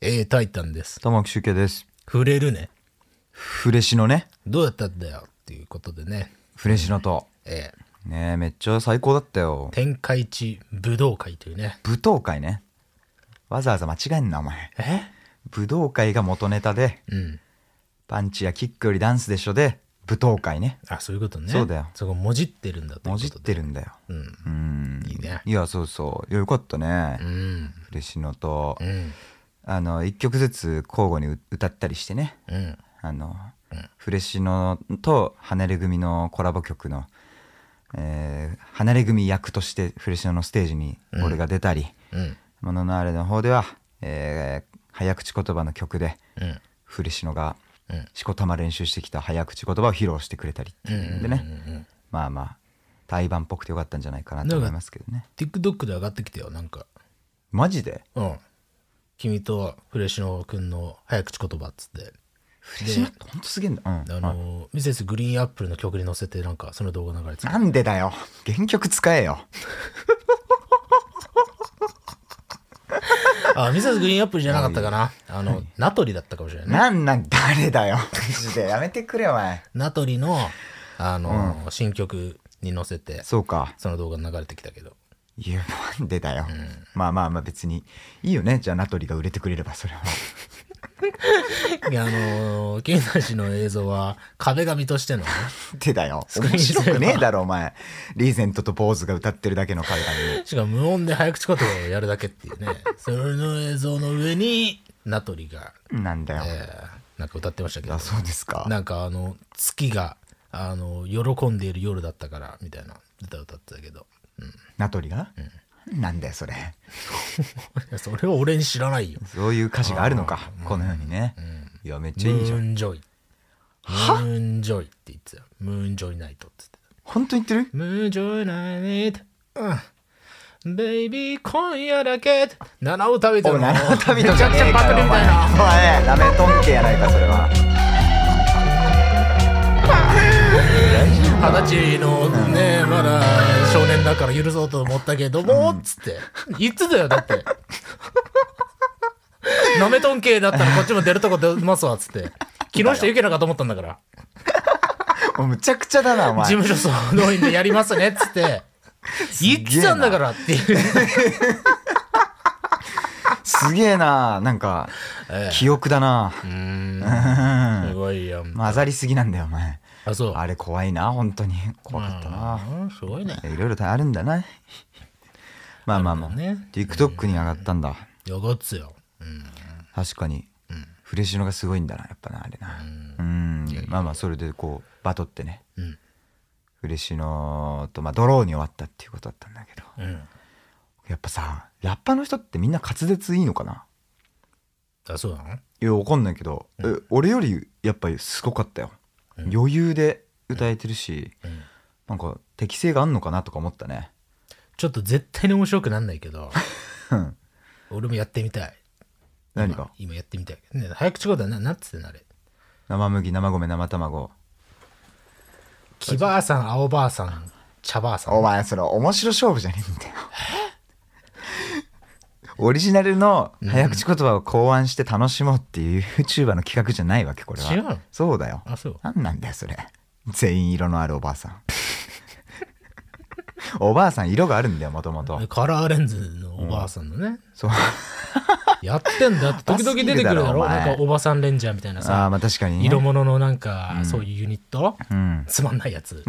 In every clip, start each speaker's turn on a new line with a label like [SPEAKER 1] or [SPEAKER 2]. [SPEAKER 1] えー、タイタンです。
[SPEAKER 2] 玉木周慶です。
[SPEAKER 1] 触れるね。
[SPEAKER 2] フレシノね。
[SPEAKER 1] どうだったんだよっていうことでね。
[SPEAKER 2] フレシノと。
[SPEAKER 1] えー
[SPEAKER 2] ねえ、めっちゃ最高だったよ。
[SPEAKER 1] 天下一武道会というね。
[SPEAKER 2] 舞踏会ね。わざわざ間違えんな、お前。
[SPEAKER 1] え
[SPEAKER 2] 武道会が元ネタで、
[SPEAKER 1] うん。
[SPEAKER 2] パンチやキックよりダンスでしょで、舞踏会ね。
[SPEAKER 1] あ、そういうことね。
[SPEAKER 2] そうだよ
[SPEAKER 1] そこ、もじってるんだという
[SPEAKER 2] も
[SPEAKER 1] こと
[SPEAKER 2] じっ
[SPEAKER 1] で。
[SPEAKER 2] てるんだよ。
[SPEAKER 1] うん。
[SPEAKER 2] うん。
[SPEAKER 1] いいね
[SPEAKER 2] いや、そうそう。いやよかったね。
[SPEAKER 1] うん。
[SPEAKER 2] フレシノと
[SPEAKER 1] う、ん。
[SPEAKER 2] あの、一曲ずつ交互にう歌ったりしてね。
[SPEAKER 1] うん。
[SPEAKER 2] あの、フレッシュのと離れ組のコラボ曲の、えー離れ組役としてフレッシュのステージに俺が出たり
[SPEAKER 1] うん。
[SPEAKER 2] 「もののあれ」の方では、えー早口言葉の曲で
[SPEAKER 1] うん。
[SPEAKER 2] フレッシュのが
[SPEAKER 1] うん
[SPEAKER 2] しこたま練習してきた早口言葉を披露してくれたりっていうんでね、まあまあ対バンっぽくてよかったんじゃないかなと思いますけどね
[SPEAKER 1] TikTok で上がってきてよ、なんか。
[SPEAKER 2] マジで
[SPEAKER 1] うん。君とフレッシュノ君の早口言葉っつって。
[SPEAKER 2] フレッシュのってほんとすげえんだ、うん
[SPEAKER 1] あのーミセスグリーンアップルの曲に乗せてなんかその動画流れてた
[SPEAKER 2] なんでだよ原曲使えよ
[SPEAKER 1] あミセスグリーンアップルじゃなかったかなあのナトリだったかもしれないね
[SPEAKER 2] なんなん誰だよマジでやめてくれお前
[SPEAKER 1] ナトリのあのー新曲に乗せて
[SPEAKER 2] そうか
[SPEAKER 1] その動画流れてきたけど
[SPEAKER 2] いやなんでだよ、まあまあまあ別にいいよねじゃあナトリが売れてくれればそれは
[SPEAKER 1] いやあのー 君たちの映像は壁紙としてのね
[SPEAKER 2] なんでだよ
[SPEAKER 1] クリーン
[SPEAKER 2] 面
[SPEAKER 1] セーバ
[SPEAKER 2] 白
[SPEAKER 1] ー
[SPEAKER 2] くねえだろお前リーゼントとポーズが歌ってるだけの彼らに
[SPEAKER 1] しかも無音で早口言葉をやるだけっていうね それの映像の上にナトリが、
[SPEAKER 2] なんだよ、
[SPEAKER 1] えーなんか歌ってましたけど
[SPEAKER 2] あそうですか
[SPEAKER 1] なんかあの月があの喜んでいる夜だったからみたいな歌歌ってたけど、
[SPEAKER 2] ナトリが、なんだよそれ
[SPEAKER 1] うん、それを俺に知らないよ。
[SPEAKER 2] そういう歌詞があるのかこのようにね、いやめっちゃいいじゃ
[SPEAKER 1] ム
[SPEAKER 2] ん
[SPEAKER 1] ーンジョイ。ムーンジョイって言ってたよ。ムーンジョイナイトって言ってた。
[SPEAKER 2] 本当に言ってる
[SPEAKER 1] ムーンジョイナイト。うん。ベイビー今夜だけ。七尾旅
[SPEAKER 2] お
[SPEAKER 1] と
[SPEAKER 2] い七尾 旅人
[SPEAKER 1] め
[SPEAKER 2] じ
[SPEAKER 1] ち
[SPEAKER 2] ゃ
[SPEAKER 1] ゃく
[SPEAKER 2] ね
[SPEAKER 1] ち
[SPEAKER 2] え
[SPEAKER 1] ゃ
[SPEAKER 2] か
[SPEAKER 1] パク
[SPEAKER 2] ら
[SPEAKER 1] リ
[SPEAKER 2] お
[SPEAKER 1] みた
[SPEAKER 2] 前
[SPEAKER 1] いな。
[SPEAKER 2] おいなめとんけやないかそれは
[SPEAKER 1] 二十歳のね、まだ少年だから許そうと思ったけども、つって。言ってたよ、だって。なめとん系だったらこっちも出るとこ出ますわ、つって。木下ゆけなかと思ったんだから。
[SPEAKER 2] もうむちゃくちゃだなお
[SPEAKER 1] 事
[SPEAKER 2] 前
[SPEAKER 1] 務所総動員でやりますね、つって。言ってたんだからっていう。
[SPEAKER 2] すげえななんか
[SPEAKER 1] ええ
[SPEAKER 2] 記憶だな、
[SPEAKER 1] うーんすごいよ。
[SPEAKER 2] 混ざりすぎなんだよお前
[SPEAKER 1] あ、そう。
[SPEAKER 2] あれ怖いな本当に怖かったな、
[SPEAKER 1] うんすごいね。
[SPEAKER 2] いやいろいろあるん だなまあまあまあ、
[SPEAKER 1] あるんだね
[SPEAKER 2] TikTok に上がったんだ、
[SPEAKER 1] よごっつよ。
[SPEAKER 2] 確かに、フレッシュのがすごいんだなやっぱなあれなうんまあまあそれでこうバトってね、
[SPEAKER 1] うん
[SPEAKER 2] フレッシュのと、まあ、ドローに終わったっていうことだったんだけど
[SPEAKER 1] うん。
[SPEAKER 2] やっぱさラッパーの人ってみんな滑舌いいのかな
[SPEAKER 1] あ、そうなの
[SPEAKER 2] いやわかんないけど、え俺よりやっぱりすごかったよ、余裕で歌えてるし、
[SPEAKER 1] ん
[SPEAKER 2] なんか適性があんのかなとか思ったね
[SPEAKER 1] ちょっと絶対に面白くなんないけど、
[SPEAKER 2] うん
[SPEAKER 1] 俺もやってみたい。
[SPEAKER 2] 何が
[SPEAKER 1] 今やってみたい。ね、早口言葉な、なんつってんのあれ。
[SPEAKER 2] 生麦生米生卵
[SPEAKER 1] 木ばあさん、青ばあさん、茶ばあさん。
[SPEAKER 2] お前それ面白勝負じゃねえんだよ オリジナルの早口言葉を考案して楽しもうっていう YouTuber の企画じゃないわけこれは
[SPEAKER 1] 違うの
[SPEAKER 2] そうだよ
[SPEAKER 1] あ、そう。
[SPEAKER 2] 何なんだよそれ全員色のあるおばあさ んおばあさん色があるんだよもともと
[SPEAKER 1] カラーレンズのおばあさんのね。
[SPEAKER 2] そう
[SPEAKER 1] やってんだって、時々出てくるだろ。
[SPEAKER 2] バスケ
[SPEAKER 1] な
[SPEAKER 2] だろお前
[SPEAKER 1] んかおばさんレンジャーみたいな
[SPEAKER 2] あ
[SPEAKER 1] さ、
[SPEAKER 2] あまあ確かに、ね、
[SPEAKER 1] 色物のなんか、そういうユニット、
[SPEAKER 2] うん
[SPEAKER 1] つまんないやつ。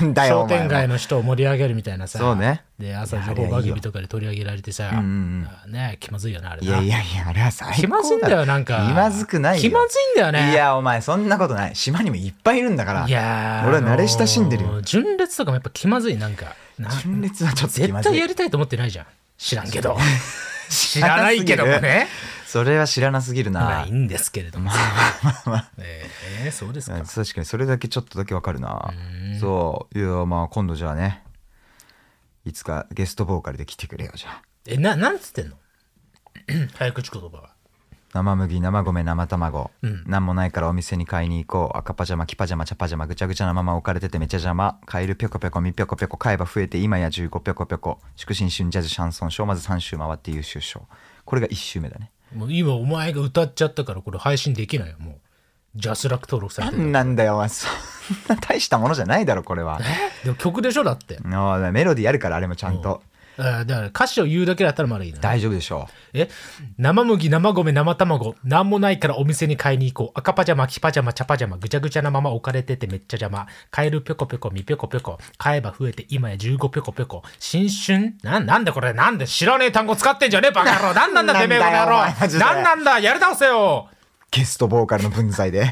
[SPEAKER 2] なんだよ
[SPEAKER 1] 商
[SPEAKER 2] お前
[SPEAKER 1] 店
[SPEAKER 2] も
[SPEAKER 1] 街の人を盛り上げるみたいなさ。
[SPEAKER 2] そうね
[SPEAKER 1] で、朝情報番組とかで取り上げられてさ、
[SPEAKER 2] ん
[SPEAKER 1] あね気まずいよな、あれ
[SPEAKER 2] い
[SPEAKER 1] な。
[SPEAKER 2] やいやいやあれは最高
[SPEAKER 1] 気まずいんだよ、なんか。
[SPEAKER 2] 気まずくないよ
[SPEAKER 1] 気まずいんだよね。
[SPEAKER 2] いやお前そんなことない島にもいっぱいいるんだから
[SPEAKER 1] いやー
[SPEAKER 2] 俺は慣れ親しんでるよ
[SPEAKER 1] あのー純烈とかもやっぱ気まずいなんかな
[SPEAKER 2] 純烈はちょっと気ま
[SPEAKER 1] 絶
[SPEAKER 2] ず
[SPEAKER 1] 対
[SPEAKER 2] い
[SPEAKER 1] やりたいと思ってないじゃん知らんけ ど知
[SPEAKER 2] 知
[SPEAKER 1] らないけどもね
[SPEAKER 2] それは知らなすぎる
[SPEAKER 1] まあ
[SPEAKER 2] ない
[SPEAKER 1] いんですけれどもえーえーそうですか
[SPEAKER 2] 確かにそれだけちょっとだけわかるなそういやまあ今度じゃあねいつかゲストボーカルで来てくれよじゃあ
[SPEAKER 1] えななんつってんの 早口言葉は
[SPEAKER 2] 生麦生米生卵、何もないからお店に買いに行こう赤パジャマキパジャマ茶パジャマぐちゃぐちゃなまま置かれててめちゃ邪魔カエルぴょこぴょこみぴょこぴょこ買えば増えて今や15ぴょこぴょこ祝新春ジャズシャンソンショーまず3周回って優秀賞これが1周目だね
[SPEAKER 1] もう今お前が歌っちゃったからこれ配信できないよもうジャスラック登録され
[SPEAKER 2] な
[SPEAKER 1] てる
[SPEAKER 2] んなんだよお前そんな大したものじゃないだろこれは
[SPEAKER 1] でも曲でしょだって
[SPEAKER 2] ああメロディーあるからあれもちゃんと
[SPEAKER 1] あーだから歌詞を言うだけだったらまだいいな
[SPEAKER 2] 大丈夫でしょ
[SPEAKER 1] え生麦生米生卵なんもないからお店に買いに行こう赤パジャマ黄パジャマ茶パジャマぐちゃぐちゃなまま置かれててめっちゃ邪魔カエルぴょこぴょこみぴょこぴょこ買えば増えて今や15ぴょこぴょこ新春ななんだこれなんで知らねえ単語使ってんじゃねえバカ野郎なんなんだてめえこの野
[SPEAKER 2] なんだよお前マジ
[SPEAKER 1] 郎
[SPEAKER 2] で
[SPEAKER 1] なんなんだやり倒せよ
[SPEAKER 2] うゲストボーカルの分際 で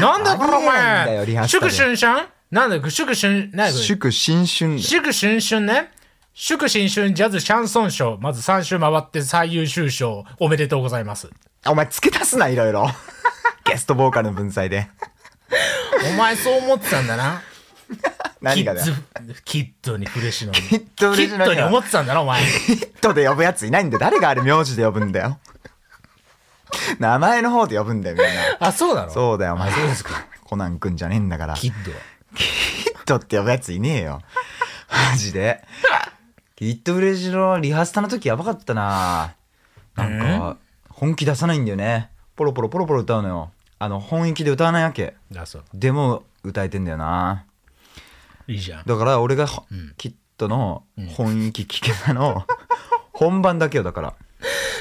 [SPEAKER 1] なんだこれお
[SPEAKER 2] ありえないんだよリハ
[SPEAKER 1] 前
[SPEAKER 2] ーサル
[SPEAKER 1] 祝春シャンなんだよ祝春なんだよ
[SPEAKER 2] 祝新春
[SPEAKER 1] 祝春春ね。祝新春ジャズシャンソン賞。まず3週回って最優秀賞。おめでとうございます。
[SPEAKER 2] お前付け足すないろい ろゲストボーカルの分際で
[SPEAKER 1] お前そう思ってたんだな。
[SPEAKER 2] 何
[SPEAKER 1] キ
[SPEAKER 2] が
[SPEAKER 1] ッ
[SPEAKER 2] だよ
[SPEAKER 1] ズ、キッドにフレシノに。キ
[SPEAKER 2] キッド嬉しいの
[SPEAKER 1] ッドに
[SPEAKER 2] よ
[SPEAKER 1] 思ってたんだな、お 前。
[SPEAKER 2] ヒットで呼ぶやついないんだよ誰があれ名字で呼ぶんだよ名前の方で呼ぶんだよみんな
[SPEAKER 1] あ、そうなの
[SPEAKER 2] そうだよお前
[SPEAKER 1] あそうですか。
[SPEAKER 2] コナンくんじゃねえんだから
[SPEAKER 1] キ
[SPEAKER 2] キ
[SPEAKER 1] ッドは。
[SPEAKER 2] ットって呼ぶやついねえよマジでキットブレジロリハースタの時やばかったななんか本気出さないんだよねポロポロポロポロ歌うのよあの本域で歌わないわけ
[SPEAKER 1] あ、そう。
[SPEAKER 2] でも歌えてんだよない
[SPEAKER 1] いじゃん。
[SPEAKER 2] だから俺がほ、キットの本域聞けたの、本番だけよだから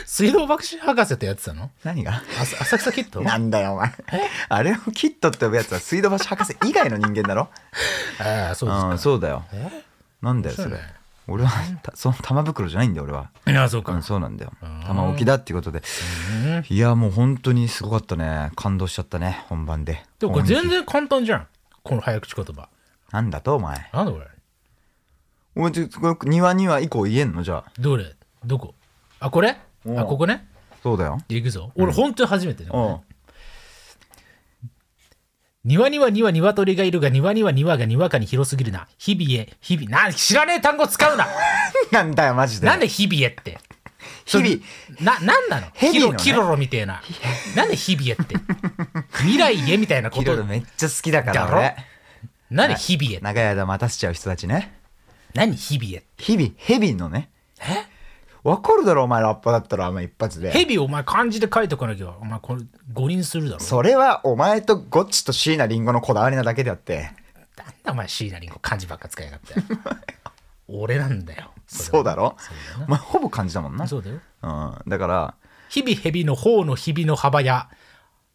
[SPEAKER 1] 水道爆士博士とやってたの
[SPEAKER 2] 何が
[SPEAKER 1] あ浅草キッド
[SPEAKER 2] なんだよお前あれをキットって呼ぶやつは水道橋博士以外の人間だろ
[SPEAKER 1] ああ、そう
[SPEAKER 2] うんそうだよ
[SPEAKER 1] ですか。
[SPEAKER 2] なんだよそ
[SPEAKER 1] そう
[SPEAKER 2] れ
[SPEAKER 1] だよ
[SPEAKER 2] 俺はたその玉袋じゃないんだよ俺は
[SPEAKER 1] えああ、そう
[SPEAKER 2] う
[SPEAKER 1] か
[SPEAKER 2] ん。そうなんだよ玉置きだっていうことでいやもう本当にすごかったね感動しちゃったね本番で
[SPEAKER 1] でもこれ
[SPEAKER 2] 本
[SPEAKER 1] 全
[SPEAKER 2] 気
[SPEAKER 1] 然簡単じゃん。この早口言葉。
[SPEAKER 2] なんだとお前
[SPEAKER 1] なんだこれ。
[SPEAKER 2] お前ちょこれ庭には以降言えんのじゃあ
[SPEAKER 1] どれどこあ、これ
[SPEAKER 2] うん
[SPEAKER 1] あ、ここね。
[SPEAKER 2] そうだよ
[SPEAKER 1] いくぞ。俺、本当に初めてね。
[SPEAKER 2] うん
[SPEAKER 1] 庭には庭鶏がいるが、庭には庭がにわかに広すぎるな。日々へ、日々、な、知らねえ単語使う な。
[SPEAKER 2] なんだよマジで
[SPEAKER 1] なんで日々へって。
[SPEAKER 2] 日々
[SPEAKER 1] な、なんなの
[SPEAKER 2] ヘビ
[SPEAKER 1] キ
[SPEAKER 2] の
[SPEAKER 1] ロ、
[SPEAKER 2] ね
[SPEAKER 1] キロロみてえ な。なんで日々へって。未来へみたいなこ
[SPEAKER 2] キロ
[SPEAKER 1] と
[SPEAKER 2] ル。めっちゃ好きだか
[SPEAKER 1] だ
[SPEAKER 2] ら
[SPEAKER 1] ろ
[SPEAKER 2] 俺
[SPEAKER 1] なんで日々へって。
[SPEAKER 2] 長い間待たせちゃう人たちね
[SPEAKER 1] 何日々へって。
[SPEAKER 2] 日々ヘビのねわかるだろお前ラッパだったらお前一発で
[SPEAKER 1] ヘビお前漢字で書いておかなきゃ。お前これ五輪するだろ。
[SPEAKER 2] それはお前とゴッチと椎名林檎のこだわりなだけであって
[SPEAKER 1] なんだお前椎名林檎漢字ばっか使いやが って。俺なんだよ。
[SPEAKER 2] そうだろ
[SPEAKER 1] うだな
[SPEAKER 2] お前ほぼ感じだもんな
[SPEAKER 1] そうだよ。
[SPEAKER 2] うん、だから
[SPEAKER 1] 日々ヘビの方の日々の幅や、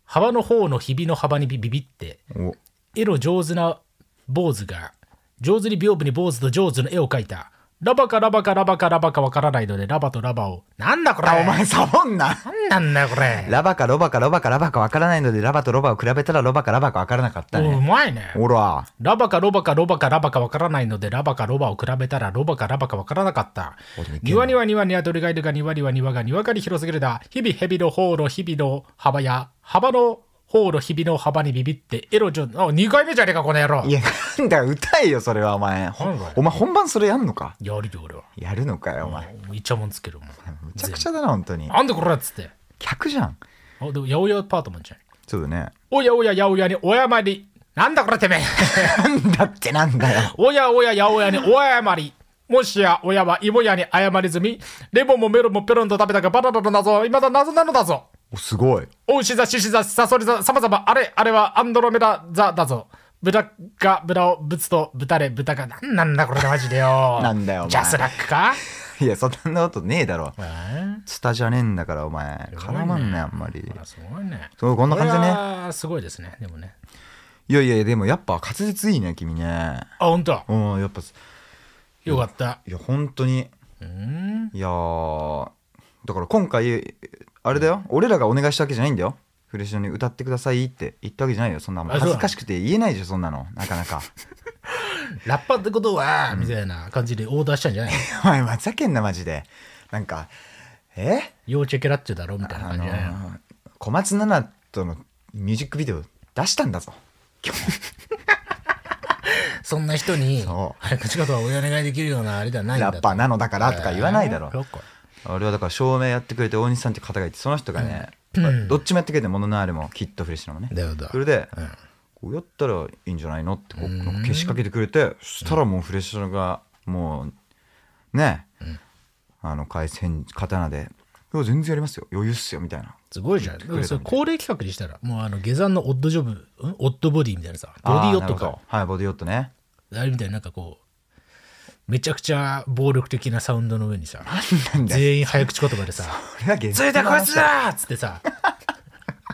[SPEAKER 1] 幅の方の日々の幅にビビビって、
[SPEAKER 2] お
[SPEAKER 1] 絵の上手な坊主が上手に屏風に坊主と上手の絵を描いたラバかラバかラバかラバかわからないのでラバとラバをなんだこれ
[SPEAKER 2] あお前サボんな
[SPEAKER 1] なんなんだよこれ
[SPEAKER 2] ラバかロバかロバかラバかわからないのでラバとロバを比べたらロバかラバかわからなかった
[SPEAKER 1] おう
[SPEAKER 2] ね
[SPEAKER 1] まいね
[SPEAKER 2] ほら
[SPEAKER 1] ラバかロバかロバかラバかわからないのでラバかロバを比べたらロバかラバかわからなかった
[SPEAKER 2] 俺いけん
[SPEAKER 1] 庭
[SPEAKER 2] な
[SPEAKER 1] には庭には鳥がいるが庭には庭が庭がに広すぎるだ日々蛇の方の日々の幅や幅の方の日々の幅にビビってエロジョンあ2回目じゃねえかこの野郎
[SPEAKER 2] いやなんだよ歌えよそれはお前ほ
[SPEAKER 1] なんだよ
[SPEAKER 2] お前本番それやんのか
[SPEAKER 1] やるよ俺は
[SPEAKER 2] やるのかよお前
[SPEAKER 1] いっちゃもんつけるもん
[SPEAKER 2] むちゃくちゃだな本当に
[SPEAKER 1] なんでこれだっつって
[SPEAKER 2] 客じゃん
[SPEAKER 1] あ、でも、八百屋パートもんじゃん。
[SPEAKER 2] そうだね
[SPEAKER 1] おやおや、八百屋に、おやまり。なんだこれ てめえ。
[SPEAKER 2] なんだってなんだよ
[SPEAKER 1] おやおや、八百屋に、おやまり。もしや、親は芋屋に謝り済み、レモンもメロンもペロンと食べたがバナナの謎は未だ謎なのだぞ。
[SPEAKER 2] おすごい
[SPEAKER 1] お牛座、獅子座、サソリ座、様々、あれ、あれはアンドロメダ座だぞ。豚が豚をぶつと豚れ豚がなんなんだこれマジでよ
[SPEAKER 2] なんだよお前
[SPEAKER 1] ジャスラックか
[SPEAKER 2] いやそんなことねえだろ
[SPEAKER 1] えー
[SPEAKER 2] ツタじゃねえんだからお前絡まんねあんまり
[SPEAKER 1] あすごいね
[SPEAKER 2] そうこんな感じでね
[SPEAKER 1] ねすごいですねでもね
[SPEAKER 2] いやいやいやでもやっぱ滑舌いいね君ね
[SPEAKER 1] あ本当
[SPEAKER 2] うんやっぱ
[SPEAKER 1] よかった
[SPEAKER 2] いや本当に
[SPEAKER 1] うん
[SPEAKER 2] いやーだから今回あれだよ俺らがお願いしたわけじゃないんだよフレッシュに歌ってくださいって言ったわけじゃないよそんな
[SPEAKER 1] あそうなの
[SPEAKER 2] 恥ずかしくて言えないでしょそんなのな かなか
[SPEAKER 1] ラッパーってことは、みたいな感じでオーダーしたんじゃないの
[SPEAKER 2] お前ふざけんなマジでなんかえ
[SPEAKER 1] 幼稚キャラっちゅうだろみたいな
[SPEAKER 2] あ
[SPEAKER 1] 感じ
[SPEAKER 2] の
[SPEAKER 1] じゃないの
[SPEAKER 2] ー小松菜奈とのミュージックビデオ出したんだぞ
[SPEAKER 1] そんな人に、
[SPEAKER 2] そう
[SPEAKER 1] 早口言葉をお願いできるようなあれではないんだ
[SPEAKER 2] ラ
[SPEAKER 1] と
[SPEAKER 2] ッパーなのだからとか言わないだろ
[SPEAKER 1] えーそっか
[SPEAKER 2] あれはだから照明やってくれて大西さんって方がいてその人がね、どっちもやってくれてもののあれもきっとフレッシュなのね
[SPEAKER 1] だよだ
[SPEAKER 2] それで、こうやったらいいんじゃないのってこうなんかけしかけてくれてそしたらもうフレッシュがもうね、あの返す返刀でいや全然やりますよ余裕っすよみたいな
[SPEAKER 1] すごいじゃん。だ
[SPEAKER 2] くれ
[SPEAKER 1] か
[SPEAKER 2] たみたい
[SPEAKER 1] らそれ恒例企画にしたら、もうあの下山のオッドジョブ、んオッドボディみたいなさ、ボディヨット
[SPEAKER 2] あーなる
[SPEAKER 1] か
[SPEAKER 2] ほど。はいボディヨットね
[SPEAKER 1] あれみたいななんかこう、めちゃくちゃ暴力的なサウンドの上にさ、
[SPEAKER 2] なんだよ
[SPEAKER 1] 全員早口言葉で さ、
[SPEAKER 2] これは現
[SPEAKER 1] ついて
[SPEAKER 2] 実の
[SPEAKER 1] こい
[SPEAKER 2] 話
[SPEAKER 1] つだっつってさ、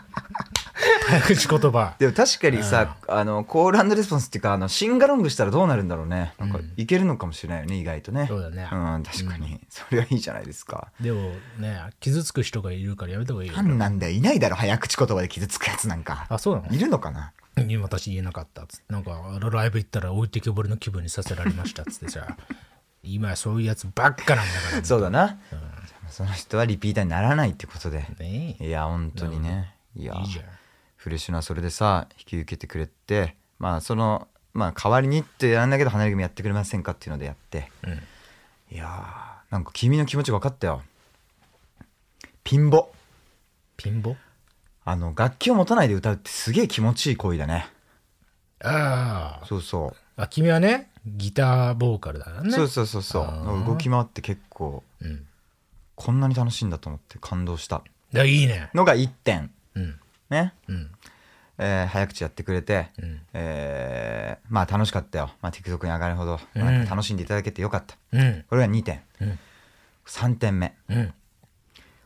[SPEAKER 1] 早口言葉。
[SPEAKER 2] でも確かにさ、あのコールレスポンスっていうかあのシンガロングしたらどうなるんだろうねなんかいけるのかもしれないよね意外とね
[SPEAKER 1] そうだね
[SPEAKER 2] ん確かに、それはいいじゃないですか
[SPEAKER 1] でもね、傷つく人がいるからやめた方がいいよ。
[SPEAKER 2] 何なんだよいないだろ早口言葉で傷つくやつなんか
[SPEAKER 1] あ、そうなの
[SPEAKER 2] いるのかな
[SPEAKER 1] 今私言えなかったっつってなんかあのライブ行ったら置いてけぼりの気分にさせられましたっつってさ 今やそういうやつばっかなんだから
[SPEAKER 2] そうだな、その人はリピーターにならないってことで、
[SPEAKER 1] ねえ
[SPEAKER 2] いや本当にねいや
[SPEAKER 1] いいじゃん
[SPEAKER 2] フレッシュなそれでさ引き受けてくれてまあそのまあ代わりにってやんだけど離れ組やってくれませんかっていうのでやって、いやーなんか君の気持ち分かったよピンボ
[SPEAKER 1] ピンボ
[SPEAKER 2] あの楽器を持たないで歌うってすげえ気持ちいい行為だね
[SPEAKER 1] あ
[SPEAKER 2] そうそ
[SPEAKER 1] ああ君はねギターボーカルだから
[SPEAKER 2] う、
[SPEAKER 1] ね
[SPEAKER 2] そうそうそうそう動き回って結構、
[SPEAKER 1] ん
[SPEAKER 2] こんなに楽しいんだと思って感動した
[SPEAKER 1] だいいね
[SPEAKER 2] のが1点
[SPEAKER 1] うん
[SPEAKER 2] ね、
[SPEAKER 1] うん
[SPEAKER 2] えー早口やってくれて、えーまあ楽しかったよ、まあ、TikTok に上がるほど、まあ楽しんでいただけてよかった
[SPEAKER 1] うん
[SPEAKER 2] これが2点、
[SPEAKER 1] ん
[SPEAKER 2] 3点目
[SPEAKER 1] うん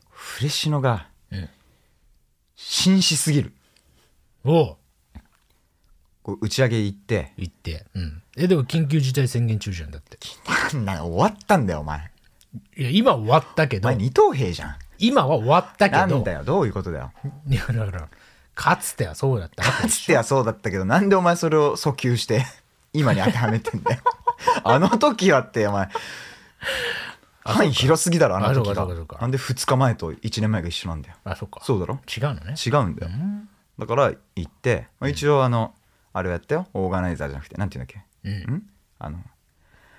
[SPEAKER 2] フレッシュのが、
[SPEAKER 1] うん
[SPEAKER 2] 紳士すぎる
[SPEAKER 1] おう
[SPEAKER 2] こう打ち上げ行って
[SPEAKER 1] 言ってうんえでも緊急事態宣言中じゃんだって
[SPEAKER 2] なんなの終わったんだよお前
[SPEAKER 1] いや今は終わったけ
[SPEAKER 2] お
[SPEAKER 1] ど
[SPEAKER 2] 前二等兵じゃん
[SPEAKER 1] 今は終わったけ
[SPEAKER 2] なん
[SPEAKER 1] ど
[SPEAKER 2] だよどういうことだよ
[SPEAKER 1] いやだからかつてはそうだったわ
[SPEAKER 2] かつてはそうだったけどなんでお前それを訴求 して今に当てはめてんだよあの時はってお前範囲広すぎだろあの時
[SPEAKER 1] あそ
[SPEAKER 2] が
[SPEAKER 1] うかそうかそうか
[SPEAKER 2] なんで2日前と1年前が一緒なんだよ
[SPEAKER 1] あそっか
[SPEAKER 2] そうだろ
[SPEAKER 1] 違うのね
[SPEAKER 2] 違うんだよだから行って、まあ、一応あの、あれをやったよオーガナイザーじゃなくてなんていうんだっけ
[SPEAKER 1] うん
[SPEAKER 2] んあの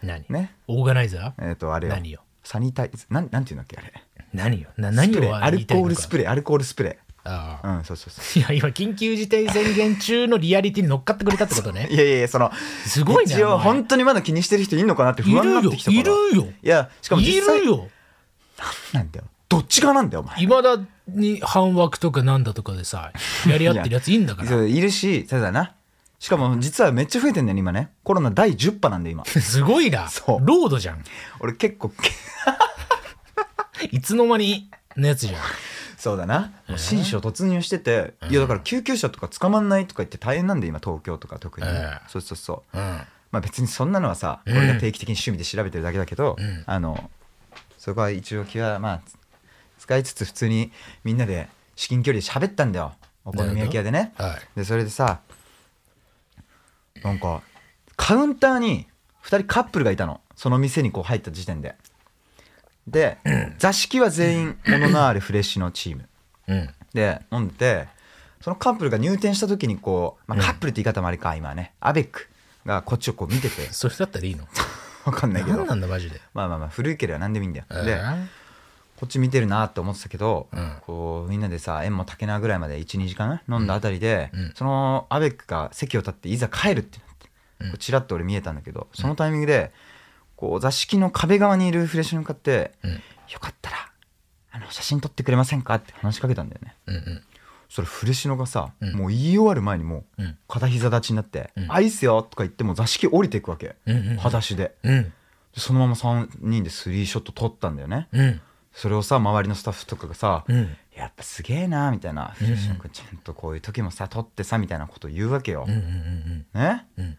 [SPEAKER 1] 何
[SPEAKER 2] ね
[SPEAKER 1] オーガナイザー
[SPEAKER 2] えっ、とあれよ
[SPEAKER 1] 何よ
[SPEAKER 2] サニタイズなんなんていうんだっけあれ
[SPEAKER 1] 何よな
[SPEAKER 2] ス
[SPEAKER 1] 何
[SPEAKER 2] プ
[SPEAKER 1] を
[SPEAKER 2] レーア
[SPEAKER 1] 言
[SPEAKER 2] ル
[SPEAKER 1] いた
[SPEAKER 2] コ
[SPEAKER 1] いのか
[SPEAKER 2] ールスプレーアルコールスプレ
[SPEAKER 1] ああ
[SPEAKER 2] ーうんそうそうそう
[SPEAKER 1] いや今緊急事態宣言中のリアリティに乗っかってくれたってことね
[SPEAKER 2] いやいやいやその
[SPEAKER 1] すごいね
[SPEAKER 2] 一
[SPEAKER 1] お
[SPEAKER 2] 応
[SPEAKER 1] 前
[SPEAKER 2] 本当にまだ気にしてる人いるのかなって
[SPEAKER 1] い
[SPEAKER 2] 不安にな
[SPEAKER 1] る
[SPEAKER 2] っ
[SPEAKER 1] よ
[SPEAKER 2] てきたから
[SPEAKER 1] いるよ
[SPEAKER 2] いやしかも
[SPEAKER 1] い
[SPEAKER 2] 実際
[SPEAKER 1] るよ
[SPEAKER 2] なんだよどっち側なんだよお前
[SPEAKER 1] いまだに半枠とかなんだとかで さやり合ってるやついいんだか
[SPEAKER 2] そ
[SPEAKER 1] ら
[SPEAKER 2] ういるしそうだなしかも実はめっちゃ増えてんだよね今ねコロナ第10波な んで今
[SPEAKER 1] すごいな
[SPEAKER 2] そう
[SPEAKER 1] ロードじゃん
[SPEAKER 2] 俺結構
[SPEAKER 1] いつの間にのやつじゃん
[SPEAKER 2] そうだなもう新章突入してて、いやだから救急車とか捕まんないとか言って大変なんで今東京とか特に、
[SPEAKER 1] ええ
[SPEAKER 2] そうそうそう
[SPEAKER 1] うん
[SPEAKER 2] まあ別にそんなのはさ、
[SPEAKER 1] ん
[SPEAKER 2] 俺が定期的に趣味で調べてるだけだけど、
[SPEAKER 1] ん
[SPEAKER 2] あのそこは一応気はまあつ使いつつ普通にみんなで至近距離で喋ったんだよお好み焼き屋でね
[SPEAKER 1] はい
[SPEAKER 2] でそれでさなんかカウンターに2人カップルがいたのその店にこう入った時点で で、座敷は全員モノナーレフレッシュのチーム
[SPEAKER 1] うん
[SPEAKER 2] で飲んでてそのカップルが入店した時にこう、まあ、カップルって言い方もあれか、今はねアベックがこっちをこう見てて
[SPEAKER 1] それだったらいいの
[SPEAKER 2] わかんないけど
[SPEAKER 1] 何なんだマジで
[SPEAKER 2] まあまあまあ古いければ何でもいいんだよ、
[SPEAKER 1] え
[SPEAKER 2] で
[SPEAKER 1] ー
[SPEAKER 2] こっち見てるなって思ってたけど、
[SPEAKER 1] うん
[SPEAKER 2] こうみんなでさ縁も竹縄ぐらいまで12時間飲んだあたりで、
[SPEAKER 1] うん
[SPEAKER 2] そのアベックが席を立っていざ帰るってなって、
[SPEAKER 1] うん
[SPEAKER 2] こうチラッと俺見えたんだけどそのタイミングでこう座敷の壁側にいるフレッシュに向かって「
[SPEAKER 1] うん
[SPEAKER 2] よかったらあの写真撮ってくれませんか?」って話しかけたんだよね。
[SPEAKER 1] うんうん
[SPEAKER 2] それフレシノがさ、
[SPEAKER 1] うん
[SPEAKER 2] もう言い終わる前にもう
[SPEAKER 1] うん
[SPEAKER 2] 片膝立ちになって
[SPEAKER 1] う
[SPEAKER 2] 「
[SPEAKER 1] ん
[SPEAKER 2] アイスよ」とか言ってもう座敷降りていくわけ、
[SPEAKER 1] うんうん
[SPEAKER 2] 裸足で
[SPEAKER 1] うん
[SPEAKER 2] でそのまま3人でスリーショット撮ったんだよね、
[SPEAKER 1] うん
[SPEAKER 2] それをさ周りのスタッフとかがさ、
[SPEAKER 1] うん
[SPEAKER 2] やっぱすげえなみたいな、
[SPEAKER 1] うん
[SPEAKER 2] フレッシュの君ちゃんとこういう時もさ撮ってさみたいなこと言うわけよ、
[SPEAKER 1] うんうんうん
[SPEAKER 2] ね
[SPEAKER 1] うん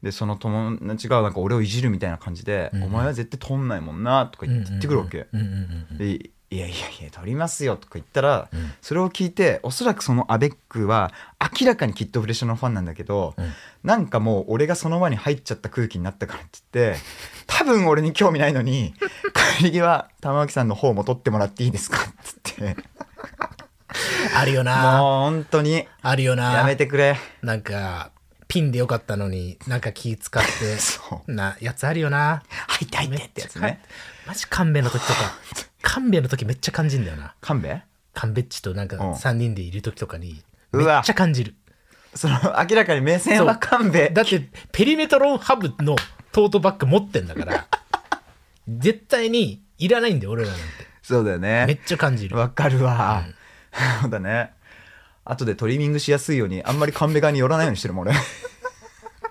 [SPEAKER 2] でその友達がなんか俺をいじるみたいな感じで「
[SPEAKER 1] うん
[SPEAKER 2] お前は絶対撮んないもんな」とか言って言ってくるわけ、
[SPEAKER 1] うんうんうんうん
[SPEAKER 2] でいやいやいや撮りますよ」とか言ったら、
[SPEAKER 1] うん
[SPEAKER 2] それを聞いておそらくそのアベックは明らかにきっとフレッシュのファンなんだけど、
[SPEAKER 1] うん
[SPEAKER 2] なんかもう俺がその輪に入っちゃった空気になったからって言って多分俺に興味ないのに帰り際玉置さんの方も撮ってもらっていいですかって言って
[SPEAKER 1] あるよ
[SPEAKER 2] もう
[SPEAKER 1] な
[SPEAKER 2] 本当に
[SPEAKER 1] あるよな
[SPEAKER 2] やめてくれ
[SPEAKER 1] なんか、ピンでよかったのに、なんか気使っ
[SPEAKER 2] そ
[SPEAKER 1] て、な、やつあるよな。
[SPEAKER 2] 入って入ってってやつね
[SPEAKER 1] マジ勘弁の時 とか、勘弁の時めっちゃ感じんだよな。
[SPEAKER 2] 勘弁
[SPEAKER 1] 勘弁っちとなんか
[SPEAKER 2] うん
[SPEAKER 1] 3人でいる時とかに、
[SPEAKER 2] う
[SPEAKER 1] めっ
[SPEAKER 2] わ
[SPEAKER 1] ちゃ感じる。
[SPEAKER 2] その明らかに目線は勘弁
[SPEAKER 1] だって、ペリメトロンハブ のトートバッグ持ってんだから、絶対にいらないんだよ、俺らなんて。
[SPEAKER 2] そうだよ
[SPEAKER 1] め
[SPEAKER 2] ね
[SPEAKER 1] っちゃ感じる。
[SPEAKER 2] わかるわ、そうだね後でトリミングしやすいようにあんまりカンベ側に寄らないようにしてるもん俺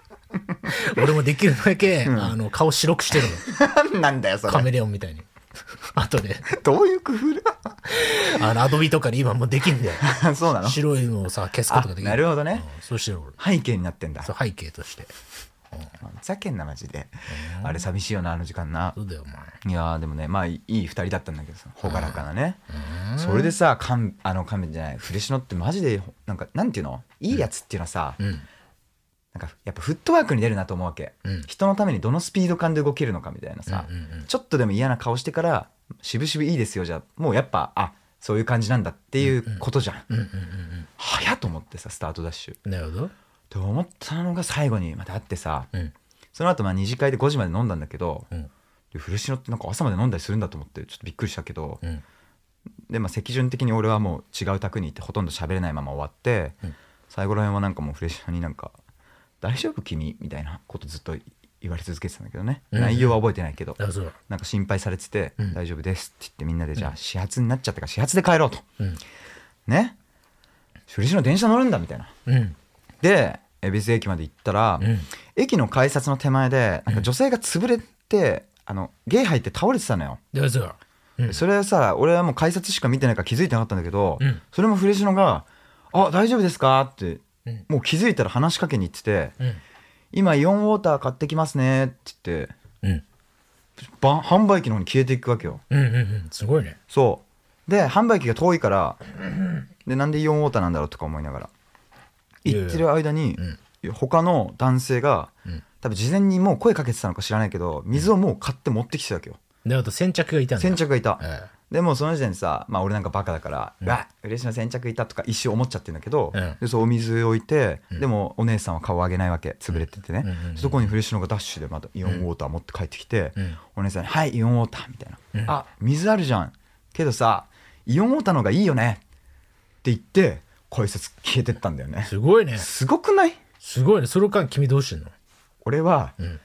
[SPEAKER 1] 俺もできるだけ、あの、顔白くしてるの。
[SPEAKER 2] なんなんだよそ
[SPEAKER 1] カメ
[SPEAKER 2] れ
[SPEAKER 1] レオンみたいに。 あとで、
[SPEAKER 2] どういう工夫だ
[SPEAKER 1] あの、アドビとかで今もうできんだよ。
[SPEAKER 2] そうなの
[SPEAKER 1] 白いのをさ、消すこと
[SPEAKER 2] あ
[SPEAKER 1] ができる。
[SPEAKER 2] なるほどね、
[SPEAKER 1] うんそうしてる俺。
[SPEAKER 2] 背景になってんだ
[SPEAKER 1] そう、背景として。
[SPEAKER 2] ふざけんなマジであれ寂しいよなあの時間な
[SPEAKER 1] そうだよ、お前。
[SPEAKER 2] いやーでもねまあいい2人だったんだけどさ朗らかなねそれでさカンあのカメじゃないフレシノってマジでなんかなんていうのいいやつっていうのはさ、
[SPEAKER 1] うん。
[SPEAKER 2] なんかやっぱフットワークに出るなと思うわけ、
[SPEAKER 1] うん
[SPEAKER 2] 人のためにどのスピード感で動けるのかみたいなさ、
[SPEAKER 1] うんうんうん
[SPEAKER 2] ちょっとでも嫌な顔してから渋々いいですよじゃもうやっぱあそういう感じなんだっていうことじゃん,、
[SPEAKER 1] うんうんうん
[SPEAKER 2] 早っと思ってさスタートダッシュっ
[SPEAKER 1] うん。なるほど。
[SPEAKER 2] て思ったのが最後にまた会ってさ、
[SPEAKER 1] うん。
[SPEAKER 2] その後まあ二次会で5時まで飲んだんだけど、
[SPEAKER 1] うん
[SPEAKER 2] でフレシノってなんか朝まで飲んだりするんだと思ってちょっとびっくりしたけど、
[SPEAKER 1] うん。
[SPEAKER 2] でまあ席順的に俺はもう違う宅に行ってほとんど喋れないまま終わって、
[SPEAKER 1] うん
[SPEAKER 2] 最後ら辺はなんかもうフレッシュになんか「大丈夫君」みたいなことずっと言われ続けてたんだけどね、
[SPEAKER 1] うん
[SPEAKER 2] 内容は覚えてないけど、
[SPEAKER 1] あ、そう。
[SPEAKER 2] なんか心配されてて「
[SPEAKER 1] うん
[SPEAKER 2] 大丈夫です」って言ってみんなでじゃあ始発になっちゃったから始発で帰ろうと
[SPEAKER 1] うん。
[SPEAKER 2] ねフレッシュの電車乗るんだみたいな
[SPEAKER 1] うん。
[SPEAKER 2] で恵比寿駅まで行ったら、
[SPEAKER 1] うん。
[SPEAKER 2] 駅の改札の手前でなんか女性が潰れて、あのゲイ入って倒れてたのよ、
[SPEAKER 1] でそう。うん。
[SPEAKER 2] それはさ俺はもう改札しか見てないから気づいてなかったんだけど、
[SPEAKER 1] うん
[SPEAKER 2] それもフレシノが「あ大丈夫ですか?」って
[SPEAKER 1] うん
[SPEAKER 2] もう気づいたら話しかけに行ってて
[SPEAKER 1] うん。
[SPEAKER 2] 「今イオンウォーター買ってきますね」って言って
[SPEAKER 1] うん。
[SPEAKER 2] ば販売機の方に消えていくわけよ
[SPEAKER 1] うんうんうん。すごいね。
[SPEAKER 2] そうで販売機が遠いからでなんでイオンウォーターなんだろうとか思いながら
[SPEAKER 1] いやいや
[SPEAKER 2] 行ってる間に
[SPEAKER 1] うん
[SPEAKER 2] 他の男性が
[SPEAKER 1] うん
[SPEAKER 2] 多分事前にもう声かけてたのか知らないけど水をもう買って持ってきてたわけよ
[SPEAKER 1] で、あと先着がいたんだ。
[SPEAKER 2] 先着がいた、
[SPEAKER 1] え
[SPEAKER 2] でもうその時点でさ、まあ、俺なんかバカだから「
[SPEAKER 1] う
[SPEAKER 2] うんわ嬉しいな先着いた」とか一瞬思っちゃってるんだけど、
[SPEAKER 1] うん
[SPEAKER 2] でそうお水置いて、
[SPEAKER 1] ん
[SPEAKER 2] でもお姉さんは顔上げないわけ潰れててね、
[SPEAKER 1] うんうんうん
[SPEAKER 2] そこにフレッシュのがダッシュでまたイオンウォーター持って帰ってきて、
[SPEAKER 1] うん
[SPEAKER 2] お姉さんに「はいイオンウォーター」みたいな「
[SPEAKER 1] うん
[SPEAKER 2] あ水あるじゃんけどさイオンウォーターの方がいいよね」って言って解説消えてったんだよね
[SPEAKER 1] え。すごいね。
[SPEAKER 2] すごくない
[SPEAKER 1] すごいね。その間、君どうしてんの
[SPEAKER 2] 俺は
[SPEAKER 1] うん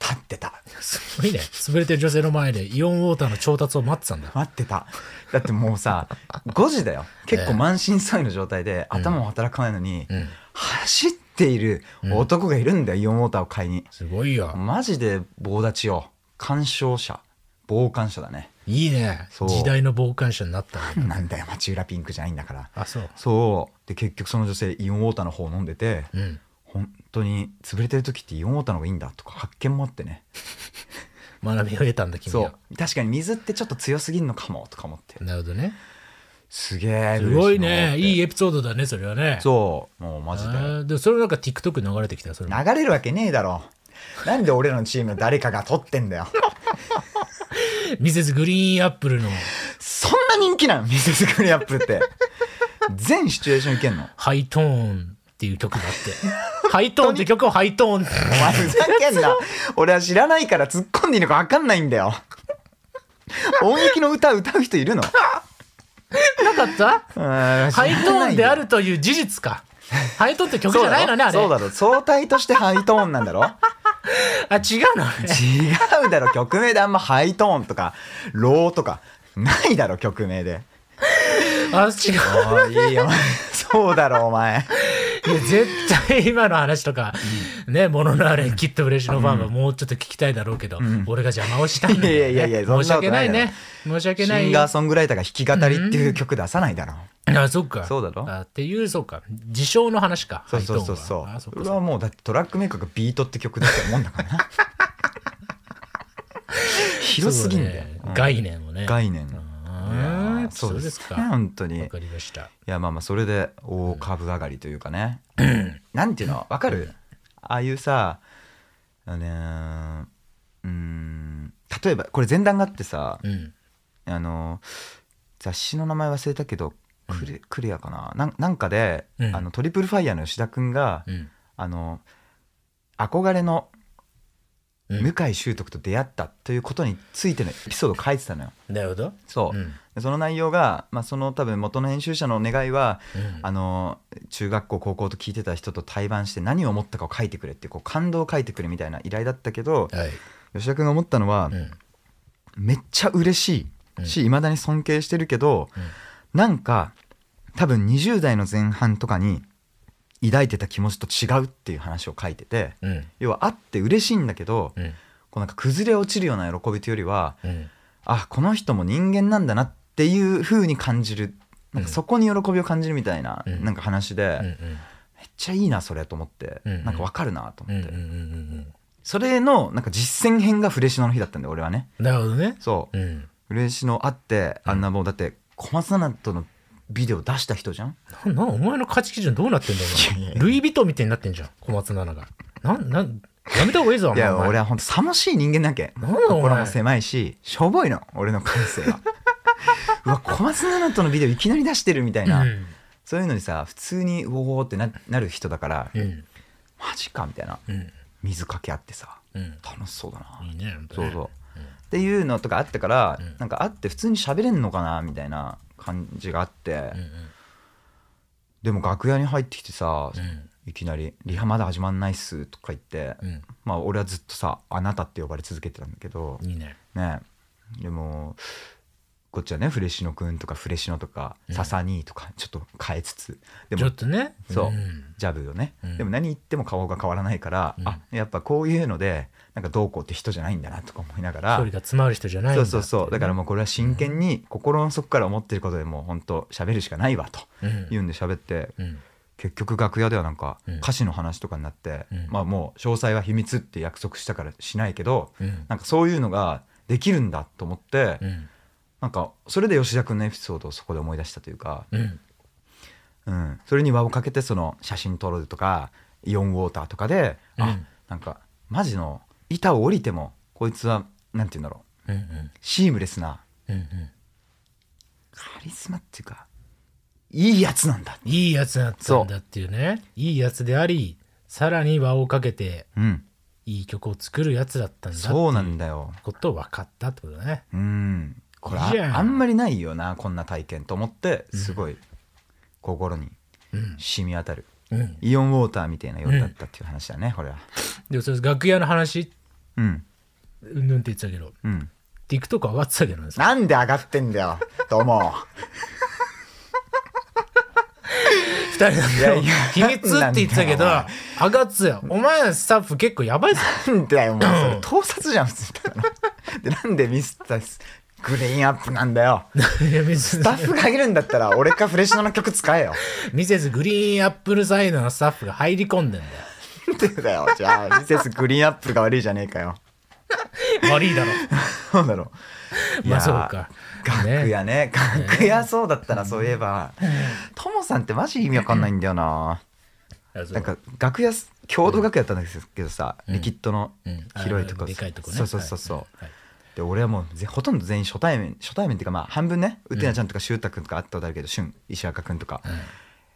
[SPEAKER 2] 立ってた
[SPEAKER 1] すごいね。潰れてる女性の前でイオンウォーターの調達を待ってたんだ。
[SPEAKER 2] 待ってただってもうさ5時だよ結構満身創痍の状態で頭も働かないのに、
[SPEAKER 1] うん。
[SPEAKER 2] 走っている男がいるんだよ、イオンウォーターを買いに
[SPEAKER 1] すごいよ。
[SPEAKER 2] マジで棒立ちよ干渉者傍観者だね
[SPEAKER 1] いいね。
[SPEAKER 2] そう
[SPEAKER 1] 時代の傍観者になったね。
[SPEAKER 2] なんだよ町浦ピンクじゃないんだから
[SPEAKER 1] あ、そう。
[SPEAKER 2] そうで結局その女性イオンウォーターの方を飲んでて、
[SPEAKER 1] うん。
[SPEAKER 2] 本当に潰れてる時ってイオンウォーターの方がいいんだとか発見もあってね
[SPEAKER 1] 学びを得たんだ、君
[SPEAKER 2] そ
[SPEAKER 1] は。
[SPEAKER 2] う確かに水ってちょっと強すぎんのかもとか思って
[SPEAKER 1] なるほどね。
[SPEAKER 2] すげえ
[SPEAKER 1] すごいね。いい
[SPEAKER 2] い
[SPEAKER 1] エピソードだね、それはね。
[SPEAKER 2] そうもうマジで
[SPEAKER 1] あーでもそれなんか TikTok 流れてきたよそれも
[SPEAKER 2] 流れるわけねえだろなんで俺らのチーム誰かが取ってんだよ
[SPEAKER 1] ミセスグリーンアップルの
[SPEAKER 2] そんな人気なのミセスグリーンアップルって。全シチュエーションいけんの
[SPEAKER 1] ハイトーンっていう曲があ ってハイトーンって曲をハイトーンって
[SPEAKER 2] お前ふざけんな。俺は知らないから突っ込んでいいのか分かんないんだよ。音域の歌歌う人いるの
[SPEAKER 1] なかったハ
[SPEAKER 2] ハ
[SPEAKER 1] イトーンであるという事実 かハイトーンって曲じ
[SPEAKER 2] そう
[SPEAKER 1] ゃないのねあれ
[SPEAKER 2] だろそう
[SPEAKER 1] あ
[SPEAKER 2] だろ相対としてハイトーンなんだろ
[SPEAKER 1] 違うのあれ
[SPEAKER 2] 違うだろ曲名であんまハイトーンとかローとかないだろ曲名で
[SPEAKER 1] あ違う
[SPEAKER 2] おいいいよお前そうだろお前
[SPEAKER 1] いや絶対今の話とか、ね、もののあれ、きっと嬉しのファンはもうちょっと聞きたいだろうけど、俺が邪魔をしたんだよ、ね。
[SPEAKER 2] いやいやいやそんなこと
[SPEAKER 1] 申し訳ない
[SPEAKER 2] ない
[SPEAKER 1] ね
[SPEAKER 2] だ。
[SPEAKER 1] 申し
[SPEAKER 2] シ
[SPEAKER 1] 訳ない。
[SPEAKER 2] ンガーソングライターが弾き語りっていう曲出さないだろ
[SPEAKER 1] あ、そっか。
[SPEAKER 2] そうだろ
[SPEAKER 1] あっていう、そうか。自称の話か。
[SPEAKER 2] そうそうそう
[SPEAKER 1] ハ
[SPEAKER 2] そ
[SPEAKER 1] イトーンはあそうっか
[SPEAKER 2] 俺はもうだってトラックメーカーがビートって曲だったもんだから な広すぎんだよ、
[SPEAKER 1] そう
[SPEAKER 2] うん
[SPEAKER 1] 概念をね。
[SPEAKER 2] 概念
[SPEAKER 1] ー
[SPEAKER 2] いやーそ
[SPEAKER 1] そ
[SPEAKER 2] うです
[SPEAKER 1] うですか
[SPEAKER 2] か本当にい
[SPEAKER 1] わかりました。
[SPEAKER 2] やまあまあそれで大株上がりというかね、なんていうのわかるああいうさあのねーうーん例えばこれ前段があってさ、
[SPEAKER 1] うん。
[SPEAKER 2] あの雑誌の名前忘れたけどクレ,、クレアかななんなんかで、
[SPEAKER 1] うん
[SPEAKER 2] あのトリプルファイヤーの吉田君が、
[SPEAKER 1] うん。
[SPEAKER 2] あの憧れの
[SPEAKER 1] うん
[SPEAKER 2] 向井秀徳と出会ったということについてのエピソードを書いてたのよ。
[SPEAKER 1] なるほど。
[SPEAKER 2] そう、
[SPEAKER 1] うん
[SPEAKER 2] でその内容が、まあ、その多分元の編集者の願いは、
[SPEAKER 1] うん
[SPEAKER 2] あの中学校高校と聞いてた人と対バンして何を思ったかを書いてくれっていうこう感動を書いてくれみたいな依頼だったけど
[SPEAKER 1] はい。
[SPEAKER 2] 吉田君が思ったのは、
[SPEAKER 1] うん。
[SPEAKER 2] めっちゃ嬉しいしいまだに尊敬してるけど、なんか多分20代の前半とかに抱いてた気持ちと違うっていう話を書いてて
[SPEAKER 1] うん
[SPEAKER 2] 要はあって嬉しいんだけど、
[SPEAKER 1] うん
[SPEAKER 2] こうなんか崩れ落ちるような喜びというよりは
[SPEAKER 1] うん
[SPEAKER 2] あこの人も人間なんだなっていう風に感じるなんかそこに喜びを感じるみたいな、
[SPEAKER 1] うん
[SPEAKER 2] なんか話で、
[SPEAKER 1] うん
[SPEAKER 2] めっちゃいいなそれと思って、
[SPEAKER 1] うん
[SPEAKER 2] なんかわかるなと
[SPEAKER 1] うんうん
[SPEAKER 2] 思っ
[SPEAKER 1] うん
[SPEAKER 2] て、
[SPEAKER 1] うん
[SPEAKER 2] それのなんか実践編がフレシノの日だったんで俺はね
[SPEAKER 1] うんなるほどね
[SPEAKER 2] そう、
[SPEAKER 1] うん
[SPEAKER 2] フレシノあってあんなもうだって小松菜奈とのビデオ出した人じゃん
[SPEAKER 1] ななお前の価値基準どうなってんだよお
[SPEAKER 2] いやい
[SPEAKER 1] 前
[SPEAKER 2] やいや
[SPEAKER 1] ルイ・ヴィトンみたいになってんじゃん小松菜奈がなんなんやめた方がいいぞお
[SPEAKER 2] い
[SPEAKER 1] 前
[SPEAKER 2] や
[SPEAKER 1] お前
[SPEAKER 2] 俺は本当寂しい人間だけ
[SPEAKER 1] なんだお
[SPEAKER 2] 心
[SPEAKER 1] 前
[SPEAKER 2] も狭いししょぼいの俺の感性 はうわ小松菜奈とのビデオいきなり出してるみたいな、
[SPEAKER 1] うん
[SPEAKER 2] そういうのにさ普通にうおーってななる人だから、
[SPEAKER 1] うん
[SPEAKER 2] マジかみたいな
[SPEAKER 1] うん
[SPEAKER 2] 水かけ合ってさ
[SPEAKER 1] うん
[SPEAKER 2] 楽しそうだな、
[SPEAKER 1] いいね本当
[SPEAKER 2] そ
[SPEAKER 1] ね
[SPEAKER 2] うそう、っていうのとかあったから、
[SPEAKER 1] うん
[SPEAKER 2] なんかあって普通に喋れんのかなみたいな感じがあって、
[SPEAKER 1] うん
[SPEAKER 2] でも楽屋に入ってきてさ、
[SPEAKER 1] うん
[SPEAKER 2] いきなり「リハまだ始まんないっす」とか言って、
[SPEAKER 1] うん
[SPEAKER 2] まあ俺はずっとさ「あなた」って呼ばれ続けてたんだけど
[SPEAKER 1] うんいいね
[SPEAKER 2] ねでもこっちはねフレシノくんとかフレシノとかササニーとかちょっと変えつつで
[SPEAKER 1] ちょ
[SPEAKER 2] も
[SPEAKER 1] っとね
[SPEAKER 2] そうんジャブよね、
[SPEAKER 1] うん
[SPEAKER 2] でも何言っても顔が変わらないから、
[SPEAKER 1] うん
[SPEAKER 2] あやっぱこういうのでなんかどうこうって人じゃないんだなとか思いなが
[SPEAKER 1] 距
[SPEAKER 2] ら
[SPEAKER 1] 離が詰まる人じゃないん
[SPEAKER 2] そ
[SPEAKER 1] だ
[SPEAKER 2] うそうそうだからもうこれは真剣に心の底から思ってることでもう本当喋るしかないわと
[SPEAKER 1] うん
[SPEAKER 2] 言うんで喋って
[SPEAKER 1] うん
[SPEAKER 2] 結局楽屋ではなんか
[SPEAKER 1] うん
[SPEAKER 2] 歌詞の話とかになって、
[SPEAKER 1] うん
[SPEAKER 2] まあもう詳細は秘密って約束したからしないけど
[SPEAKER 1] うん
[SPEAKER 2] なんかそういうのができるんだと思って、
[SPEAKER 1] うん
[SPEAKER 2] なんかそれで吉田君のエピソードをそこで思い出したというか、
[SPEAKER 1] うん
[SPEAKER 2] うん、それに輪をかけてその写真撮るとかイオンウォーターとかで、
[SPEAKER 1] う
[SPEAKER 2] あ
[SPEAKER 1] ん
[SPEAKER 2] なんかマジの板を降りてもこいつはなんて言うんだろう
[SPEAKER 1] うんうん
[SPEAKER 2] シームレスな
[SPEAKER 1] うんうん
[SPEAKER 2] カリスマっていうかいいやつなんだ、
[SPEAKER 1] いいやつだったんだっていうねいいやつでありさらに輪をかけて
[SPEAKER 2] うん、
[SPEAKER 1] いい曲を作るやつだったんだって
[SPEAKER 2] そうなんだよ
[SPEAKER 1] ことを分かったってことだね
[SPEAKER 2] うんこれ
[SPEAKER 1] いいじゃん
[SPEAKER 2] ああんまりないよなこんな体験と思ってすごい心に
[SPEAKER 1] うん
[SPEAKER 2] 染み渡る、
[SPEAKER 1] うん
[SPEAKER 2] イオンウォーターみたいな夜だったっていう話だね、これは
[SPEAKER 1] でもそれ楽屋の話
[SPEAKER 2] うん
[SPEAKER 1] うんぬんって言ってたけど
[SPEAKER 2] うん
[SPEAKER 1] TikTok 上がってたけどね
[SPEAKER 2] なんで上がってんだよどうも
[SPEAKER 1] 二人だ
[SPEAKER 2] いや
[SPEAKER 1] け
[SPEAKER 2] いや
[SPEAKER 1] 秘密って言ってたけど
[SPEAKER 2] なん
[SPEAKER 1] 上がってたよお前らスタッフ結構やばいぞ
[SPEAKER 2] なんだよもうそれ盗撮じゃん普通だから でなんでミスターグリーンアップなん だよ
[SPEAKER 1] いや別
[SPEAKER 2] ス
[SPEAKER 1] に
[SPEAKER 2] タッフがいるんだったら俺かフレッシュノの曲使えよ
[SPEAKER 1] ミセスグリーンアップルサイドのスタッフが入り込んでんだよ
[SPEAKER 2] なんでだよじゃあミセスグリーンアップルが悪いじゃねえかよ
[SPEAKER 1] 悪いだろ
[SPEAKER 2] そうだろ う
[SPEAKER 1] まあそう
[SPEAKER 2] いや
[SPEAKER 1] か
[SPEAKER 2] 楽屋ね楽屋そうだったらそういえばともさんってマジ意味わかんないんだよななんか楽屋共同楽屋だったんですけどさ、
[SPEAKER 1] うん
[SPEAKER 2] リキッドの
[SPEAKER 1] うん
[SPEAKER 2] 広いとこ、
[SPEAKER 1] あのでかいとこね
[SPEAKER 2] そうそうそうそう、
[SPEAKER 1] はいはい
[SPEAKER 2] で俺はもうぜほとんど全員初対面初対面っていうかまあ半分ねうてなちゃんとかしゅうたくんとかあったことあるけどしゅん石若くんとか、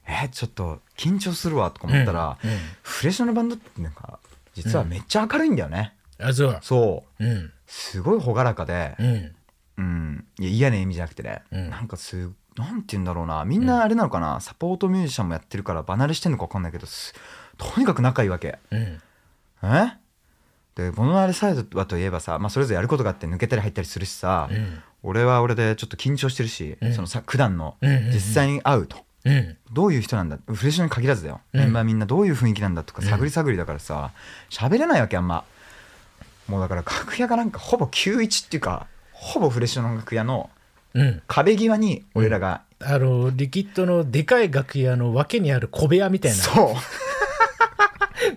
[SPEAKER 2] えーちょっと緊張するわとか思ったら、
[SPEAKER 1] うんうん
[SPEAKER 2] フレッシュのバンドってなんか実はめっちゃ明るいんだよね、
[SPEAKER 1] あそう
[SPEAKER 2] そう
[SPEAKER 1] うん
[SPEAKER 2] すごい朗らかで
[SPEAKER 1] うん
[SPEAKER 2] うんいや嫌な意味じゃなくてね、
[SPEAKER 1] うん
[SPEAKER 2] なんかすなんて言うんだろうなみんなあれなのかな、サポートミュージシャンもやってるから離れしてんのか分かんないけどすとにかく仲いいわけ
[SPEAKER 1] うん
[SPEAKER 2] えでボノアレサイドはといえばさ、まあ、それぞれやることがあって抜けたり入ったりするしさ、
[SPEAKER 1] うん
[SPEAKER 2] 俺は俺でちょっと緊張してるし、
[SPEAKER 1] ん
[SPEAKER 2] そのさ普段の
[SPEAKER 1] うんうんうん
[SPEAKER 2] 実際に会うと、
[SPEAKER 1] うん
[SPEAKER 2] どういう人なんだフレッシュに限らずだよ、
[SPEAKER 1] うん
[SPEAKER 2] メンバーみんなどういう雰囲気なんだとか探り探りだからさ喋れないわけあんまもうだから楽屋がなんかほぼ91っていうかほぼフレッシュの楽屋の
[SPEAKER 1] うん
[SPEAKER 2] 壁際に俺らが、
[SPEAKER 1] あのリキッドのでかい楽屋の脇にある小部屋みたいな
[SPEAKER 2] そう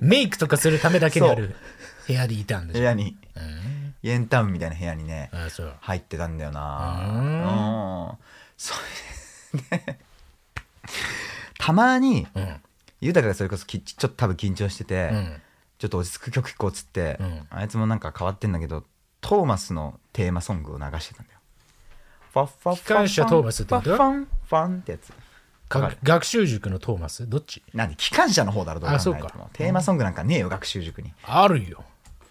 [SPEAKER 1] メイクとかするためだけにある部屋にいたんで
[SPEAKER 2] 部
[SPEAKER 1] しょ
[SPEAKER 2] 屋に
[SPEAKER 1] うん
[SPEAKER 2] イエンタウンみたいな部屋にね
[SPEAKER 1] あそう
[SPEAKER 2] 入ってたんだよ
[SPEAKER 1] うん
[SPEAKER 2] なうんそれで たまに
[SPEAKER 1] うん
[SPEAKER 2] ゆうたかがそれこそきちょっと多分緊張してて、
[SPEAKER 1] うん
[SPEAKER 2] ちょっと落ち着く曲聴こうっつって、
[SPEAKER 1] うん
[SPEAKER 2] あいつもなんか変わってんだけどトーマスのテーマソングを流してたんだよ。ファッファッフ
[SPEAKER 1] 機
[SPEAKER 2] ァ
[SPEAKER 1] 関車トーマスってこと
[SPEAKER 2] ファッファンファンってやつ。わか
[SPEAKER 1] か
[SPEAKER 2] る
[SPEAKER 1] 学習塾のトーマスどっち
[SPEAKER 2] なんで機関車の方だろどう考えて
[SPEAKER 1] あそう
[SPEAKER 2] も
[SPEAKER 1] か
[SPEAKER 2] テーマソングなんかねえよ学習塾に。
[SPEAKER 1] あるよ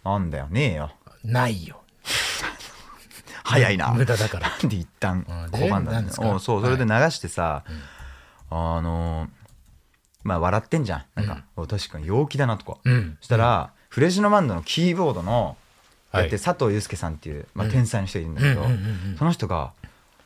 [SPEAKER 2] なんだよねえよ。
[SPEAKER 1] ないよ
[SPEAKER 2] 早いな。
[SPEAKER 1] 無駄だ から
[SPEAKER 2] なんで一旦
[SPEAKER 1] うんで
[SPEAKER 2] 拒んだ
[SPEAKER 1] なん
[SPEAKER 2] ん
[SPEAKER 1] で
[SPEAKER 2] だ
[SPEAKER 1] すか
[SPEAKER 2] よ。おうそうそれで流してさ、あのーまあ笑ってんじゃん。なんか、お確かに陽気だなとか。
[SPEAKER 1] うん
[SPEAKER 2] そしたら、フレッシュノマンドのキーボードの
[SPEAKER 1] はい
[SPEAKER 2] やってる佐藤祐介さんっていう、まあ、天才の人いるんだけど、
[SPEAKER 1] うんうんうんうん
[SPEAKER 2] その人が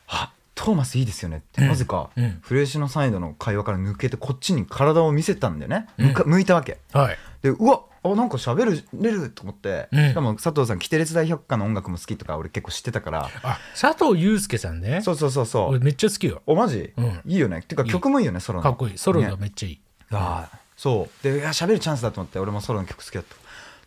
[SPEAKER 2] あトーマスいいですよねってなぜか、
[SPEAKER 1] うん
[SPEAKER 2] フレッシュのサイドの会話から抜けてこっちに体を見せたんだよね、向か向いたわけ
[SPEAKER 1] はい。
[SPEAKER 2] でうわあなんか喋るれると思って、
[SPEAKER 1] うん
[SPEAKER 2] しかも佐藤さん「キテレツ大百科」の音楽も好きとか俺結構知ってたから
[SPEAKER 1] あ、佐藤祐介さんね。
[SPEAKER 2] そうそうそうそ
[SPEAKER 1] 俺
[SPEAKER 2] う
[SPEAKER 1] めっちゃ好きよ。
[SPEAKER 2] おマジ、
[SPEAKER 1] うん
[SPEAKER 2] いいよねっていうか曲もいいよねソロの
[SPEAKER 1] かっこいい。ソロが
[SPEAKER 2] ね
[SPEAKER 1] めっちゃいい。
[SPEAKER 2] ああそうでいや喋るチャンスだと思って俺もソロの曲好きだった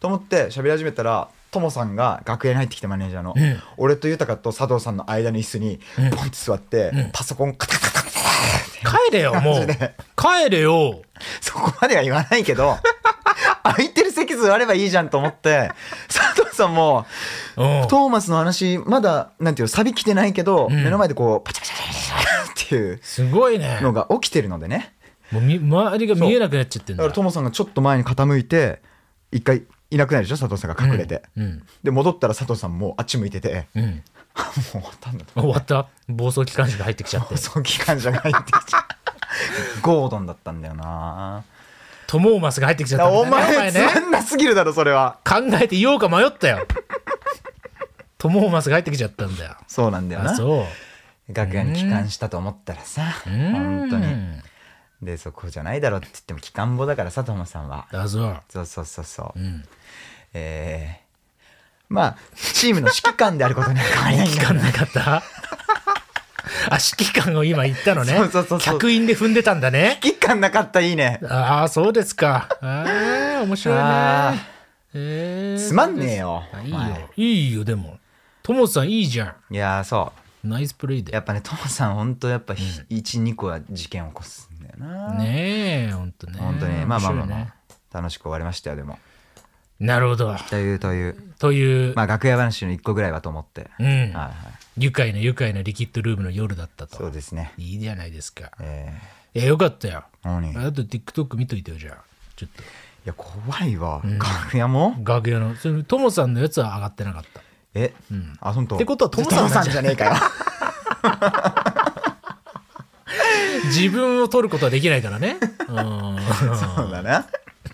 [SPEAKER 2] と思って喋り始めたらともさんが楽屋に入ってきてマネージャーの、
[SPEAKER 1] うん
[SPEAKER 2] 俺と豊と佐藤さんの間の椅子にポンって座って、パソコンカタカタカタカタって
[SPEAKER 1] 帰れよ、もう
[SPEAKER 2] マジで。
[SPEAKER 1] 帰れよ。
[SPEAKER 2] そこまでは言わないけど空いてる席座ればいいじゃんと思って佐藤さんも
[SPEAKER 1] うん。
[SPEAKER 2] トーマスの話まだなんていうのサビ来てないけど、
[SPEAKER 1] ん
[SPEAKER 2] 目の前でこうパチャパチャパチャパチャっていう
[SPEAKER 1] すごいね。
[SPEAKER 2] のが起きてるのでね
[SPEAKER 1] もうみ周りが見えなくなっちゃってん
[SPEAKER 2] だ
[SPEAKER 1] だ
[SPEAKER 2] から。トモさんがちょっと前に傾いて一回いなくなるでしょ佐藤さんが隠れて、
[SPEAKER 1] うん。
[SPEAKER 2] で戻ったら佐藤さんもうあっち向いてて
[SPEAKER 1] うん。
[SPEAKER 2] もう終わったんだと
[SPEAKER 1] 終わった暴走機関車が入ってきちゃって
[SPEAKER 2] 放。送機関車が入ってきちゃう ゴードンだったんだよな
[SPEAKER 1] トモーマスが入ってきちゃったんだ
[SPEAKER 2] お
[SPEAKER 1] よね。
[SPEAKER 2] 前つまんなすぎるだろそれは
[SPEAKER 1] 考えて言おうか迷ったよ。トモーマスが入ってきちゃったんだよ。
[SPEAKER 2] そうなんだよ
[SPEAKER 1] あ、
[SPEAKER 2] な
[SPEAKER 1] そう。
[SPEAKER 2] 楽屋に帰還したと思ったらさ
[SPEAKER 1] うん
[SPEAKER 2] 本当に。でそこじゃないだろって言っても帰還坊だからさトモさんは
[SPEAKER 1] あ、そう。
[SPEAKER 2] そうそうそうそう、
[SPEAKER 1] うん。
[SPEAKER 2] えーまあチームの指揮官であることには変わりな いん
[SPEAKER 1] 期
[SPEAKER 2] だ
[SPEAKER 1] 間なか ったあ、指揮官を今言ったのね。
[SPEAKER 2] そうそうそうそう
[SPEAKER 1] 客員で踏んでたんだね。
[SPEAKER 2] 指揮官なかったいいね
[SPEAKER 1] ああ、そうです か。ああ、面白い
[SPEAKER 2] あ
[SPEAKER 1] ね。えー
[SPEAKER 2] つまんねえよ
[SPEAKER 1] あい
[SPEAKER 2] お
[SPEAKER 1] いよ
[SPEAKER 2] 前。
[SPEAKER 1] いいよ、でも。トモさんいいじゃ
[SPEAKER 2] いやーそ
[SPEAKER 1] ん。ナイスプレイ
[SPEAKER 2] うや
[SPEAKER 1] で
[SPEAKER 2] っ。ぱねトモさんほんとやっぱ12個は事件起こすんだよな
[SPEAKER 1] ねえ、ほんとね。
[SPEAKER 2] ほんとねまあまあまあ
[SPEAKER 1] 面
[SPEAKER 2] ま
[SPEAKER 1] 白いね
[SPEAKER 2] あ楽しく終わりましたよでも
[SPEAKER 1] なるほど。
[SPEAKER 2] というという
[SPEAKER 1] という、
[SPEAKER 2] まあ楽屋話の1個ぐらいはと思って
[SPEAKER 1] う
[SPEAKER 2] はい
[SPEAKER 1] ん。
[SPEAKER 2] はい
[SPEAKER 1] 愉快な愉快なリキッドルームの夜だった
[SPEAKER 2] そう
[SPEAKER 1] と。
[SPEAKER 2] ですね
[SPEAKER 1] いいじゃないですか。
[SPEAKER 2] え
[SPEAKER 1] いや、よかったよ。
[SPEAKER 2] ー何い
[SPEAKER 1] あと TikTok 見といてよ、じゃあ。ちょっと。
[SPEAKER 2] や怖いわ楽屋も
[SPEAKER 1] 楽屋の。それトモさんのやつは上がってなかった。
[SPEAKER 2] えあほんと
[SPEAKER 1] ってことはトモさん
[SPEAKER 2] トモじゃねえかよ
[SPEAKER 1] 自分を取ることはできないからね。う。
[SPEAKER 2] そうだなん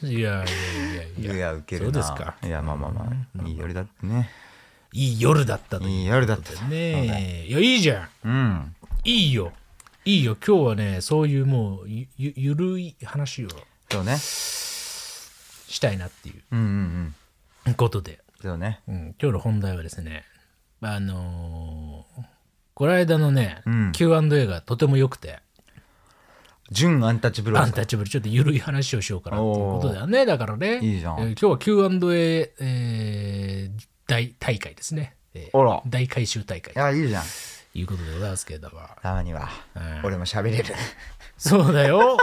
[SPEAKER 1] いやいやい
[SPEAKER 2] い
[SPEAKER 1] やいや。
[SPEAKER 2] やウケる
[SPEAKER 1] そう
[SPEAKER 2] な
[SPEAKER 1] ですか
[SPEAKER 2] いやまあまあまあいい夜だってね
[SPEAKER 1] いい夜だったと
[SPEAKER 2] い
[SPEAKER 1] い
[SPEAKER 2] いう夜だった
[SPEAKER 1] ことでね。いや、いいじゃん。
[SPEAKER 2] うん
[SPEAKER 1] いいよ。いいよ。今日はね、そういうもう、ゆ、ゆゆるい話を
[SPEAKER 2] そうね
[SPEAKER 1] したいなってい
[SPEAKER 2] うんうんうん
[SPEAKER 1] うことで。
[SPEAKER 2] そうね
[SPEAKER 1] うん、今日の本題はですね、あのーこの間のね、
[SPEAKER 2] うん
[SPEAKER 1] Q&A がとても良くて、
[SPEAKER 2] 純アンタッチブロー
[SPEAKER 1] あ
[SPEAKER 2] ズ
[SPEAKER 1] んたちぶりちょっと緩い話をしようかなっていうことだよね。だからね、
[SPEAKER 2] いいじゃん
[SPEAKER 1] えー今日は Q&A、えー大大会ですね。えー
[SPEAKER 2] あら
[SPEAKER 1] 大回収大会
[SPEAKER 2] いや、いいじゃん。
[SPEAKER 1] ということでございますけれども。
[SPEAKER 2] たまには、
[SPEAKER 1] うん
[SPEAKER 2] 俺も喋れる。
[SPEAKER 1] そうだよ。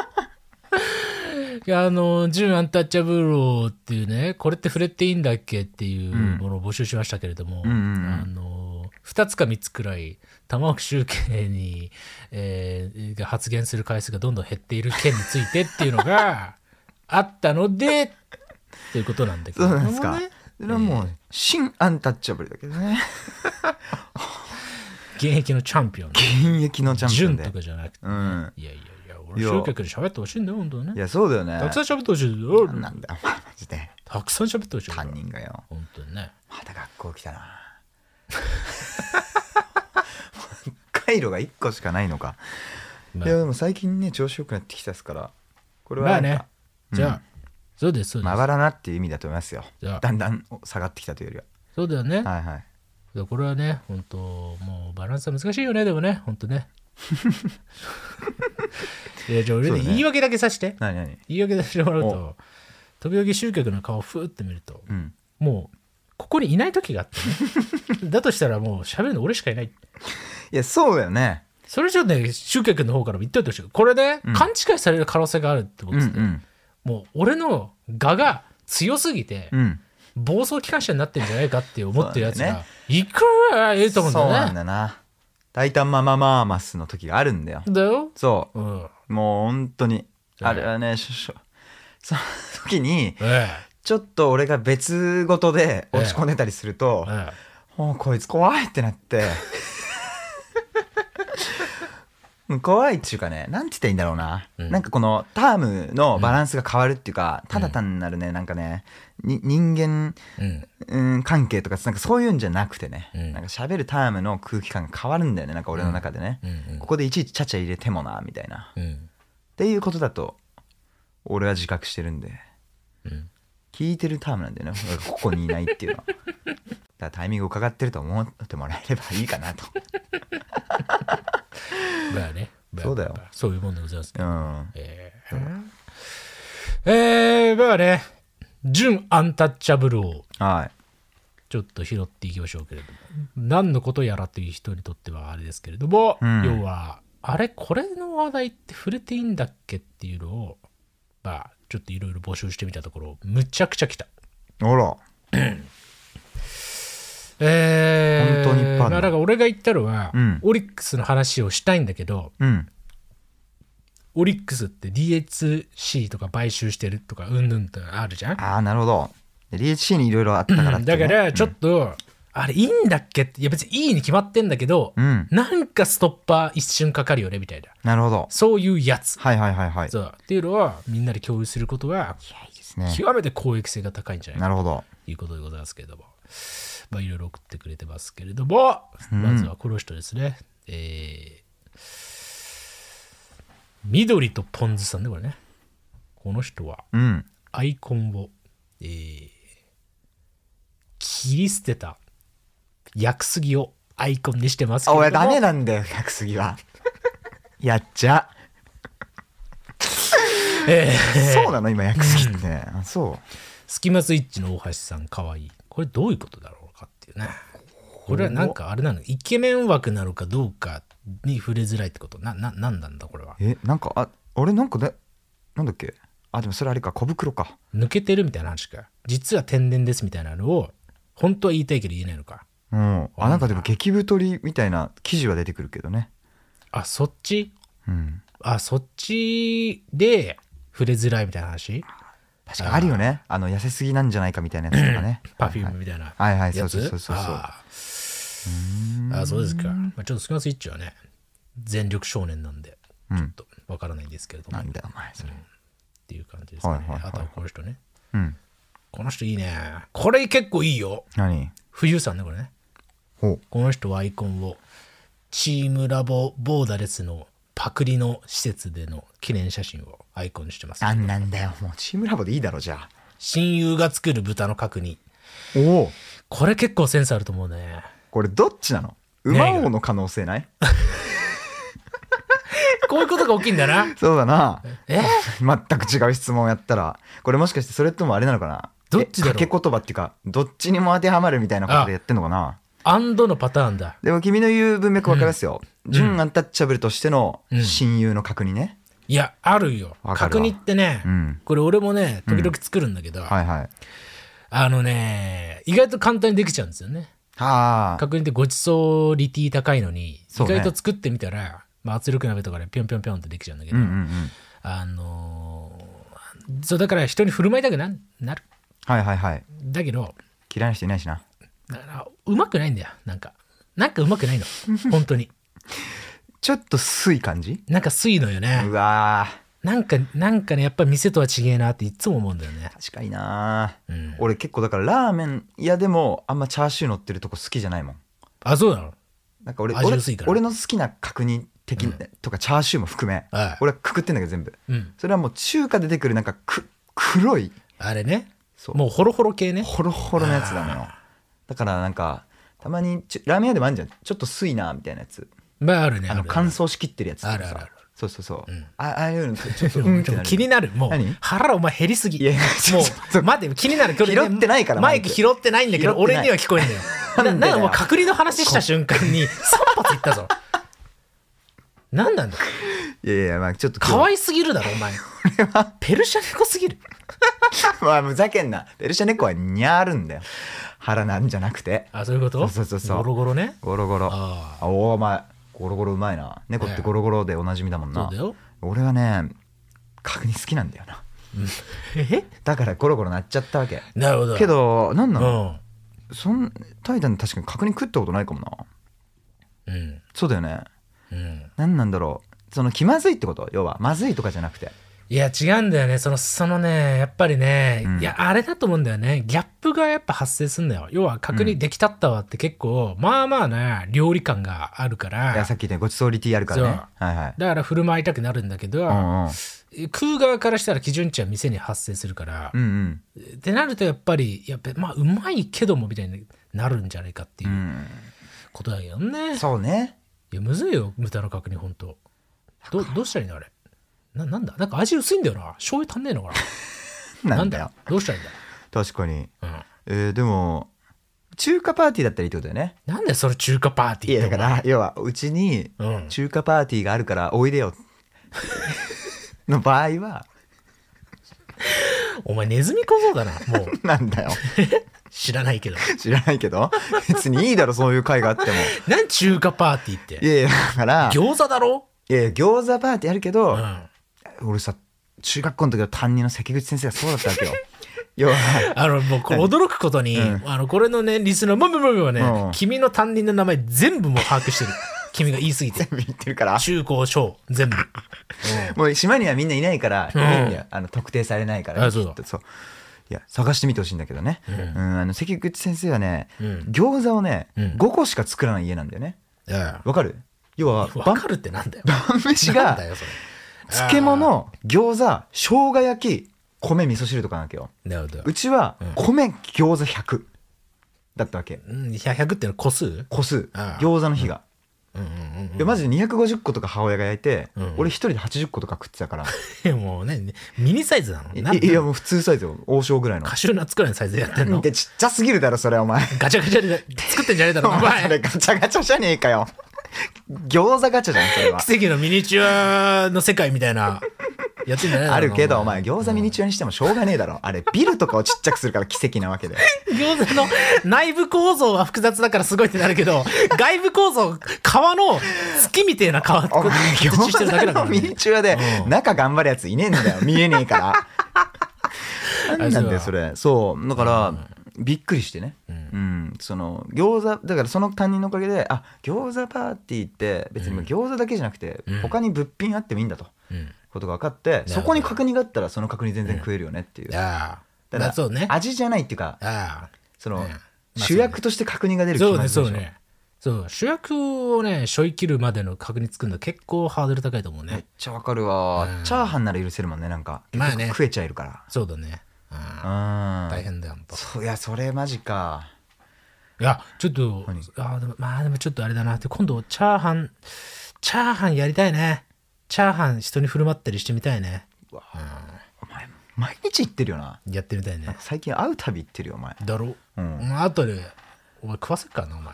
[SPEAKER 1] いやあの、純アンタッチャブローっていうね、これって触れていいんだっけっていうものを募集しましたけれども、
[SPEAKER 2] んうんうん
[SPEAKER 1] あの、2つか3つくらい、玉置集計に、えーが発言する回数がどんどん減っている件についてっていうのがあったので、ということなんだけ
[SPEAKER 2] そ
[SPEAKER 1] ど
[SPEAKER 2] う
[SPEAKER 1] も
[SPEAKER 2] な
[SPEAKER 1] ね、
[SPEAKER 2] んですか。それはもう、新アンタッチャブルだけど ね。
[SPEAKER 1] 現役のチャンピオン、
[SPEAKER 2] 現役のチャンピオン
[SPEAKER 1] 純
[SPEAKER 2] で
[SPEAKER 1] と。かじゃなくて、
[SPEAKER 2] うん。
[SPEAKER 1] いやいやいや、
[SPEAKER 2] い
[SPEAKER 1] 俺
[SPEAKER 2] や
[SPEAKER 1] 集客で喋ってほしいんだよ、本当はね
[SPEAKER 2] い。や、そうだよね。
[SPEAKER 1] たくさん喋ってほしいよ。
[SPEAKER 2] なんなんだよ、お前マジで。
[SPEAKER 1] たくさん喋ってほしいよ。
[SPEAKER 2] 担任がよ。
[SPEAKER 1] 本当にね。
[SPEAKER 2] また学校来たな。回路が1個しかないのか。
[SPEAKER 1] ま
[SPEAKER 2] い
[SPEAKER 1] あ
[SPEAKER 2] や、でも最近ね、調子よくなってきたですから、これ
[SPEAKER 1] ま
[SPEAKER 2] は
[SPEAKER 1] あ
[SPEAKER 2] なん
[SPEAKER 1] ね
[SPEAKER 2] か、
[SPEAKER 1] じゃあ、そうです、そうで。
[SPEAKER 2] ますばらなっていう意味だと思いますよ
[SPEAKER 1] じゃあ。
[SPEAKER 2] だんだん下がってきたというよ
[SPEAKER 1] そうだよね
[SPEAKER 2] り。は。はいはい。
[SPEAKER 1] これはね、本当もうバランスは難しいよね、でもね、本当 ね。いや、じゃあ俺
[SPEAKER 2] そう
[SPEAKER 1] ね、
[SPEAKER 2] だね
[SPEAKER 1] 言い訳だけさして。
[SPEAKER 2] なになに
[SPEAKER 1] 言い訳だけしてもらうと、飛び起き集客の顔をふーって見ると、
[SPEAKER 2] うん。
[SPEAKER 1] もう、ここにいない時があって ね。だとしたらもう喋るの俺しかいない。
[SPEAKER 2] いや、そうだよね。
[SPEAKER 1] それじゃね、集客の方からも言っといてほしい。これね、
[SPEAKER 2] うん
[SPEAKER 1] 勘違いされる可能性があるってこと
[SPEAKER 2] うんう
[SPEAKER 1] ですね。
[SPEAKER 2] ん。
[SPEAKER 1] もう俺の我が強すぎて、
[SPEAKER 2] うん。
[SPEAKER 1] 暴走機関車になってんじゃないかって思ってるやつ
[SPEAKER 2] そうだ
[SPEAKER 1] が
[SPEAKER 2] ね、
[SPEAKER 1] いくらええと思うん
[SPEAKER 2] そう
[SPEAKER 1] だよ
[SPEAKER 2] なん
[SPEAKER 1] ね。
[SPEAKER 2] だな大胆マママーマスの時があるんだよ
[SPEAKER 1] だよ。
[SPEAKER 2] そ
[SPEAKER 1] うん。
[SPEAKER 2] うもう本当に
[SPEAKER 1] はい
[SPEAKER 2] あれはねしょしょ その時に
[SPEAKER 1] え
[SPEAKER 2] ちょっと俺が別事で落ち込んでたりすると
[SPEAKER 1] え。え
[SPEAKER 2] 「もうこいつ怖い」ってなって怖いっていうかねなんて言ったらいいんだろうな、なんかこのタームのバランスが変わるっていうか、ただ単なるねなんかねに人間、
[SPEAKER 1] うん。
[SPEAKER 2] うん、関係とかなんかそういうんじゃなくてね、
[SPEAKER 1] うん
[SPEAKER 2] なんか喋るタームの空気感が変わるんだよねなんか俺の中でね、
[SPEAKER 1] うん
[SPEAKER 2] ここでいちいちちゃちゃ入れてもなみたいな
[SPEAKER 1] う
[SPEAKER 2] っ
[SPEAKER 1] ん。
[SPEAKER 2] ていうことだと俺は自覚してるんで、
[SPEAKER 1] ん
[SPEAKER 2] 聞いてるタームなんだよね俺がここにいないって いうのはだからタイミングを伺ってると思ってもらえればいいかなと
[SPEAKER 1] だよね。ブラ
[SPEAKER 2] そうだよ
[SPEAKER 1] ブラそういうもんでございます。
[SPEAKER 2] うん
[SPEAKER 1] えーえー、まあね、準アンタッチャブルを
[SPEAKER 2] はい
[SPEAKER 1] ちょっと拾っていきましょうけれども、何のことやらという人にとってはあれですけれども、
[SPEAKER 2] ん
[SPEAKER 1] 要は、あれ、これの話題って触れていいんだっけっていうのを、まあ、ちょっといろいろ募集してみたところ、むちゃくちゃ来た。
[SPEAKER 2] あら
[SPEAKER 1] えー、
[SPEAKER 2] 本当にいっぱいあるな
[SPEAKER 1] まあ、だから俺が言ったのは、
[SPEAKER 2] うん
[SPEAKER 1] オリックスの話をしたいんだけど、
[SPEAKER 2] うん
[SPEAKER 1] オリックスって DHC とか買収してるとか、うんぬんとかあるじゃん。
[SPEAKER 2] ああなるほどで DHC にいろいろあったからってい
[SPEAKER 1] だ
[SPEAKER 2] うね
[SPEAKER 1] からちょっと、あれいいんだっけっていや別にいいに決まってんだけど、
[SPEAKER 2] うん
[SPEAKER 1] なんかストッパー一瞬かかるよねみたいな
[SPEAKER 2] なるほど
[SPEAKER 1] そういうやつ、
[SPEAKER 2] はいはいはいはい
[SPEAKER 1] そうっていうのはみんなで共有することが
[SPEAKER 2] ですね
[SPEAKER 1] 極めて公益性が高いんじゃないか
[SPEAKER 2] なるほど
[SPEAKER 1] ということでございますけれどもまあいろいろ送ってくれてますけれども、まずはこの人ですねえー緑とポン酢さんねこれねこの人は
[SPEAKER 2] うん
[SPEAKER 1] アイコンを、えー切り捨てた薬杉をアイコンにしてますけ
[SPEAKER 2] あ、
[SPEAKER 1] れども
[SPEAKER 2] 俺ダメなんだよ、百杉 は。やっちゃ。
[SPEAKER 1] え
[SPEAKER 2] そうなの今、百杉って。あそ
[SPEAKER 1] ースキマスイッチの大橋さんかわいいこれどういうことだろうかっていうねこれはなんかあれなのイケメン枠なのかどうかに触れづらいってことなななんなんだこれは
[SPEAKER 2] う。え、なんか、あ、俺なんかね、なんだっけあ、でもそれあれか、小袋か。
[SPEAKER 1] 抜けてるみたいな話か実は天然ですみたいなのを本当は言いたいけど言えないのか
[SPEAKER 2] うん。あ、なんかでも激太りみたいな記事は出てくるけどね。
[SPEAKER 1] あそっち
[SPEAKER 2] うん。
[SPEAKER 1] あそっちで触れづらいみたいな話。
[SPEAKER 2] 確かにあるよね。あの、痩せすぎなんじゃないかみたいなやつとかね
[SPEAKER 1] パフュームみたいな
[SPEAKER 2] はいはい、そ
[SPEAKER 1] や
[SPEAKER 2] う
[SPEAKER 1] つ
[SPEAKER 2] そうそうそうそう。
[SPEAKER 1] あーあーそうですか、まあ、ちょっとスキマスイッチはね全力少年なんでちょっとわからないんですけれども、
[SPEAKER 2] な
[SPEAKER 1] っ
[SPEAKER 2] んだよ、お前、それ。
[SPEAKER 1] ていう感じですね、
[SPEAKER 2] はいはいはいはい
[SPEAKER 1] あとはこの人ね
[SPEAKER 2] うん。
[SPEAKER 1] この人いいねこれ結構いいよ
[SPEAKER 2] 何
[SPEAKER 1] 冬さんねこれね
[SPEAKER 2] ほ
[SPEAKER 1] この人はアイコンをチームラボボーダレスのパクリの施設での記念写真をアイコンにしてま
[SPEAKER 2] う。
[SPEAKER 1] す
[SPEAKER 2] なんなんだよ、もうチームラボでいいだろ、じゃあ。
[SPEAKER 1] 親友が作る豚の角煮
[SPEAKER 2] おお。
[SPEAKER 1] これ結構センスあると思うね
[SPEAKER 2] これどっちなの馬王の可能性ない
[SPEAKER 1] こういうことが大きいんだな
[SPEAKER 2] そうだな。
[SPEAKER 1] え
[SPEAKER 2] 全く違う質問をやったらこれもしかしてそれともあれなのかな
[SPEAKER 1] どっちだろう
[SPEAKER 2] え掛け言葉っていうかどっちにも当てはまるみたいなことでやってんのかな
[SPEAKER 1] アンドのパターンだ
[SPEAKER 2] でも君の言う文脈分かりますよ、純アンタッチャブルとしての親友の確認ね、
[SPEAKER 1] いや、あるよ。
[SPEAKER 2] わかる
[SPEAKER 1] 角
[SPEAKER 2] わ
[SPEAKER 1] 煮ってね、
[SPEAKER 2] うん
[SPEAKER 1] これ俺もね、時々作るんだけど、
[SPEAKER 2] はいはい
[SPEAKER 1] あのね、意外と簡単にできちゃうんですよね。
[SPEAKER 2] はあ
[SPEAKER 1] 角煮ってごちそうリティ高いのに、意
[SPEAKER 2] そうね
[SPEAKER 1] 外と作ってみたら、まあ、圧力鍋とかでぴょんぴょんぴょんってできちゃうんだけ
[SPEAKER 2] う
[SPEAKER 1] ど、
[SPEAKER 2] んうんうん
[SPEAKER 1] あのーそうだから人に振る舞いたくななる。
[SPEAKER 2] はいはいはい
[SPEAKER 1] だけど、
[SPEAKER 2] 嫌いな人いないしな
[SPEAKER 1] だからうまくないんだよ、なんか。なんかうまく ないの、本当に。
[SPEAKER 2] ちょっとすい感じ
[SPEAKER 1] なんか酸いのよ
[SPEAKER 2] う
[SPEAKER 1] ね。
[SPEAKER 2] わ
[SPEAKER 1] なんか、なんかね、やっぱ店とは違えなっていつも思うんだよね。
[SPEAKER 2] ー確かにな、
[SPEAKER 1] うん
[SPEAKER 2] 俺結構だからラーメン屋でもあんまチャーシュー乗ってるとこ好きじゃないもん
[SPEAKER 1] あ、そうなの
[SPEAKER 2] なんか俺
[SPEAKER 1] 味
[SPEAKER 2] 俺
[SPEAKER 1] 薄いから
[SPEAKER 2] 俺の好きな角煮的なとかチャーシューも含め、
[SPEAKER 1] はい
[SPEAKER 2] 俺はくくってんだけど全部
[SPEAKER 1] うん。
[SPEAKER 2] それはもう中華で出てくるなんかく黒い
[SPEAKER 1] あれね。
[SPEAKER 2] そう
[SPEAKER 1] もうホロホロ系ね。
[SPEAKER 2] ホロホロのやつなのよだからなんかたまにちょラーメン屋でもあるじゃんちょっと酸いなみたいなやつ
[SPEAKER 1] まああるね。
[SPEAKER 2] あの
[SPEAKER 1] る
[SPEAKER 2] 乾燥しきってるやつとか
[SPEAKER 1] あるあるある
[SPEAKER 2] さそうそうそう、あああいうのちょっと
[SPEAKER 1] で
[SPEAKER 2] う
[SPEAKER 1] も
[SPEAKER 2] ん
[SPEAKER 1] で
[SPEAKER 2] って
[SPEAKER 1] も
[SPEAKER 2] なる
[SPEAKER 1] 気になる。もう
[SPEAKER 2] 何、
[SPEAKER 1] 腹お前減りすぎ。
[SPEAKER 2] いや
[SPEAKER 1] も
[SPEAKER 2] ちょちょ
[SPEAKER 1] う、待って、気になる。これね
[SPEAKER 2] 拾ってないから
[SPEAKER 1] マイク
[SPEAKER 2] マイク
[SPEAKER 1] 拾ってないんだけど、
[SPEAKER 2] 拾ってない
[SPEAKER 1] 俺には聞こえんだよ。
[SPEAKER 2] なんで
[SPEAKER 1] な
[SPEAKER 2] だよ
[SPEAKER 1] なんかもう隔離の話した瞬間に、3発い ったぞ。なんなんだ
[SPEAKER 2] いやいやまあちょっと
[SPEAKER 1] 可愛すぎるだろ、お前。ペルシャ猫すぎる。
[SPEAKER 2] まあふざけんなペルシャ猫はにゃーるんだよ腹なんじゃなくて
[SPEAKER 1] あ、そういうこと
[SPEAKER 2] そうそうそうそう
[SPEAKER 1] ゴロゴロね。
[SPEAKER 2] ゴロゴロ
[SPEAKER 1] あ
[SPEAKER 2] あおおお前ゴロゴロうまいな猫ってゴロゴロでおなじみだもん
[SPEAKER 1] そう
[SPEAKER 2] な、
[SPEAKER 1] だよ。
[SPEAKER 2] 俺はね角煮好きなんだよな
[SPEAKER 1] え
[SPEAKER 2] だからゴロゴロなっちゃったわけ
[SPEAKER 1] なるほど。
[SPEAKER 2] け、どなん
[SPEAKER 1] う
[SPEAKER 2] なの、
[SPEAKER 1] ん。
[SPEAKER 2] そんタイタン確かに確認食ったことないかもな
[SPEAKER 1] うん。
[SPEAKER 2] そうだよね
[SPEAKER 1] うん。
[SPEAKER 2] なんなんだろうその気まずいってこと要はまずいとかじゃなくて
[SPEAKER 1] いや、違うんだよね。その、そのね、やっぱりね、
[SPEAKER 2] うん
[SPEAKER 1] いや、あれだと思うんだよね。ギャップがやっぱ発生すんだよ。要は、確認できたったわって結構、まあまあな、料理感があるか
[SPEAKER 2] いや
[SPEAKER 1] ら、
[SPEAKER 2] さっき言ったようにごちそうリティやるからねはいはい
[SPEAKER 1] だから振る舞いたくなるんだけど、
[SPEAKER 2] うんうん
[SPEAKER 1] 食う側からしたら基準値は店に発生するから、
[SPEAKER 2] うんうん
[SPEAKER 1] ってなるとやっぱり、やっぱ、まあ、うまいけども、みたいになるんじゃないかっていううんことだよね。い
[SPEAKER 2] そうね
[SPEAKER 1] や、むずいよ、豚の角煮、ほんと。ど、どうしたらいいのあれ。な、なんだなんか味薄いんだよな。醤油足んねえのかな。
[SPEAKER 2] なんだよ。
[SPEAKER 1] どうしたらいいんだ
[SPEAKER 2] 確かに
[SPEAKER 1] うん
[SPEAKER 2] えーでも中華パーティーだったらいいってことだよね
[SPEAKER 1] なんでそれ中華パーティ
[SPEAKER 2] い
[SPEAKER 1] ー
[SPEAKER 2] や
[SPEAKER 1] って
[SPEAKER 2] だから要はうちに
[SPEAKER 1] うん
[SPEAKER 2] 中華パーティーがあるからおいでよ の場合は
[SPEAKER 1] お前ネズミ小僧だなもう
[SPEAKER 2] なんだよ
[SPEAKER 1] 知らないけど
[SPEAKER 2] 知らないけど別にいいだろそういう会があっても
[SPEAKER 1] 何中華パーティーっ
[SPEAKER 2] い
[SPEAKER 1] て
[SPEAKER 2] やいやだからい
[SPEAKER 1] 餃子だろ
[SPEAKER 2] やいや餃子パーティーやるけど、
[SPEAKER 1] うん
[SPEAKER 2] 俺さ中学校の時の担任の関口先生がそうだったわけ よ要は
[SPEAKER 1] あのもうこれ驚くことに、
[SPEAKER 2] うん
[SPEAKER 1] あのこれのねリスナーももももね、
[SPEAKER 2] うん
[SPEAKER 1] 君の担任の名前全部もう把握して る君が言い過ぎて
[SPEAKER 2] 言ってるから
[SPEAKER 1] 中高小全部
[SPEAKER 2] もう島にはみんないないから、
[SPEAKER 1] うん
[SPEAKER 2] いないんだよあの特定されないから
[SPEAKER 1] あそうだ
[SPEAKER 2] きっとそういや探してみてほしいんだけどね、
[SPEAKER 1] うん
[SPEAKER 2] あの関口先生はね、
[SPEAKER 1] うん
[SPEAKER 2] 餃子をね、
[SPEAKER 1] うん
[SPEAKER 2] 5個しか作らない家なんだよね
[SPEAKER 1] うんわ
[SPEAKER 2] わかる要は
[SPEAKER 1] 分
[SPEAKER 2] 晩
[SPEAKER 1] かるってなんだよ
[SPEAKER 2] 晩飯
[SPEAKER 1] なん
[SPEAKER 2] が
[SPEAKER 1] だよそれ
[SPEAKER 2] 漬物餃子生姜焼き米味噌汁とかなわけよ
[SPEAKER 1] なるほど
[SPEAKER 2] うちは
[SPEAKER 1] うん
[SPEAKER 2] 米餃子100だったわけ
[SPEAKER 1] うん100っていうのは個数
[SPEAKER 2] 個数
[SPEAKER 1] ああ
[SPEAKER 2] 餃子の日が、
[SPEAKER 1] うんうん
[SPEAKER 2] でマジで250個とか母親が焼いて、
[SPEAKER 1] うん
[SPEAKER 2] 俺一人で80個とか食ってたから、
[SPEAKER 1] うんもうねミニサイズなの
[SPEAKER 2] い
[SPEAKER 1] なん
[SPEAKER 2] いやもう普通サイズよ王将ぐらいの
[SPEAKER 1] カシューナッツくらいのサイズでやってんの
[SPEAKER 2] でちっちゃすぎるだろそれお前
[SPEAKER 1] ガチャガチャで作ってんじゃねえだ ろ、お
[SPEAKER 2] お前
[SPEAKER 1] 前。
[SPEAKER 2] それガチャガチャじゃねえかよ餃子ガチャじゃんそ れは
[SPEAKER 1] 奇跡のミニチュアの世界みたいな、やってんじゃねえだろ。
[SPEAKER 2] あるけどお前餃子ミニチュアにしてもしょうがねえだろあれビルとかをちっちゃくするから奇跡なわけで
[SPEAKER 1] 餃子の内部構造は複雑だからすごいってなるけ ど、外部構造、川の月みてえな川って
[SPEAKER 2] お 前
[SPEAKER 1] 形してるだけ
[SPEAKER 2] 餃
[SPEAKER 1] だか
[SPEAKER 2] 子の
[SPEAKER 1] ら、
[SPEAKER 2] ミ
[SPEAKER 1] ね
[SPEAKER 2] ニ。チュアで
[SPEAKER 1] うん
[SPEAKER 2] 中頑張るやついねえん だよ見えねえからなんなんだよそれそうだからびっくりしてね
[SPEAKER 1] うん
[SPEAKER 2] うん、その餃子だからその担任のおかげであ餃子パーティーって別にもう餃子だけじゃなくて、
[SPEAKER 1] うん
[SPEAKER 2] 他に物品あってもいいんだと
[SPEAKER 1] うん。
[SPEAKER 2] ことが分かって、
[SPEAKER 1] ど
[SPEAKER 2] そこに角煮があったらその角煮全然食えるよねっていう、
[SPEAKER 1] いや
[SPEAKER 2] た
[SPEAKER 1] あ、
[SPEAKER 2] だ
[SPEAKER 1] だそうね。あ
[SPEAKER 2] 味じゃないっていうか
[SPEAKER 1] あ。
[SPEAKER 2] その、
[SPEAKER 1] うんまあ
[SPEAKER 2] 主役として角煮が出る気
[SPEAKER 1] そう
[SPEAKER 2] が
[SPEAKER 1] ね、
[SPEAKER 2] する
[SPEAKER 1] そ
[SPEAKER 2] で
[SPEAKER 1] う
[SPEAKER 2] しょ
[SPEAKER 1] ね。そう、主役をね、背負い切るまでの確認作るの結構ハードル高いと思う
[SPEAKER 2] めっ
[SPEAKER 1] ね。
[SPEAKER 2] ちゃわかるわ、
[SPEAKER 1] うん
[SPEAKER 2] チャーハンなら許せるもんねなんか、
[SPEAKER 1] まあね
[SPEAKER 2] 食えちゃえるか
[SPEAKER 1] そうだね。うん
[SPEAKER 2] らうん
[SPEAKER 1] 大変だよ、ほんと。
[SPEAKER 2] そういやそれマジか
[SPEAKER 1] いや、ちょっと、あ
[SPEAKER 2] 何
[SPEAKER 1] ーでもまあでもちょっとあれだなって、今度チャーハン、チャーハンやりたいね。チャーハン人に振る舞ったりしてみたいね。
[SPEAKER 2] お前毎日行ってるよな
[SPEAKER 1] やってみたいね。
[SPEAKER 2] 最近会うたび行ってるよお前
[SPEAKER 1] だろ
[SPEAKER 2] う
[SPEAKER 1] うんん。あとで、お前食わせっからな、お前。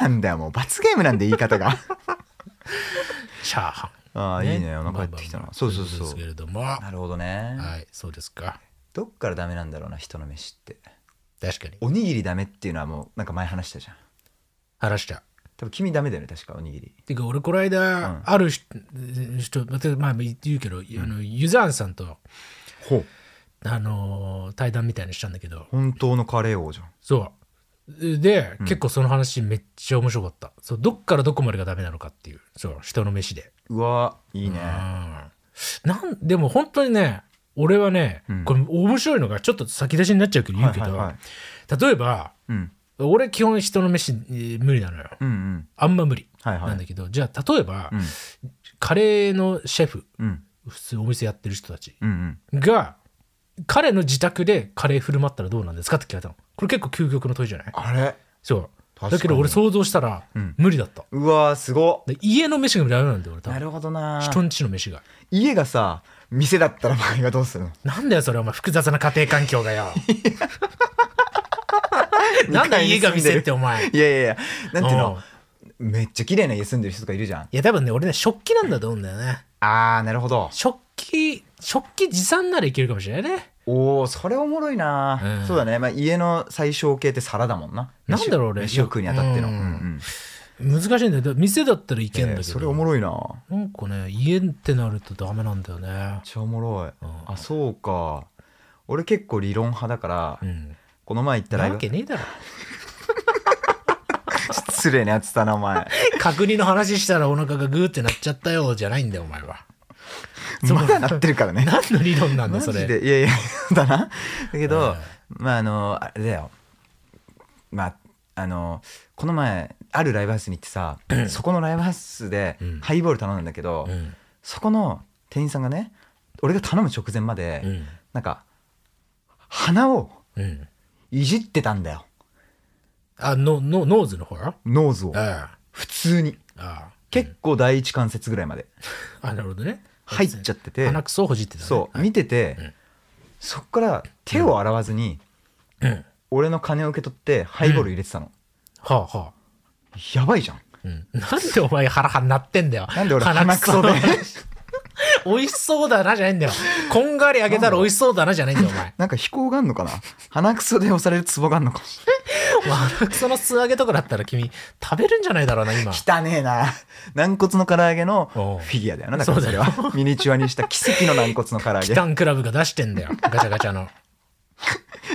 [SPEAKER 2] なんだよもう罰ゲームなんで言い方が
[SPEAKER 1] チャーハン。
[SPEAKER 2] ああ、いいねお腹減ってきた
[SPEAKER 1] まあまあ
[SPEAKER 2] な、
[SPEAKER 1] まあ
[SPEAKER 2] そうそうそ
[SPEAKER 1] といこと
[SPEAKER 2] う
[SPEAKER 1] ですけれども。は
[SPEAKER 2] なるほどね、
[SPEAKER 1] い、そうですか。
[SPEAKER 2] どっからダメなんだろうな人の飯って
[SPEAKER 1] 確かに。
[SPEAKER 2] おにぎりダメっていうのはもうなんか前話したじゃん
[SPEAKER 1] 話した。
[SPEAKER 2] 多分君ダメだよね確かおにぎり
[SPEAKER 1] てか、俺、この間、
[SPEAKER 2] うん
[SPEAKER 1] ある人、人またまあ、言うけど、あのユザーンさんと、
[SPEAKER 2] ほう
[SPEAKER 1] あのー対談みたいにしたんだけど、
[SPEAKER 2] 本当のカレー王じゃん
[SPEAKER 1] そう。で、結構その話めっちゃ面白かった。そう、どっからどこまでがダメなのかっていう。そう、人の飯で。
[SPEAKER 2] うわいい
[SPEAKER 1] うん。
[SPEAKER 2] ね
[SPEAKER 1] なん、でも本当にね、俺はね、
[SPEAKER 2] うん
[SPEAKER 1] これ面白いのがちょっと先出しになっちゃうけど言うけど、
[SPEAKER 2] はいはいは
[SPEAKER 1] 例えば、
[SPEAKER 2] うん
[SPEAKER 1] 俺基本人の飯えー無理なのよ。
[SPEAKER 2] うんうん
[SPEAKER 1] あんま無理。
[SPEAKER 2] はいはい
[SPEAKER 1] なんだけど、じゃあ例えば、
[SPEAKER 2] うん
[SPEAKER 1] カレーのシェフ、
[SPEAKER 2] うん
[SPEAKER 1] 普通お店やってる人たち
[SPEAKER 2] うんうん
[SPEAKER 1] が、彼の自宅でカレー振る舞ったらどうなんですかって聞かれたの。これ結構究極の問いじゃない
[SPEAKER 2] あれ
[SPEAKER 1] そう。
[SPEAKER 2] 確かに
[SPEAKER 1] だけど俺想像したら
[SPEAKER 2] うん
[SPEAKER 1] 無理だった。
[SPEAKER 2] うわすごっ
[SPEAKER 1] で家の飯がダメなんだよ俺多
[SPEAKER 2] な
[SPEAKER 1] 分。
[SPEAKER 2] るほどな
[SPEAKER 1] 人んちの飯が。
[SPEAKER 2] 家がさ店だったら前がどうするの
[SPEAKER 1] なんだよそれお前複雑な家庭環境が よ。なんだ家が店ってお前。い
[SPEAKER 2] いやいやいやなんていう
[SPEAKER 1] う
[SPEAKER 2] の
[SPEAKER 1] ん
[SPEAKER 2] めっちゃ綺麗な家住んでる人とかいるじゃん
[SPEAKER 1] や多分ね俺ね食器なんだと思うんだよね。
[SPEAKER 2] あーなるほど
[SPEAKER 1] 食器、食器持参ならいけるかもしれないね。
[SPEAKER 2] おおそれおもろいな、
[SPEAKER 1] うん
[SPEAKER 2] そうだね、まあ、家の最小形って皿だもんな
[SPEAKER 1] なんだろう俺
[SPEAKER 2] 飯を食うにあたっての、う
[SPEAKER 1] うんん
[SPEAKER 2] うん
[SPEAKER 1] 難しいんだよだ。店だったらいけんだ
[SPEAKER 2] えー
[SPEAKER 1] け
[SPEAKER 2] それお
[SPEAKER 1] ど。
[SPEAKER 2] もろいなめっ
[SPEAKER 1] なんかね家ってなるとダメなんだよね。
[SPEAKER 2] ちゃおもろい、
[SPEAKER 1] うん
[SPEAKER 2] あそうか俺結構理論派だから、
[SPEAKER 1] うん。
[SPEAKER 2] この前行った
[SPEAKER 1] な
[SPEAKER 2] ライ
[SPEAKER 1] わ
[SPEAKER 2] ブ
[SPEAKER 1] けねえだろ。
[SPEAKER 2] 失礼なやつだな、お 前。
[SPEAKER 1] 角煮の話したらお腹がグーってなっちゃったよじゃないんだよお前は
[SPEAKER 2] まだなってるからね。
[SPEAKER 1] 何の理論なんだ
[SPEAKER 2] マ
[SPEAKER 1] そ
[SPEAKER 2] ジ
[SPEAKER 1] れ
[SPEAKER 2] でいやいやだなだけど、
[SPEAKER 1] うん
[SPEAKER 2] まああのあれだよまああのこの前あるライブハウスに行ってさ、そこのライブハウスで
[SPEAKER 1] うん
[SPEAKER 2] ハイボール頼んだんだけど、
[SPEAKER 1] うん
[SPEAKER 2] そこの店員さんがね俺が頼む直前まで、
[SPEAKER 1] うん
[SPEAKER 2] なんか鼻を
[SPEAKER 1] うん
[SPEAKER 2] いじってたんだよ
[SPEAKER 1] あののノーズの方よ
[SPEAKER 2] ノーズを
[SPEAKER 1] あ
[SPEAKER 2] 普通に
[SPEAKER 1] ああ
[SPEAKER 2] 結構第一関節ぐらいまで
[SPEAKER 1] ああなるほどね
[SPEAKER 2] 入っちゃってて、
[SPEAKER 1] 鼻くそをほじってた、ね、
[SPEAKER 2] そう見てて、
[SPEAKER 1] ん
[SPEAKER 2] そっから手を洗わずに、
[SPEAKER 1] うんは
[SPEAKER 2] 俺の金を受け取ってハイボール入れてたの、
[SPEAKER 1] あはあ
[SPEAKER 2] やばいじゃん
[SPEAKER 1] うん、なんでお前ハラハラなってんだよ。
[SPEAKER 2] なんで俺鼻くそで
[SPEAKER 1] 美味しそうだなじゃないんだよ。こんがりあげたら美味しそうだなじゃないんだよ、お前。
[SPEAKER 2] なんか飛行があんのかな鼻くそで押されるツボがあんのか
[SPEAKER 1] お前鼻くその素揚げとかだったら君、食べるんじゃないだろうな、今。
[SPEAKER 2] 汚ねえな軟骨の唐揚げのフ
[SPEAKER 1] おう
[SPEAKER 2] ィギュアだよなだから
[SPEAKER 1] そ
[SPEAKER 2] そ
[SPEAKER 1] だ
[SPEAKER 2] うれ
[SPEAKER 1] よ
[SPEAKER 2] は ミニチュアにした奇跡の軟骨の唐揚
[SPEAKER 1] キ
[SPEAKER 2] げ
[SPEAKER 1] タンクラブが出してんだよ、ガチャガチャの。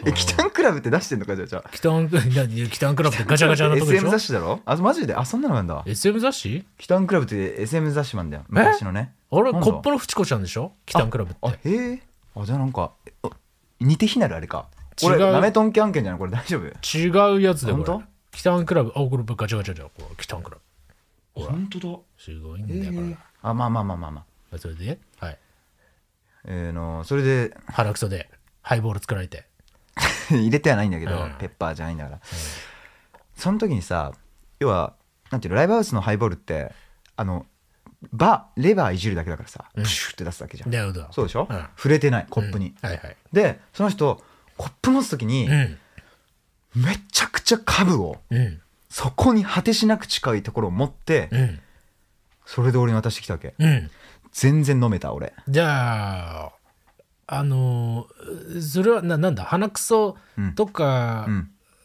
[SPEAKER 2] えキタンクラブって出してんのかじゃあじゃあ
[SPEAKER 1] キタンク、キタンクラブってガチャガチャのとこでし
[SPEAKER 2] SM
[SPEAKER 1] ょ
[SPEAKER 2] 雑誌だろあマジであそんなのなんだ
[SPEAKER 1] ?SM 雑誌
[SPEAKER 2] キタンクラブって SM 雑誌なんだよ昔のね
[SPEAKER 1] あれ、コ
[SPEAKER 2] なんだ
[SPEAKER 1] ップのフチコちゃんでしょキタンクラブっ
[SPEAKER 2] あ
[SPEAKER 1] て。
[SPEAKER 2] へえあじゃあなんかあ似て非なるあれか
[SPEAKER 1] 違
[SPEAKER 2] 俺
[SPEAKER 1] う
[SPEAKER 2] なめとんけ案件じゃないこれ大丈夫
[SPEAKER 1] 違うやつでこれ
[SPEAKER 2] 本。
[SPEAKER 1] キタンクラブ、あ、これガチャガチャじゃん。これキタンクラブ。
[SPEAKER 2] 本当だ
[SPEAKER 1] すごい
[SPEAKER 2] え
[SPEAKER 1] んだから
[SPEAKER 2] ー。あまあまあまあまあまあ
[SPEAKER 1] まあそれで、はい。
[SPEAKER 2] えーのそれで
[SPEAKER 1] 腹くそで、ハイボール作られて。
[SPEAKER 2] 入れてはないんだけど、
[SPEAKER 1] うん
[SPEAKER 2] ペッパーじゃないんだから、その時にさ要はなんていうのライブハウスのハイボールってあのバレバーいじるだけだからさ、プシュって出すだけじゃん、
[SPEAKER 1] なるほど。
[SPEAKER 2] そうでしょ、
[SPEAKER 1] うん
[SPEAKER 2] 触れてないコップに、
[SPEAKER 1] はいはい。
[SPEAKER 2] でその人コップ持つ時に、
[SPEAKER 1] うん。
[SPEAKER 2] めちゃくちゃカブを
[SPEAKER 1] うん。
[SPEAKER 2] そこに果てしなく近いところを持って、
[SPEAKER 1] うん。
[SPEAKER 2] それで俺に渡してきたわけ
[SPEAKER 1] うん。
[SPEAKER 2] 全然飲めた俺
[SPEAKER 1] じゃあ、あのー、それはな、なんだ、鼻くそとか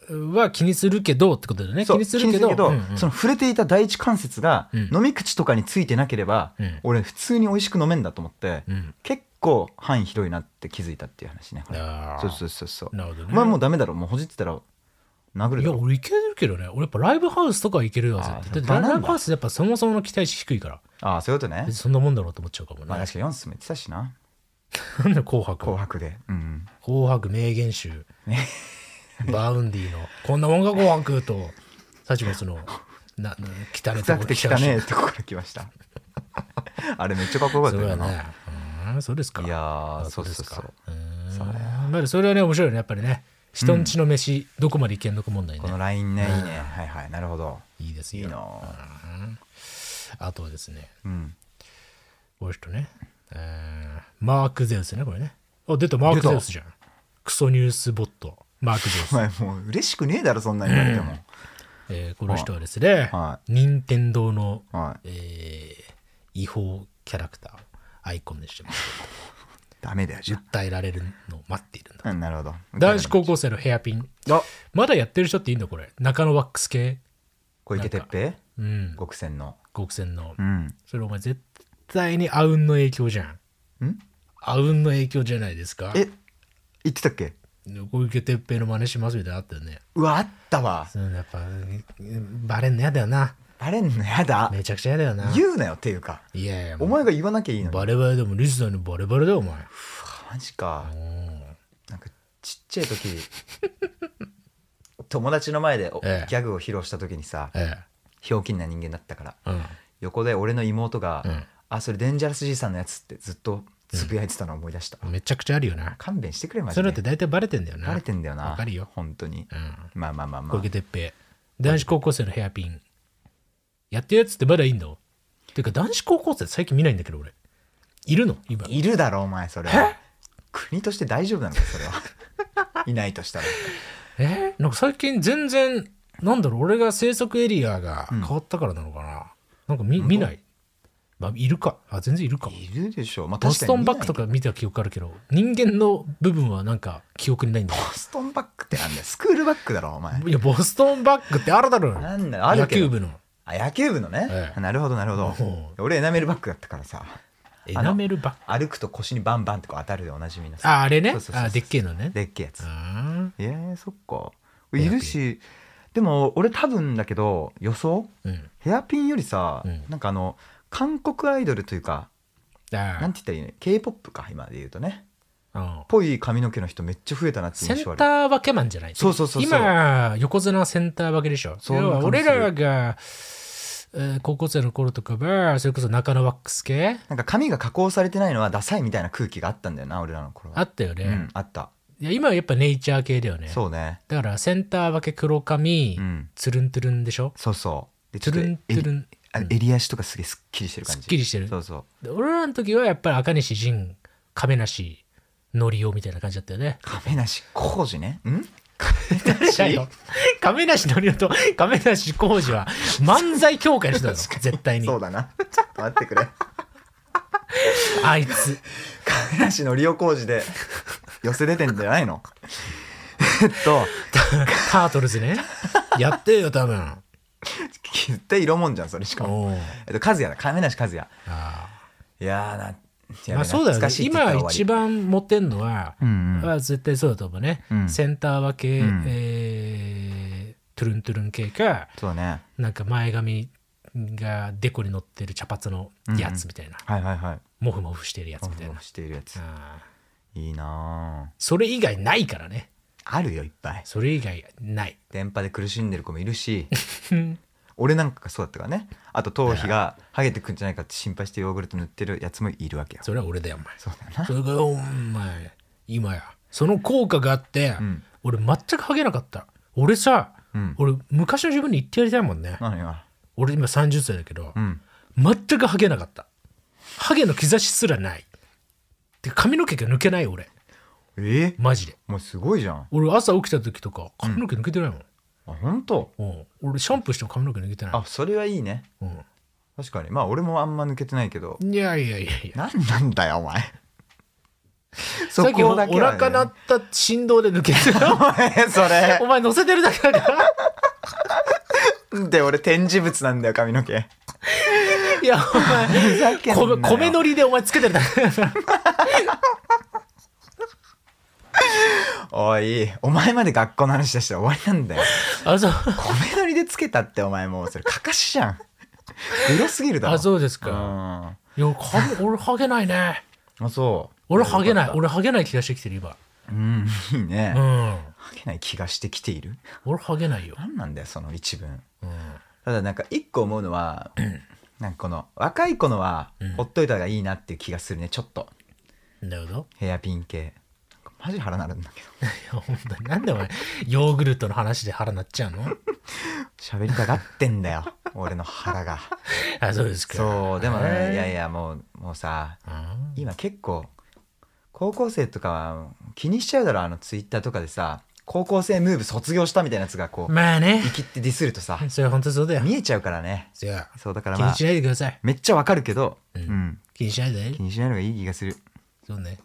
[SPEAKER 2] うん
[SPEAKER 1] は気にするけどってことだよね。
[SPEAKER 2] そう
[SPEAKER 1] 気にするけど。うんうん
[SPEAKER 2] その触れていた第一関節が
[SPEAKER 1] うん
[SPEAKER 2] 飲み口とかについてなければ、
[SPEAKER 1] うん
[SPEAKER 2] 俺普通に美味しく飲めんだと思って、
[SPEAKER 1] うん
[SPEAKER 2] 結構範囲広いなって気づいたっていう話ねこれ
[SPEAKER 1] あー
[SPEAKER 2] そうそうそうそう
[SPEAKER 1] なるほどね
[SPEAKER 2] お前もうダメだろもうほじってたら殴る
[SPEAKER 1] い
[SPEAKER 2] だ
[SPEAKER 1] や、
[SPEAKER 2] ろ
[SPEAKER 1] 俺いけるけどね。俺やっぱライブハウスとかはいけるよ、絶
[SPEAKER 2] あー
[SPEAKER 1] 対。
[SPEAKER 2] バ
[SPEAKER 1] だっ
[SPEAKER 2] ナナ
[SPEAKER 1] てライブハウスやっぱそもそもの期待値低いから。
[SPEAKER 2] ああそういうことね
[SPEAKER 1] 別にそんなもんだろうと思っちゃうかもね。
[SPEAKER 2] まあ
[SPEAKER 1] なん
[SPEAKER 2] 確か4進めてたしな
[SPEAKER 1] だ紅白。
[SPEAKER 2] 紅白でうん
[SPEAKER 1] 紅白名言集、バウンディの「こんなもんが紅白」とサチモスの「なな汚ね
[SPEAKER 2] 臭くて汚ねえとこから来ました あれめっちゃかっこよかった
[SPEAKER 1] そう
[SPEAKER 2] よ
[SPEAKER 1] や
[SPEAKER 2] な、
[SPEAKER 1] ねうんそうですか
[SPEAKER 2] いやー
[SPEAKER 1] あ
[SPEAKER 2] そうそう
[SPEAKER 1] か
[SPEAKER 2] そう
[SPEAKER 1] うん
[SPEAKER 2] そう
[SPEAKER 1] まあそれはね面白いよねやっぱりね人んちの飯、どこまでいけんのか問題
[SPEAKER 2] こ
[SPEAKER 1] ね
[SPEAKER 2] のラインねいいねはいはいなるほど
[SPEAKER 1] いいです
[SPEAKER 2] いい
[SPEAKER 1] よ
[SPEAKER 2] の
[SPEAKER 1] あとはですね
[SPEAKER 2] うん
[SPEAKER 1] こういう人ね、えーマーク・ゼウスねこれねあ出たマーク・ゼウスじゃんクソニュースボットマーク・ゼウス
[SPEAKER 2] お前もう嬉しくねえだろそんなに言われても、
[SPEAKER 1] えーこの人はですね、
[SPEAKER 2] は
[SPEAKER 1] 任天堂の、
[SPEAKER 2] はい
[SPEAKER 1] えー違法キャラクターをアイコンにしてます
[SPEAKER 2] ダメだよじゃ
[SPEAKER 1] 訴えられるのを待っているんだ
[SPEAKER 2] あうんなるほど
[SPEAKER 1] 男子高校生のヘアピン
[SPEAKER 2] あ
[SPEAKER 1] まだやってる人っていいんだこれ中野ワックス系
[SPEAKER 2] 小池徹平
[SPEAKER 1] うん
[SPEAKER 2] 極戦の
[SPEAKER 1] 極戦の、
[SPEAKER 2] うん
[SPEAKER 1] それお前絶対にあうんの影響じゃん
[SPEAKER 2] ん
[SPEAKER 1] あうんの影響じゃないですか
[SPEAKER 2] え言ってたっけ
[SPEAKER 1] 小池徹平の真似しますみたいなのあったよね
[SPEAKER 2] うわあったわ
[SPEAKER 1] そういうのやっぱバレんのやだよな
[SPEAKER 2] バレんのやだ
[SPEAKER 1] めちゃくちゃやだよな
[SPEAKER 2] 言うなよっていうか
[SPEAKER 1] いやいやも
[SPEAKER 2] お
[SPEAKER 1] う
[SPEAKER 2] 前が言わなきゃいいのに
[SPEAKER 1] バレバレでもリスナーにバレバレだよお前
[SPEAKER 2] マジかなんかちっちゃい時 友達の前でおギ
[SPEAKER 1] ええ
[SPEAKER 2] ャグを披露した時にさ
[SPEAKER 1] え
[SPEAKER 2] ひょうきんな人間だったから
[SPEAKER 1] えうん
[SPEAKER 2] 横で俺の妹が
[SPEAKER 1] うん
[SPEAKER 2] 「あそれデンジャラス爺さんのやつ」ってずっとつぶやいてたのを思い出した
[SPEAKER 1] めちゃくちゃあるよな。
[SPEAKER 2] 勘弁してくれマジ
[SPEAKER 1] それって
[SPEAKER 2] で
[SPEAKER 1] 大体バレてんだよな。
[SPEAKER 2] バレてんだよな
[SPEAKER 1] わかるよ
[SPEAKER 2] 本当に
[SPEAKER 1] うん。
[SPEAKER 2] まあまあまあま
[SPEAKER 1] 小
[SPEAKER 2] あ
[SPEAKER 1] 池徹平。男子高校生のヘアピン。やってるやつってまだいいんだてか男子高校生最近見ないんだけど俺。いるの今。
[SPEAKER 2] いるだろお前それは国として大丈夫なのかそ れはいないとしたら
[SPEAKER 1] えーなんか最近全然、なんだろう、俺が生息エリアが変わったからなのかな。なんか見見ない。まあ、いるか。あ、全然いるかも。
[SPEAKER 2] いるでしょうまあ
[SPEAKER 1] ボ
[SPEAKER 2] 確か
[SPEAKER 1] ス
[SPEAKER 2] に
[SPEAKER 1] ト
[SPEAKER 2] 見
[SPEAKER 1] ン
[SPEAKER 2] な
[SPEAKER 1] バ
[SPEAKER 2] い
[SPEAKER 1] ッグとか見た記憶あるけど、人間の部分はなんか記憶にないんだよ。
[SPEAKER 2] ボストンバッグってなんだよスクールバッグだろお前
[SPEAKER 1] いや、ボストンバッグってあるだろ。
[SPEAKER 2] なんだよあ
[SPEAKER 1] 野
[SPEAKER 2] るけど
[SPEAKER 1] 球部の。
[SPEAKER 2] あ野球部のね、
[SPEAKER 1] ええ
[SPEAKER 2] なるほどなるほど
[SPEAKER 1] も
[SPEAKER 2] 俺エナメルバッグだったからさ
[SPEAKER 1] エナメルバッグ。
[SPEAKER 2] 歩くと腰にバンバンってこう当たるでおなじみのさ
[SPEAKER 1] あ、あれね。
[SPEAKER 2] そうそうそうそう
[SPEAKER 1] あ、でっけえのね。
[SPEAKER 2] でっけえやつ
[SPEAKER 1] あー
[SPEAKER 2] えー、そっかいるしでも俺多分だけど予想
[SPEAKER 1] うん。
[SPEAKER 2] ヘアピンよりさ、
[SPEAKER 1] うん
[SPEAKER 2] なんかあの韓国アイドルというかな
[SPEAKER 1] あ
[SPEAKER 2] んて言ったらいいね k p o p か今で言うとね
[SPEAKER 1] あうん
[SPEAKER 2] ぽい髪の毛の人めっちゃ増えたなって
[SPEAKER 1] セン
[SPEAKER 2] 印象
[SPEAKER 1] タ
[SPEAKER 2] ある
[SPEAKER 1] ー分けマンじゃない
[SPEAKER 2] そうそうそうそう
[SPEAKER 1] 今、横綱はセンター分けでしょ。
[SPEAKER 2] そんな感じ
[SPEAKER 1] 要は俺らが、えー高校生の頃とかは、それこそ中野ワックス系
[SPEAKER 2] なんか髪が加工されてないのはダサいみたいな空気があったんだよな俺らの頃は
[SPEAKER 1] あったよね。
[SPEAKER 2] うん、あった
[SPEAKER 1] いや今はやっぱネイチャー系だよね。
[SPEAKER 2] そうね
[SPEAKER 1] だからセンター分け黒髪、
[SPEAKER 2] うん
[SPEAKER 1] つるんつるんでしょ
[SPEAKER 2] そうそうで
[SPEAKER 1] つるんつ
[SPEAKER 2] えり
[SPEAKER 1] るん。
[SPEAKER 2] あ襟足とかすげえすっきりしてる感
[SPEAKER 1] すっ
[SPEAKER 2] じ
[SPEAKER 1] きりしてる。
[SPEAKER 2] そうそう
[SPEAKER 1] で俺らの時はやっぱり赤西仁、亀梨、のりおみたいな感じだったよね。
[SPEAKER 2] 亀梨浩二ねん
[SPEAKER 1] だよ亀梨のりおと亀梨浩二は漫才協会の人だよ、絶対に。
[SPEAKER 2] そうだなちょっと待って くれ
[SPEAKER 1] あい つ。
[SPEAKER 2] 亀梨のりお浩二で寄せ出てんじゃな いのえっと
[SPEAKER 1] タートルズね。やってよ、多分。
[SPEAKER 2] 絶対色もんじゃんそれしかも
[SPEAKER 1] おう
[SPEAKER 2] えっと和也だ亀梨和也
[SPEAKER 1] あ
[SPEAKER 2] いやーな、
[SPEAKER 1] ー
[SPEAKER 2] やべ
[SPEAKER 1] まあそうだよ
[SPEAKER 2] 懐
[SPEAKER 1] ね
[SPEAKER 2] か。しいって言っ
[SPEAKER 1] 今
[SPEAKER 2] たら終わり
[SPEAKER 1] 一番モテんのは、
[SPEAKER 2] うんうん
[SPEAKER 1] は絶対そうだと思うね。
[SPEAKER 2] うん
[SPEAKER 1] センター分け、
[SPEAKER 2] うん
[SPEAKER 1] えートゥルントゥルン系か、
[SPEAKER 2] そうだね。
[SPEAKER 1] なんか前髪がデコに乗ってる茶髪のやつみたいな、
[SPEAKER 2] はいはいはい。
[SPEAKER 1] モフモフしてるやつ
[SPEAKER 2] オ
[SPEAKER 1] み
[SPEAKER 2] フ
[SPEAKER 1] たい
[SPEAKER 2] オ
[SPEAKER 1] な
[SPEAKER 2] フ。しているやつ。
[SPEAKER 1] あー
[SPEAKER 2] いいな
[SPEAKER 1] それ以外ないからね。
[SPEAKER 2] ああるよ、いっぱい。
[SPEAKER 1] それ以外ない。
[SPEAKER 2] 電波で苦しんでる子もいる し、俺なんかがそうだったからね。あと頭皮がハゲてくんじゃないかって心配してヨーグルト塗ってるやつもいるわけよ。
[SPEAKER 1] それは俺だよ、お前。
[SPEAKER 2] そうだよな。
[SPEAKER 1] それがお前今やその効果があって、
[SPEAKER 2] ん
[SPEAKER 1] 俺全くハゲなかった俺さ、
[SPEAKER 2] うん
[SPEAKER 1] 俺昔の自分に言ってやりたいもんね、
[SPEAKER 2] 何が
[SPEAKER 1] 俺今30歳だけど、
[SPEAKER 2] うん。
[SPEAKER 1] 全くハゲなかったハゲの兆しすらないで髪の毛が抜けない俺
[SPEAKER 2] えー
[SPEAKER 1] マジで
[SPEAKER 2] もうすごいじゃん。あ、
[SPEAKER 1] 俺朝起きた時とか髪の毛抜けてないもん、
[SPEAKER 2] ほんと
[SPEAKER 1] うん俺シャンプーしても髪の毛抜けてない
[SPEAKER 2] あ、それはいいね。確かに。まあ俺もあんま抜けてない けど。
[SPEAKER 1] うん、いやいやいやいや
[SPEAKER 2] なんなんだよ、お前。そ
[SPEAKER 1] さっきお
[SPEAKER 2] こだけ
[SPEAKER 1] お
[SPEAKER 2] はね
[SPEAKER 1] 腹鳴った振動で抜けて る
[SPEAKER 2] お前、それ
[SPEAKER 1] お。前乗せてるだけだから
[SPEAKER 2] で俺展示物なんだよ髪の毛
[SPEAKER 1] いやお前
[SPEAKER 2] ふざけんなよ
[SPEAKER 1] 米米のりでお前つけてるだ けだから
[SPEAKER 2] おいお前まで学校の話出したら終わりなんだよ
[SPEAKER 1] あそう
[SPEAKER 2] 米のりでつけたってお前もうそれかかしじゃんグロすぎるだろ
[SPEAKER 1] あそうです
[SPEAKER 2] うん
[SPEAKER 1] か、
[SPEAKER 2] あ
[SPEAKER 1] いやか俺ハゲないね
[SPEAKER 2] そう
[SPEAKER 1] 俺ハゲない
[SPEAKER 2] よかっ
[SPEAKER 1] 俺ハゲない気がしてきてる今
[SPEAKER 2] たうんいいうね
[SPEAKER 1] ん
[SPEAKER 2] ハゲない気がしてきている
[SPEAKER 1] 俺ハゲないよ、
[SPEAKER 2] 何なんだよその一文
[SPEAKER 1] うん、
[SPEAKER 2] ただなんか一個思うのはなんかこの若い子のはほっといた方がいいなっていう気がするねちょっと
[SPEAKER 1] なるほど
[SPEAKER 2] ヘアピン系なんかマジ腹なるんだけど
[SPEAKER 1] いや本当になんでお前ヨーグルトの話で腹なっちゃうの
[SPEAKER 2] 喋りたがってんだよ俺の腹が
[SPEAKER 1] あ そうですか
[SPEAKER 2] そうでも
[SPEAKER 1] へ
[SPEAKER 2] ね
[SPEAKER 1] え
[SPEAKER 2] いやいやもうもうさ
[SPEAKER 1] うん
[SPEAKER 2] 今結構高校生とかは気にしちゃうだろあのツイッターとかでさ高校生ムーブ卒業したみたいなやつがこう
[SPEAKER 1] まあね
[SPEAKER 2] 生きってディスるとさ
[SPEAKER 1] それは本当そうだよ
[SPEAKER 2] 見えちゃうからね
[SPEAKER 1] そうや
[SPEAKER 2] そうだから
[SPEAKER 1] 気
[SPEAKER 2] ま
[SPEAKER 1] に
[SPEAKER 2] あ
[SPEAKER 1] しないでください
[SPEAKER 2] めっちゃわかるけど、
[SPEAKER 1] う
[SPEAKER 2] うんん
[SPEAKER 1] 気にしないで
[SPEAKER 2] 気にしないのがいい気がする
[SPEAKER 1] そうね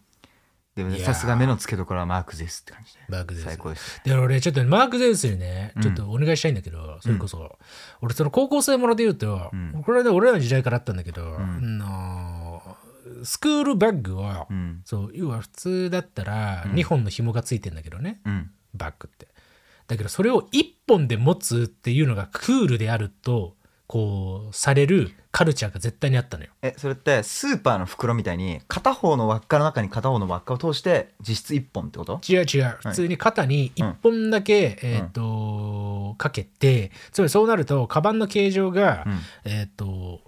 [SPEAKER 2] でも
[SPEAKER 1] いやー
[SPEAKER 2] さすが目の付けどころはマークゼスって感じで
[SPEAKER 1] マークゼウス
[SPEAKER 2] 最高です
[SPEAKER 1] で俺ちょっとマーク・ゼウスにねちょっとお願いしたいんだけど、それこそ俺その高校生もので言うと、
[SPEAKER 2] ん
[SPEAKER 1] これで俺らの時代からあったんだけど、うんのスクールバッグは、
[SPEAKER 2] うん
[SPEAKER 1] そう要は普通だったら2本の紐がついてんだけどね、
[SPEAKER 2] うん
[SPEAKER 1] バッグってだけどそれを1本で持つっていうのがクールであるとこうされるカルチャーが絶対にあったのよ
[SPEAKER 2] えそれってスーパーの袋みたいに片方の輪っかの中に片方の輪っかを通して実質1本ってこと
[SPEAKER 1] 違う違う普通に肩に1本だけ、えーっとかけてつまりそうなるとカバンの形状が、
[SPEAKER 2] うん
[SPEAKER 1] えーっと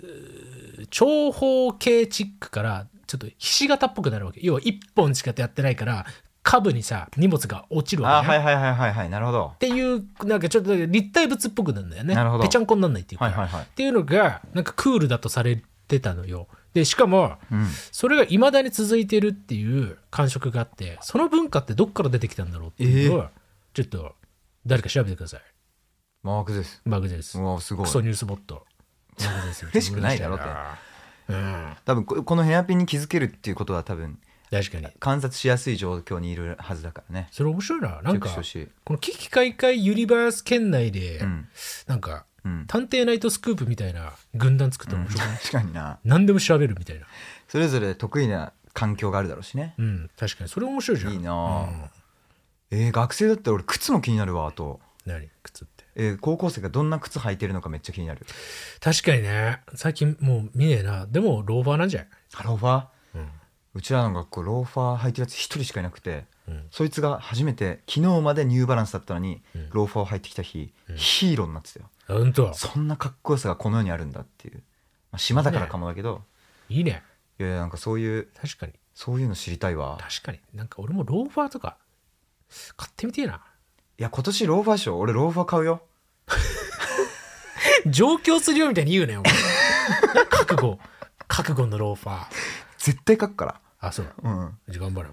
[SPEAKER 1] うー長方形チックからちょっとひし形っぽくなるわけ要は1本しかやってないから下部にさ荷物が落ちるわ
[SPEAKER 2] あ
[SPEAKER 1] け、ね
[SPEAKER 2] はいはいはいはいはいなるほど
[SPEAKER 1] っていうなんかちょっと立体物っぽくなるんだよね
[SPEAKER 2] なるほど
[SPEAKER 1] ぺちゃんこにならないっていうか、
[SPEAKER 2] はいはいはい
[SPEAKER 1] っていうのがなんかクールだとされてたのよでしかも
[SPEAKER 2] うん
[SPEAKER 1] それがいまだに続いてるっていう感触があってその文化ってどっから出てきたんだろうっていうのは、ちょっと誰か調べてください
[SPEAKER 2] マークです
[SPEAKER 1] マグジェです
[SPEAKER 2] うわすごい
[SPEAKER 1] クソニュースボットマグジェです
[SPEAKER 2] 嬉しくないだろうって
[SPEAKER 1] うん
[SPEAKER 2] 多分ここのヘアピンに気づけるっていうことは多分
[SPEAKER 1] 確かに
[SPEAKER 2] 観察しやすい状況にいるはずだからね
[SPEAKER 1] それ面白いななんか
[SPEAKER 2] チェックしてほしい
[SPEAKER 1] この危機開会ユニバース圏内で、
[SPEAKER 2] うん
[SPEAKER 1] なんか
[SPEAKER 2] うん
[SPEAKER 1] 探偵ナイトスクープみたいな軍団作ったら面白い
[SPEAKER 2] 確かにな
[SPEAKER 1] 何でも調べるみたいな。
[SPEAKER 2] それぞれ得意な環境があるだろうしね
[SPEAKER 1] うん、確かに。それ面白いじゃん。
[SPEAKER 2] いいなあえー学生だったら俺靴も気になるわあと
[SPEAKER 1] 何靴って
[SPEAKER 2] えー高校生がどんな靴履いてるのかめっちゃ気になる
[SPEAKER 1] 確かにね最近もう見ねえなでもローファーなんじゃない
[SPEAKER 2] ローファー
[SPEAKER 1] うん
[SPEAKER 2] うちらの学校ローファー履いてるやつ一人しかいなくて、
[SPEAKER 1] うん
[SPEAKER 2] そいつが初めて昨日までニューバランスだったのに、
[SPEAKER 1] うん
[SPEAKER 2] ローファーを履いてきた日、ヒーローになってたよ
[SPEAKER 1] あほんと
[SPEAKER 2] そんなかっこよさがこの世にあるんだっていう、まあ、島だからかもだけど、
[SPEAKER 1] いいね
[SPEAKER 2] いやいやなんかそういう
[SPEAKER 1] 確かに
[SPEAKER 2] そういうの知りたいわ
[SPEAKER 1] 確かになんか俺もローファーとか買ってみてえな
[SPEAKER 2] いや今年ローファー賞俺ローファー買うよ
[SPEAKER 1] 上京するよみたいに言うねお前覚悟覚悟のローファー
[SPEAKER 2] 絶対書くから
[SPEAKER 1] あそうだ
[SPEAKER 2] うん
[SPEAKER 1] じゃあ頑張れお前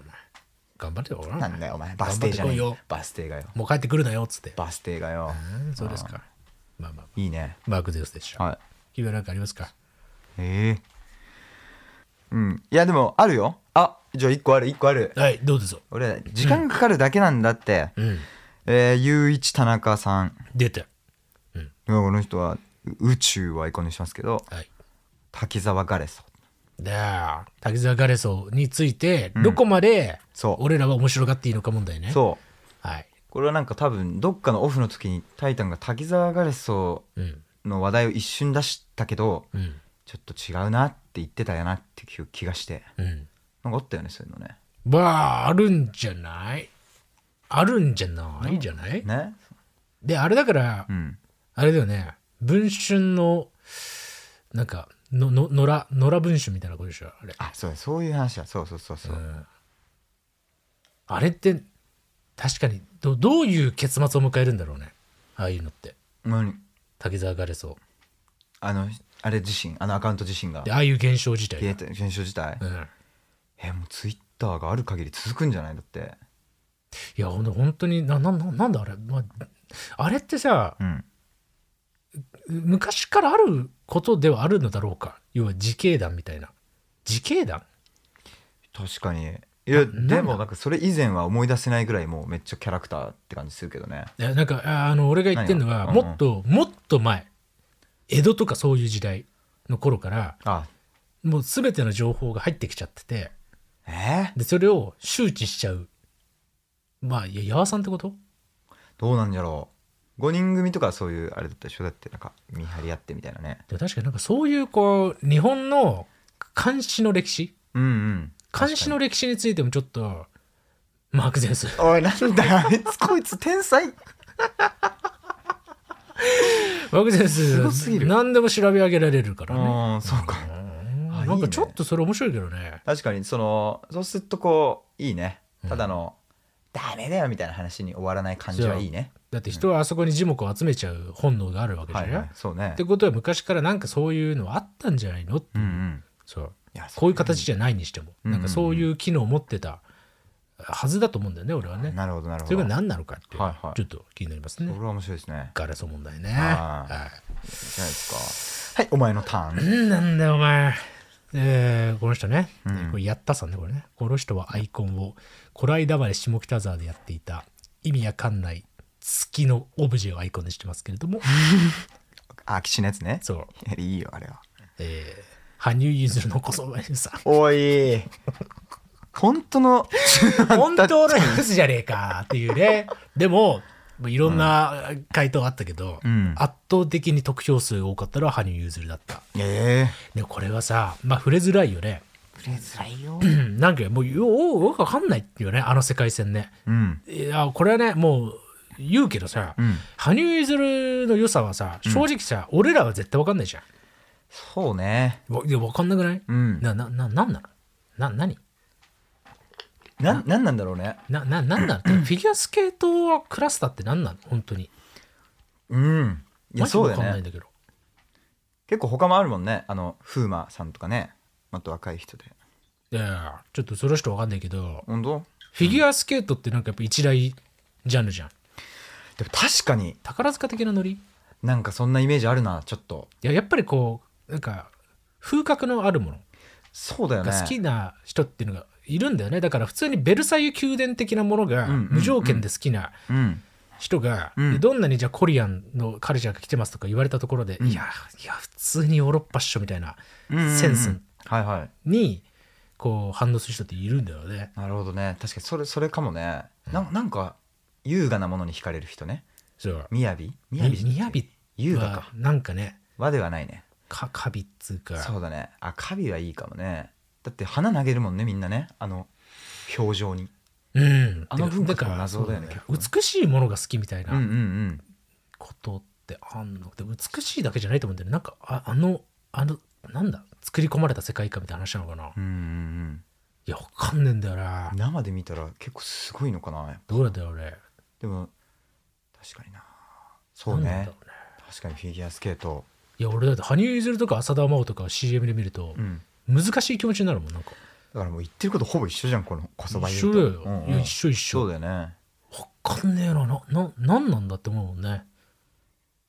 [SPEAKER 1] 頑張ってよ
[SPEAKER 2] なんだよお前バス停じゃねえ
[SPEAKER 1] 頑張ってこいよ
[SPEAKER 2] バス停がよ
[SPEAKER 1] もう帰ってくるなよっつって
[SPEAKER 2] バス停がよ
[SPEAKER 1] うんそうですかまあまあ
[SPEAKER 2] いいね
[SPEAKER 1] マーク・ゼウスでしょ
[SPEAKER 2] はい
[SPEAKER 1] 君は何かありますか
[SPEAKER 2] ええうんいやでもあるよあじゃあ一個ある一個ある
[SPEAKER 1] はいどうぞ
[SPEAKER 2] 俺ら時間かかるだけなんだって、
[SPEAKER 1] うん
[SPEAKER 2] えー、ゆういち田中さん
[SPEAKER 1] 出て
[SPEAKER 2] この人はう宇宙をアイコンにしますけど
[SPEAKER 1] はい
[SPEAKER 2] 滝沢ガレソ
[SPEAKER 1] で滝沢ガレソについてどこまで
[SPEAKER 2] そう
[SPEAKER 1] 俺らは面白がっていいのか問題ね、
[SPEAKER 2] そう
[SPEAKER 1] はい、
[SPEAKER 2] これはなんか多分どっかのオフの時にタイタンが滝沢ガレソ
[SPEAKER 1] うん
[SPEAKER 2] の話題を一瞬出したけど
[SPEAKER 1] うん
[SPEAKER 2] ちょっと違うなって言ってたよなっていう気がして
[SPEAKER 1] うん
[SPEAKER 2] なんかあったよねそういうのね
[SPEAKER 1] まああるんじゃないあるんじゃないじゃない
[SPEAKER 2] ね
[SPEAKER 1] であれだから、
[SPEAKER 2] うん
[SPEAKER 1] あれだよね文春のなんかのの野良野良文春みたいなことでしょあれ
[SPEAKER 2] あそうだそういう話だそうそうそうそう、
[SPEAKER 1] うんあれって確かにどどういう結末を迎えるんだろうねああいうのって
[SPEAKER 2] 何
[SPEAKER 1] 滝沢ガレソ
[SPEAKER 2] あのあれ自身あのアカウント自身が
[SPEAKER 1] でああいう現象自体
[SPEAKER 2] 消え
[SPEAKER 1] が、
[SPEAKER 2] た現象自体、
[SPEAKER 1] うん、
[SPEAKER 2] えもうツイッターがある限り続くんじゃないだって
[SPEAKER 1] いやほんと本当にななななんだあれ、まあ、あれってさ
[SPEAKER 2] うん
[SPEAKER 1] 昔からあることではあるのだろうか要は自警団みたいな自警団
[SPEAKER 2] 確かにい
[SPEAKER 1] な
[SPEAKER 2] や
[SPEAKER 1] んだ
[SPEAKER 2] でもなんかそれ以前は思い出せないぐらいもうめっちゃキャラクターって感じするけどね
[SPEAKER 1] いやなんかああの俺が言ってるのは
[SPEAKER 2] 何が
[SPEAKER 1] もっと、もっと前江戸とかそういう時代の頃から
[SPEAKER 2] あ
[SPEAKER 1] もう全ての情報が入ってきちゃってて
[SPEAKER 2] えー
[SPEAKER 1] でそれを周知しちゃうまあいや八幡さんってこと
[SPEAKER 2] どうなんじゃろう5人組とかそういうあれだったでしょだってなんか見張り合ってみたいなね
[SPEAKER 1] でも確かになんかそういうこう日本の監視の歴史
[SPEAKER 2] うんうん
[SPEAKER 1] 監視の歴史についてもちょっとマーク・ゼウス
[SPEAKER 2] おいなんだよあいつこいつ天才
[SPEAKER 1] マーク・ゼウス
[SPEAKER 2] すごすぎる
[SPEAKER 1] 何でも調べ上げられるからね
[SPEAKER 2] ああそうか
[SPEAKER 1] うん
[SPEAKER 2] あ
[SPEAKER 1] なん
[SPEAKER 2] いい
[SPEAKER 1] か
[SPEAKER 2] ね
[SPEAKER 1] ちょっとそれ面白いけどね。
[SPEAKER 2] 確かにそのそうするとこういいねただの、ダメだよみたいな話に終わらない感じはいいね
[SPEAKER 1] だって人はあそこに樹木を集めちゃう本能があるわけじゃ
[SPEAKER 2] は
[SPEAKER 1] ん、
[SPEAKER 2] い、はい、そうね
[SPEAKER 1] ってことは昔からなんかそういうのはあったんじゃないのって
[SPEAKER 2] うんうん
[SPEAKER 1] そう
[SPEAKER 2] いや
[SPEAKER 1] こういう形じゃないにしても、
[SPEAKER 2] うん
[SPEAKER 1] なんかそういう機能を持ってたはずだと思うんだよね俺はね。
[SPEAKER 2] なるほどなるほ
[SPEAKER 1] それ
[SPEAKER 2] ど
[SPEAKER 1] が何なのかっていう、
[SPEAKER 2] はいはい
[SPEAKER 1] ちょっと気になりますね
[SPEAKER 2] こ。れは面白いですね
[SPEAKER 1] ガラス問題ね。
[SPEAKER 2] あー
[SPEAKER 1] は
[SPEAKER 2] じゃないです かはいお前のターン
[SPEAKER 1] い、うんなんだよお前。えーこの人ね、
[SPEAKER 2] うん
[SPEAKER 1] これやったさんねこれねこの人はアイコンをこないだまで下北沢でやっていた意味わかんない月のオブジェをアイコンにしてますけれども
[SPEAKER 2] あ、空き地のやつね。
[SPEAKER 1] そう、
[SPEAKER 2] いいよ、あれは。
[SPEAKER 1] えー羽生結弦のこそばゆさん
[SPEAKER 2] おい。本 当の。
[SPEAKER 1] 本当のニュースじゃねえかっていう ね。でも、まあいろんな回答あったけど、
[SPEAKER 2] うん
[SPEAKER 1] 圧倒的に得票数が多かったのは羽生結弦だった。
[SPEAKER 2] ええ
[SPEAKER 1] でもこれはさ、まあ触れづらいよね。
[SPEAKER 2] 触れづらいよ。
[SPEAKER 1] うんなんかもうようよくわかんないっていうね、あの世界線ね。
[SPEAKER 2] うん。
[SPEAKER 1] いや、これはね、もう言うけどさ、
[SPEAKER 2] うん。
[SPEAKER 1] 羽生結弦の良さはさ、正直さ、俺らは絶対わかんないじゃん。
[SPEAKER 2] そうね。
[SPEAKER 1] わいやわかんなくない、
[SPEAKER 2] うん。
[SPEAKER 1] な、な、な、なんなのな、何
[SPEAKER 2] な、なんなんだろうね。
[SPEAKER 1] な、な、なんなのフィギュアスケートはクラスターってなんなの本当に。
[SPEAKER 2] うん。いや、
[SPEAKER 1] マジで
[SPEAKER 2] そう
[SPEAKER 1] わ
[SPEAKER 2] だ
[SPEAKER 1] かんないん
[SPEAKER 2] よ
[SPEAKER 1] だ
[SPEAKER 2] ね。
[SPEAKER 1] けど。
[SPEAKER 2] 結構他もあるもんね。あの、風磨さんとかね。あと若い人で。
[SPEAKER 1] いやいやちょっとその人わかんないけど
[SPEAKER 2] 本当。
[SPEAKER 1] フィギュアスケートってなんかやっぱ一大ジャンルじゃん
[SPEAKER 2] でも、確かに。
[SPEAKER 1] 宝塚的なノリい
[SPEAKER 2] なんかそんなイメージあるな、ちょっと。
[SPEAKER 1] ややっぱりこうなんか風格のあるもの
[SPEAKER 2] そうだよね。
[SPEAKER 1] が好きな人っていうのがいるんだよねだから普通にベルサイユ宮殿的なものが
[SPEAKER 2] うんうんうん
[SPEAKER 1] 無条件で好きな
[SPEAKER 2] うん。
[SPEAKER 1] 人が、
[SPEAKER 2] うん
[SPEAKER 1] でどんなにじゃあコリアンのカルチャーが来てますとか言われたところで、
[SPEAKER 2] うん
[SPEAKER 1] いやいや普通にヨーロッパっしょみたいな
[SPEAKER 2] うんうんうん
[SPEAKER 1] センス
[SPEAKER 2] はいはい。
[SPEAKER 1] にこう反応する人っているんだよね
[SPEAKER 2] なるほどね。確かに、それ、それかもね。なん、なんか。優雅なものに惹かれる人ね。
[SPEAKER 1] そう。
[SPEAKER 2] みやび
[SPEAKER 1] み
[SPEAKER 2] みやびじゃなくて
[SPEAKER 1] みやび
[SPEAKER 2] 優雅
[SPEAKER 1] は
[SPEAKER 2] か。
[SPEAKER 1] なんかね、
[SPEAKER 2] 和ではないね。
[SPEAKER 1] か、かびっつうか。
[SPEAKER 2] そうだね。あ、カビはいいかもね。だって花投げるもんね、みんなね。あの、表情に。
[SPEAKER 1] うん。
[SPEAKER 2] あの文化
[SPEAKER 1] てか
[SPEAKER 2] とか謎だよね
[SPEAKER 1] そう
[SPEAKER 2] 結構ね
[SPEAKER 1] 美しいものが好きみたい
[SPEAKER 2] うんうん
[SPEAKER 1] な
[SPEAKER 2] う。
[SPEAKER 1] んことってあんので美しいだけじゃないと思うんだよね。なんか、ああの、あの、なんだ作り込まれた世界観みたいな話なのかな、い
[SPEAKER 2] うんうん
[SPEAKER 1] や、わかんねえんだよな
[SPEAKER 2] うん。。生で見たら結構すごいのかな。
[SPEAKER 1] どうなんだよ、俺。
[SPEAKER 2] でも、確かにな。そう
[SPEAKER 1] なんなん
[SPEAKER 2] ね
[SPEAKER 1] だろ。うね。
[SPEAKER 2] 確かにフィギュアスケート。
[SPEAKER 1] いや、俺だって、羽生結弦とか浅田真央とか CM で見ると
[SPEAKER 2] う、ん。
[SPEAKER 1] 難しい気持ちになるもん、なんか。
[SPEAKER 2] だからもう言ってることほぼ一緒じゃん、このこそば
[SPEAKER 1] 一緒
[SPEAKER 2] 言
[SPEAKER 1] だ
[SPEAKER 2] うと
[SPEAKER 1] よ。
[SPEAKER 2] うんう
[SPEAKER 1] い
[SPEAKER 2] ん
[SPEAKER 1] や一緒一緒。
[SPEAKER 2] そう
[SPEAKER 1] わ
[SPEAKER 2] だよね。
[SPEAKER 1] かんねえな、な、な、なんなんだって思うもんね。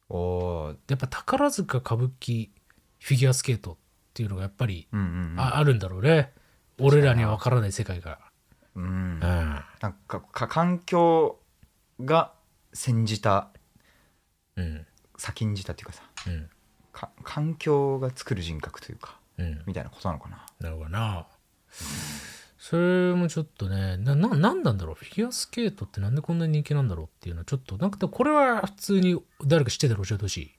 [SPEAKER 2] おおー。
[SPEAKER 1] やっぱ宝塚歌舞伎フィギュアスケートっていうのがやっぱり、
[SPEAKER 2] うんうんうん。
[SPEAKER 1] ああるんだろうね俺らには分からない世界が、
[SPEAKER 2] うん
[SPEAKER 1] う。ん
[SPEAKER 2] なんかか環境が先じた
[SPEAKER 1] うん
[SPEAKER 2] 先んじたっていうかさ
[SPEAKER 1] うん
[SPEAKER 2] か環境が作る人格というか
[SPEAKER 1] うん
[SPEAKER 2] みたいなことなのかな
[SPEAKER 1] なるほどなそれもちょっとねなななんなんだろうフィギュアスケートってなんでこんなに人気なんだろうっていうのはちょっとなんかでもこれは普通に誰か知ってたら教えてほしい、
[SPEAKER 2] ね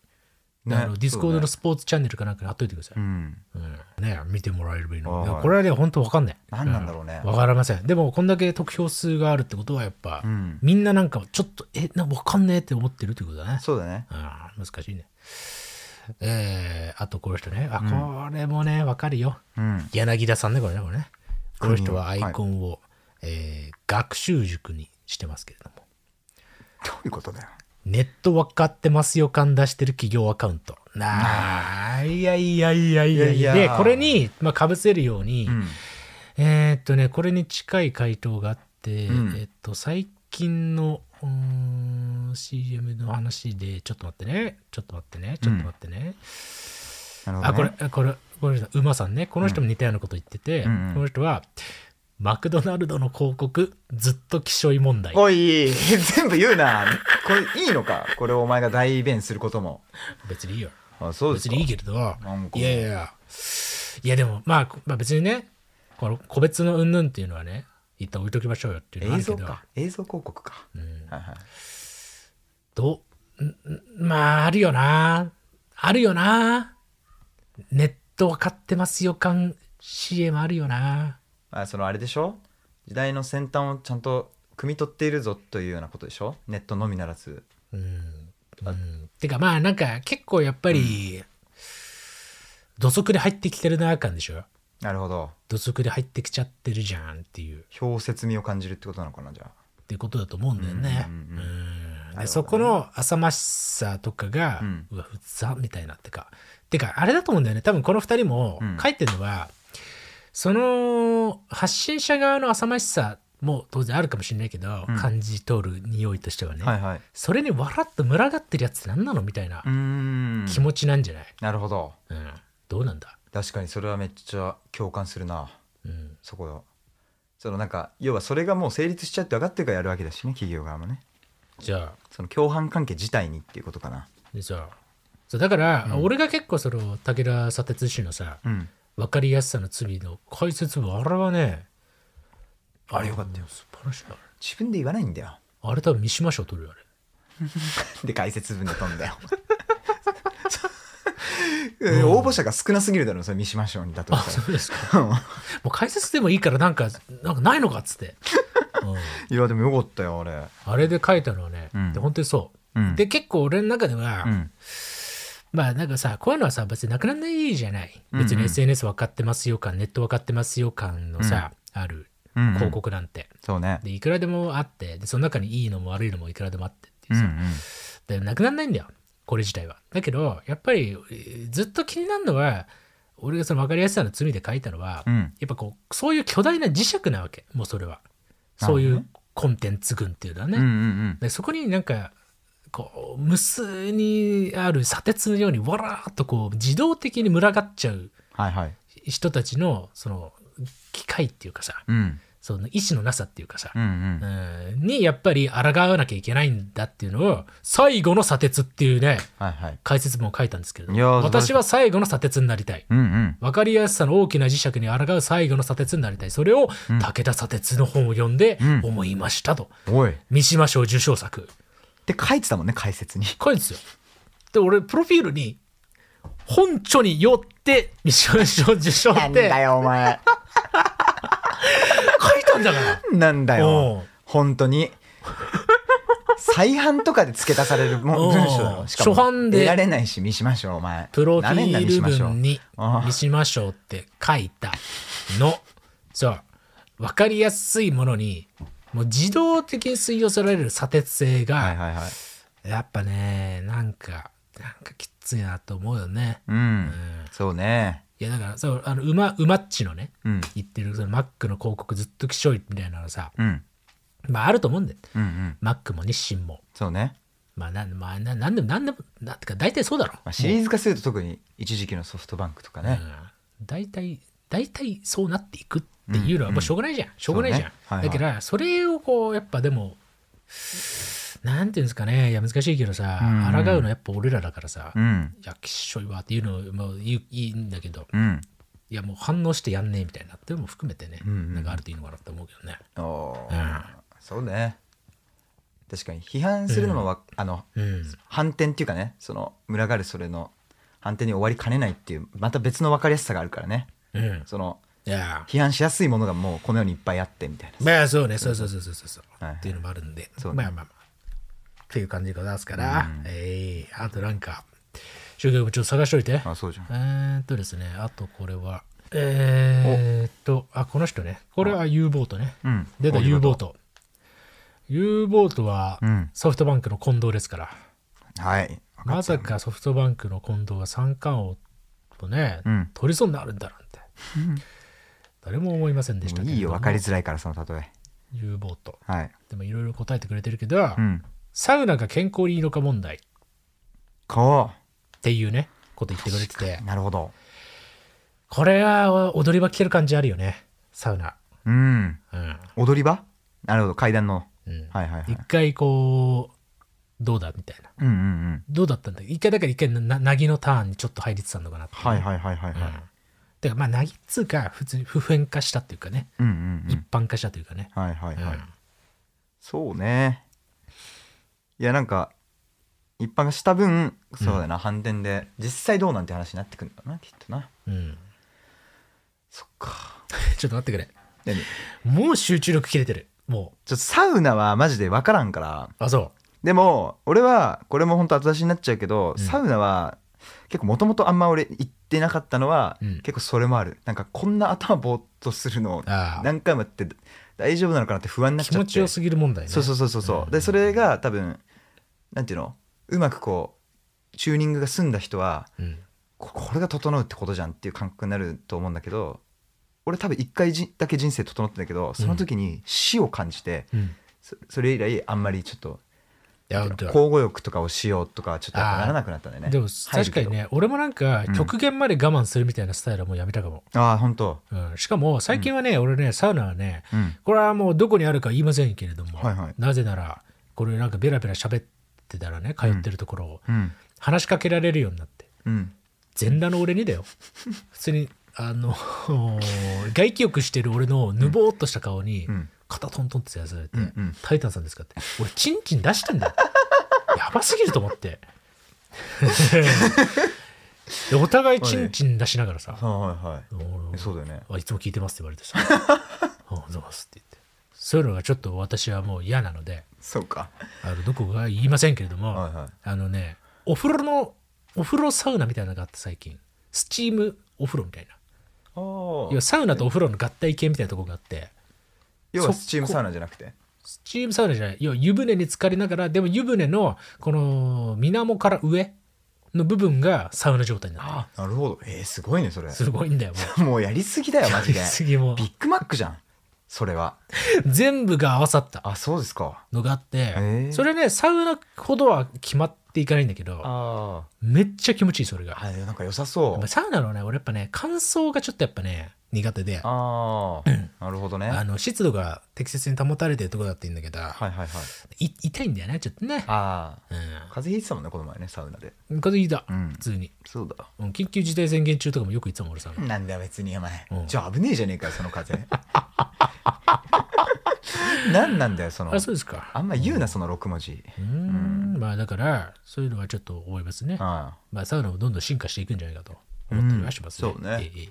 [SPEAKER 1] あのディスコードのス
[SPEAKER 2] そ
[SPEAKER 1] ポーツチャンネルかなんかに貼っといてください、
[SPEAKER 2] うだねうん
[SPEAKER 1] うんね見てもらえればいいのに
[SPEAKER 2] はい
[SPEAKER 1] いやこれはね本当分かんない
[SPEAKER 2] 何なんだろうね
[SPEAKER 1] 分かりませんでもこんだけ得票数があるってことはやっぱ、
[SPEAKER 2] うん
[SPEAKER 1] みんななんかちょっとえな分かんねえって思ってるってことだね
[SPEAKER 2] そうだね
[SPEAKER 1] ああ、難しいね。えー、あとこの人ね。あ、これもね、わかるよ。
[SPEAKER 2] うん
[SPEAKER 1] 柳田さんね、これね、これね。この人はア
[SPEAKER 2] 国
[SPEAKER 1] イ
[SPEAKER 2] を
[SPEAKER 1] コンを、えー学習塾にしてますけれども。
[SPEAKER 2] どういうことだよ
[SPEAKER 1] ネットわかってますよ感出してる企業アカウント。なあ、いやいやいやいやい
[SPEAKER 2] い
[SPEAKER 1] や。
[SPEAKER 2] やいや
[SPEAKER 1] で、これに、まあ、かぶせるように、
[SPEAKER 2] うん
[SPEAKER 1] えーっとね、これに近い回答があって、
[SPEAKER 2] うん
[SPEAKER 1] えっと、最近の、うーん CM の話で、ちょっと待ってね、ちょっと待ってね、ちょっと待ってね。
[SPEAKER 2] なるほどね
[SPEAKER 1] あ、これ、これ、この人、馬さんね、この人も似たようなこと言ってて、
[SPEAKER 2] うんうん
[SPEAKER 1] この人は、マクドナルドの広告、ずっと気象い問題。
[SPEAKER 2] おい 全部言うなこれいいのかこれをお前が代弁することも
[SPEAKER 1] 別にいいよ。
[SPEAKER 2] あそうで
[SPEAKER 1] 別
[SPEAKER 2] すか
[SPEAKER 1] にいいけれど、
[SPEAKER 2] んか
[SPEAKER 1] いやいやいや、いやでも、まあ、こまあ別にね、この個別の云々っていうのはね、一旦置いときましょうよっていうのはあ
[SPEAKER 2] 映
[SPEAKER 1] るけ
[SPEAKER 2] 像
[SPEAKER 1] ど、
[SPEAKER 2] か映像広告かはいはい
[SPEAKER 1] どうんんまああるよなあるよなネット分かってますよ感 CM あるよな
[SPEAKER 2] まあそのあれでしょ時代の先端をちゃんと汲み取っているぞというようなことでしょネットのみならず
[SPEAKER 1] うん、うん、てかまあなんか結構やっぱり、土足で入ってきてるな感でしょ
[SPEAKER 2] なるほど
[SPEAKER 1] 土足で入ってきちゃってるじゃんっていうっ
[SPEAKER 2] 表説味を感じるってことなのかなじゃ
[SPEAKER 1] てことだと思うんだよね
[SPEAKER 2] う
[SPEAKER 1] うん
[SPEAKER 2] うん
[SPEAKER 1] ん
[SPEAKER 2] うんほど
[SPEAKER 1] で
[SPEAKER 2] ね
[SPEAKER 1] そこの浅ましさとかが、う
[SPEAKER 2] うん
[SPEAKER 1] わふざみたいなってかてかあれだと思うんだよね多分この2人も
[SPEAKER 2] うん
[SPEAKER 1] 書いてるのは、その発信者側の浅ましさも当然あるかもしれないけど、
[SPEAKER 2] うん
[SPEAKER 1] 感じ取る匂いとしてはね、
[SPEAKER 2] あはいはい
[SPEAKER 1] それに笑っと群がってるやつって何なのみたいな
[SPEAKER 2] うーん
[SPEAKER 1] 気持ちなんじゃない、
[SPEAKER 2] なるほど
[SPEAKER 1] うん、どうなんだ、
[SPEAKER 2] 確かにそれはめっちゃ共感するな
[SPEAKER 1] うん、
[SPEAKER 2] そこよそのなんか要はそれがもう成立しちゃって分かってるからやるわけだしね企業側もね
[SPEAKER 1] じゃあ
[SPEAKER 2] その共犯関係自体にっていうことかな
[SPEAKER 1] でさそうだから、俺が結構その武田砂鉄氏のさ
[SPEAKER 2] うん
[SPEAKER 1] 分かりやすさの罪の解説もあれはねあれよかったよ素晴らしいな
[SPEAKER 2] 自分で言わないんだよ
[SPEAKER 1] あれ多分三島賞取るよあれ
[SPEAKER 2] で解説文で飛 んだようん応募者が少なすぎるだろそれ三島賞にだと
[SPEAKER 1] あ
[SPEAKER 2] した
[SPEAKER 1] そうですから
[SPEAKER 2] うん
[SPEAKER 1] もう解説でもいいからなんかなんかないのかっつっ て、う
[SPEAKER 2] いやでもよかったよあれ
[SPEAKER 1] ん、あれで書いたのはね、
[SPEAKER 2] うん
[SPEAKER 1] で本当にそう、
[SPEAKER 2] うん
[SPEAKER 1] で結構俺の中では、
[SPEAKER 2] うん
[SPEAKER 1] まあなんかさこういうのはさ別になくならないじゃない
[SPEAKER 2] うんうん
[SPEAKER 1] 別に SNS 分かってますよ感ネット分かってますよ感のさ、ある
[SPEAKER 2] うんうん
[SPEAKER 1] 広告なんて、
[SPEAKER 2] そうね
[SPEAKER 1] でいくらでもあってでその中にいいのも悪いのもいくらでもあってっていううん
[SPEAKER 2] う
[SPEAKER 1] さ、
[SPEAKER 2] ん
[SPEAKER 1] でなくならないんだよこれ自体はだけどやっぱりえーずっと気になるのは俺がその分かりやすさの罪で書いたのは、
[SPEAKER 2] うん
[SPEAKER 1] やっぱこうそういう巨大な磁石なわけもうそれは
[SPEAKER 2] なる
[SPEAKER 1] そ
[SPEAKER 2] ほ
[SPEAKER 1] う
[SPEAKER 2] ど
[SPEAKER 1] い
[SPEAKER 2] ね
[SPEAKER 1] うコンテンツ群っていうのはね、
[SPEAKER 2] うんうん
[SPEAKER 1] でそこになんかこう無数にある砂鉄のようにわらーっとこう自動的に群がっちゃう
[SPEAKER 2] はいはい
[SPEAKER 1] 人たちのその機械っていうかさ
[SPEAKER 2] うん
[SPEAKER 1] その意志のなさっていうかさ、
[SPEAKER 2] うんうん
[SPEAKER 1] うんにやっぱり抗わなきゃいけないんだっていうのを最後の砂鉄っていうね
[SPEAKER 2] はいはい
[SPEAKER 1] 解説文を書いたんですけれど
[SPEAKER 2] いやー
[SPEAKER 1] 私は最後の砂鉄になりたい
[SPEAKER 2] うんうん
[SPEAKER 1] 分かりやすさの大きな磁石に抗う最後の砂鉄になりたいそれを武田砂鉄の本を読んで
[SPEAKER 2] うん
[SPEAKER 1] 思いましたと、
[SPEAKER 2] おい
[SPEAKER 1] 三島賞受賞作
[SPEAKER 2] って書いてたもんね解説に
[SPEAKER 1] これですよ。で、俺、プロフィールに、本著によって、ミッション賞受賞って書
[SPEAKER 2] ないんだよお前
[SPEAKER 1] たんだから。
[SPEAKER 2] なんだ
[SPEAKER 1] お
[SPEAKER 2] よ
[SPEAKER 1] う
[SPEAKER 2] 本当に再販とかで付け足されるも
[SPEAKER 1] お
[SPEAKER 2] ん
[SPEAKER 1] う
[SPEAKER 2] 文章だろしかも
[SPEAKER 1] 初版で
[SPEAKER 2] 得られないし見しましょうお前
[SPEAKER 1] プロフ
[SPEAKER 2] なめん
[SPEAKER 1] ィ
[SPEAKER 2] な見し
[SPEAKER 1] ー
[SPEAKER 2] まし
[SPEAKER 1] ル
[SPEAKER 2] ょう
[SPEAKER 1] 文に
[SPEAKER 2] ああ
[SPEAKER 1] 三島賞って書いたの。そう。わかりやすいものに、もう自動的に吸い寄せられる砂鉄性が、
[SPEAKER 2] はいはいはい
[SPEAKER 1] やっぱね、なんか、なんかきついなと思うよね。
[SPEAKER 2] うん、そうね
[SPEAKER 1] いや、だから、そう、あの、うま、うまっちのね、
[SPEAKER 2] うん
[SPEAKER 1] 言ってる、そのマックの広告ずっときしょいみたいなのさ、
[SPEAKER 2] うん
[SPEAKER 1] まああると思うんだよ。
[SPEAKER 2] うんうん
[SPEAKER 1] マックも日清も。
[SPEAKER 2] そうね、
[SPEAKER 1] まあ、なん、まあ、ななんでも、なんでも、なんてか、大体そうだろ。
[SPEAKER 2] まあ、シリーズ化すると特に一時期のソフトバンクとかね、
[SPEAKER 1] うん大体大体そうなっていくっていうのはもうしょうがないじゃん、しょうがないじゃん、
[SPEAKER 2] そうねはいはい
[SPEAKER 1] だからそれをこうやっぱでもなんていうんですかねいや難しいけどさ、
[SPEAKER 2] うん
[SPEAKER 1] 抗うのやっぱ俺らだからさ、
[SPEAKER 2] うん
[SPEAKER 1] いやきっしょいわっていうのもういいいいんだけど
[SPEAKER 2] うん
[SPEAKER 1] いやもう反応してやんねえみたいなっていうのも含めてね、
[SPEAKER 2] うんうん
[SPEAKER 1] なんかあるといいのかなって思うけどね
[SPEAKER 2] おー
[SPEAKER 1] うん
[SPEAKER 2] そうね確かに批判するのもわ、あの
[SPEAKER 1] うん
[SPEAKER 2] 反転っていうかねその群がるそれの反転に終わりかねないっていうまた別の分かりやすさがあるからね
[SPEAKER 1] うん
[SPEAKER 2] その
[SPEAKER 1] いや
[SPEAKER 2] 批判しやすいものがもうこの世にいっぱいあってみたいな
[SPEAKER 1] まあそうねそうそうそうそうそうそう、
[SPEAKER 2] はいはい
[SPEAKER 1] っていうのもあるんで、
[SPEAKER 2] そうね
[SPEAKER 1] まあまあまあっていう感じでございますから、ええあとなんか集客もちょっと探しといて
[SPEAKER 2] あそうじゃん
[SPEAKER 1] えーっとですね、あとこれは、えーっと、あ、この人ね、これは U ボートね。
[SPEAKER 2] うん
[SPEAKER 1] 出た
[SPEAKER 2] お見事
[SPEAKER 1] U ボート。U ボートは
[SPEAKER 2] うん
[SPEAKER 1] ソフトバンクの近藤ですから、
[SPEAKER 2] はい
[SPEAKER 1] まさかソフトバンクの近藤が三冠王をね、
[SPEAKER 2] うん
[SPEAKER 1] 取りそうになるんだなんて、誰も思いませんでした
[SPEAKER 2] も
[SPEAKER 1] け
[SPEAKER 2] う
[SPEAKER 1] れど
[SPEAKER 2] い
[SPEAKER 1] も
[SPEAKER 2] いよ分かりづらいからその例え
[SPEAKER 1] U ボート。
[SPEAKER 2] はい
[SPEAKER 1] でもいろいろ答えてくれてるけど、
[SPEAKER 2] うん
[SPEAKER 1] サウナが健康にいいのか問題っ
[SPEAKER 2] こ
[SPEAKER 1] ていうね、こと言ってくれてて
[SPEAKER 2] う、なるほど
[SPEAKER 1] これは踊り場来てる感じあるよね、サウナ。
[SPEAKER 2] うん
[SPEAKER 1] うん。
[SPEAKER 2] 踊り場なるほど階段の、
[SPEAKER 1] うん
[SPEAKER 2] はいはいはい
[SPEAKER 1] 一回こうどうだみたいな
[SPEAKER 2] うんうんうん
[SPEAKER 1] どうだったんだ一回だから一回なななぎのターンにちょっと入りてたのかなっていう
[SPEAKER 2] はいはいはいはい
[SPEAKER 1] うん
[SPEAKER 2] はい、
[SPEAKER 1] てかまあなぎっつうか普通に普遍化したっていうかね、
[SPEAKER 2] うんうんう
[SPEAKER 1] 一
[SPEAKER 2] ん
[SPEAKER 1] 般化したというかね、
[SPEAKER 2] はいはいはい、
[SPEAKER 1] うん
[SPEAKER 2] そうねいやなんか一般がした分そうだな、反転で実際どうなんて話になってくるんだなきっとな
[SPEAKER 1] うん、
[SPEAKER 2] そっか
[SPEAKER 1] ちょっと待ってくれ
[SPEAKER 2] 何ちょ
[SPEAKER 1] もう集中力切れてるも
[SPEAKER 2] っとサウナはマジで分からんから
[SPEAKER 1] うあそ
[SPEAKER 2] でも俺はこれも本当後出しになっちゃうけど、
[SPEAKER 1] うん
[SPEAKER 2] サウナは結構もともとあんま俺行ってなかったのは、
[SPEAKER 1] うん
[SPEAKER 2] 結構それもあるなんかこんな頭ぼーっとするの
[SPEAKER 1] うああ
[SPEAKER 2] 何回もやって大丈夫なのかなって不安になっちゃっ
[SPEAKER 1] 気
[SPEAKER 2] て
[SPEAKER 1] 持ちよすぎる問題ね
[SPEAKER 2] そうそうそうそうそう、
[SPEAKER 1] うん
[SPEAKER 2] でそれが多分なんていうのうまくこうチューニングが済んだ人は
[SPEAKER 1] うん
[SPEAKER 2] ここれが整うってことじゃんっていう感覚になると思うんだけど俺多分一回じだけ人生整ってんだけどその時に死を感じて、
[SPEAKER 1] うんい
[SPEAKER 2] そそれ以来あんまりちょっと
[SPEAKER 1] や本当だ
[SPEAKER 2] 交互欲とかをしようとかちょっとやっぱならなくなったんだよね
[SPEAKER 1] でも
[SPEAKER 2] 入
[SPEAKER 1] 確
[SPEAKER 2] る
[SPEAKER 1] か
[SPEAKER 2] けど
[SPEAKER 1] にね俺もなんか
[SPEAKER 2] うん
[SPEAKER 1] 極限まで我慢するみたいなスタイルはもうやめたかも、
[SPEAKER 2] ああ本当
[SPEAKER 1] うん、しかも最近はね、俺ねサウナはね
[SPEAKER 2] うん
[SPEAKER 1] これはもうどこにあるか言いませんけれども、
[SPEAKER 2] はいはい
[SPEAKER 1] なぜならこれなんかベラベラ喋ってたらね通ってるところを
[SPEAKER 2] うん
[SPEAKER 1] 話しかけられるようになって
[SPEAKER 2] うん
[SPEAKER 1] 全裸の俺にだ よ普通にあの外気浴してる俺のぬぼーっとした顔に
[SPEAKER 2] うん
[SPEAKER 1] 肩トントンってやらされて、
[SPEAKER 2] うんうん
[SPEAKER 1] タイタンさんですか?」って俺チンチン出して んだよやばすぎると思ってでお互いチンチン出しながらさ
[SPEAKER 2] はいは
[SPEAKER 1] 「俺
[SPEAKER 2] いえそうだよね
[SPEAKER 1] あいつも聞いてますって言われて さ「あどうます」って言ってそういうのがちょっと私はもう嫌なので
[SPEAKER 2] そうか
[SPEAKER 1] あのどこが言いませんけれども、
[SPEAKER 2] はいはい
[SPEAKER 1] あのねお風呂のお風呂サウナみたいなのがあって最近スチームお風呂みたいな
[SPEAKER 2] お
[SPEAKER 1] 要はサウナとお風呂の合体系みたいなところがあって
[SPEAKER 2] 要はスチームサウナじゃなくて
[SPEAKER 1] スチームサウナじゃない要は湯船に浸かりながらでも湯船のこの水面から上の部分がサウナ状態になってる
[SPEAKER 2] なるほどえー、すごいねそれ
[SPEAKER 1] すごいんだよもう
[SPEAKER 2] もうやりすぎだよマジで
[SPEAKER 1] 次もう
[SPEAKER 2] ビッグマックじゃんそれは
[SPEAKER 1] 全部が合わさった
[SPEAKER 2] あそうですか
[SPEAKER 1] のがあって、
[SPEAKER 2] えー
[SPEAKER 1] それねサウナほどは決まっていかないんだけど
[SPEAKER 2] あ
[SPEAKER 1] めっちゃ気持ちいいそれが
[SPEAKER 2] あなんか良さそ
[SPEAKER 1] やっ
[SPEAKER 2] う
[SPEAKER 1] ぱサウナのね俺やっぱね乾燥がちょっとやっぱね苦手で
[SPEAKER 2] ああなるほどね
[SPEAKER 1] あ
[SPEAKER 2] はい
[SPEAKER 1] の湿度が適切に保たれてるところだっていいんだけど、
[SPEAKER 2] はいはい
[SPEAKER 1] い痛いんだよねちょっとね
[SPEAKER 2] ああ
[SPEAKER 1] う
[SPEAKER 2] 風邪ひいてたもんねこの前ねサウナで
[SPEAKER 1] ん風邪ひいた、
[SPEAKER 2] うん
[SPEAKER 1] 普通に、
[SPEAKER 2] そうだ
[SPEAKER 1] うん緊急事態宣言中とかもよく言ってたもん俺さ
[SPEAKER 2] なんだよ別にお前
[SPEAKER 1] うん
[SPEAKER 2] じゃあ危ねえじゃねえかよその風 なんなんだよその
[SPEAKER 1] あそうですか
[SPEAKER 2] あんま言うなその6文字
[SPEAKER 1] うーんまあだからそういうのはちょっと思いますね。
[SPEAKER 2] は
[SPEAKER 1] まあサウナもどんどん進化していくんじゃないかと思ったりはしますね。
[SPEAKER 2] うんそうね
[SPEAKER 1] ええええっ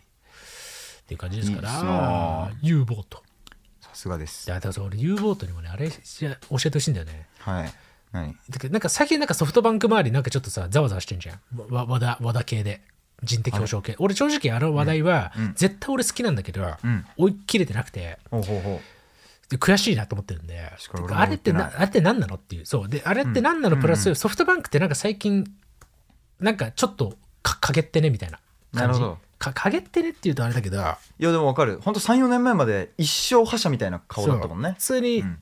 [SPEAKER 1] ていう感じですか
[SPEAKER 2] いいっすな
[SPEAKER 1] ら
[SPEAKER 2] あ、
[SPEAKER 1] U ボート。
[SPEAKER 2] いさすがです
[SPEAKER 1] いやだからそ俺 U ボートにもね、あれし教えてほしいんだよね。
[SPEAKER 2] はい何
[SPEAKER 1] だけどなんか最近なんかソフトバンク周りなんかちょっとさ、ざわざわしてんじゃん。わ和田、和田系で。人的保障系。俺正直あの話題は、絶対俺好きなんだけど、
[SPEAKER 2] ん
[SPEAKER 1] 追い切れてなくて、
[SPEAKER 2] ほうほうほう
[SPEAKER 1] で悔しいなと思ってるんで、
[SPEAKER 2] かに
[SPEAKER 1] て
[SPEAKER 2] 俺
[SPEAKER 1] か
[SPEAKER 2] も
[SPEAKER 1] あれって
[SPEAKER 2] 思っ
[SPEAKER 1] な
[SPEAKER 2] て
[SPEAKER 1] あれって何なのっていう、そう、で、あれって何なのプラス、ソフトバンクってなんか最近、なんかちょっとか陰ってねみたいな感じ。
[SPEAKER 2] なるほど
[SPEAKER 1] か陰ってねっていうとあれだけど、
[SPEAKER 2] いやでも分かるほんと34年前まで一生覇者みたいな顔だったもんね
[SPEAKER 1] そう普通に、
[SPEAKER 2] ん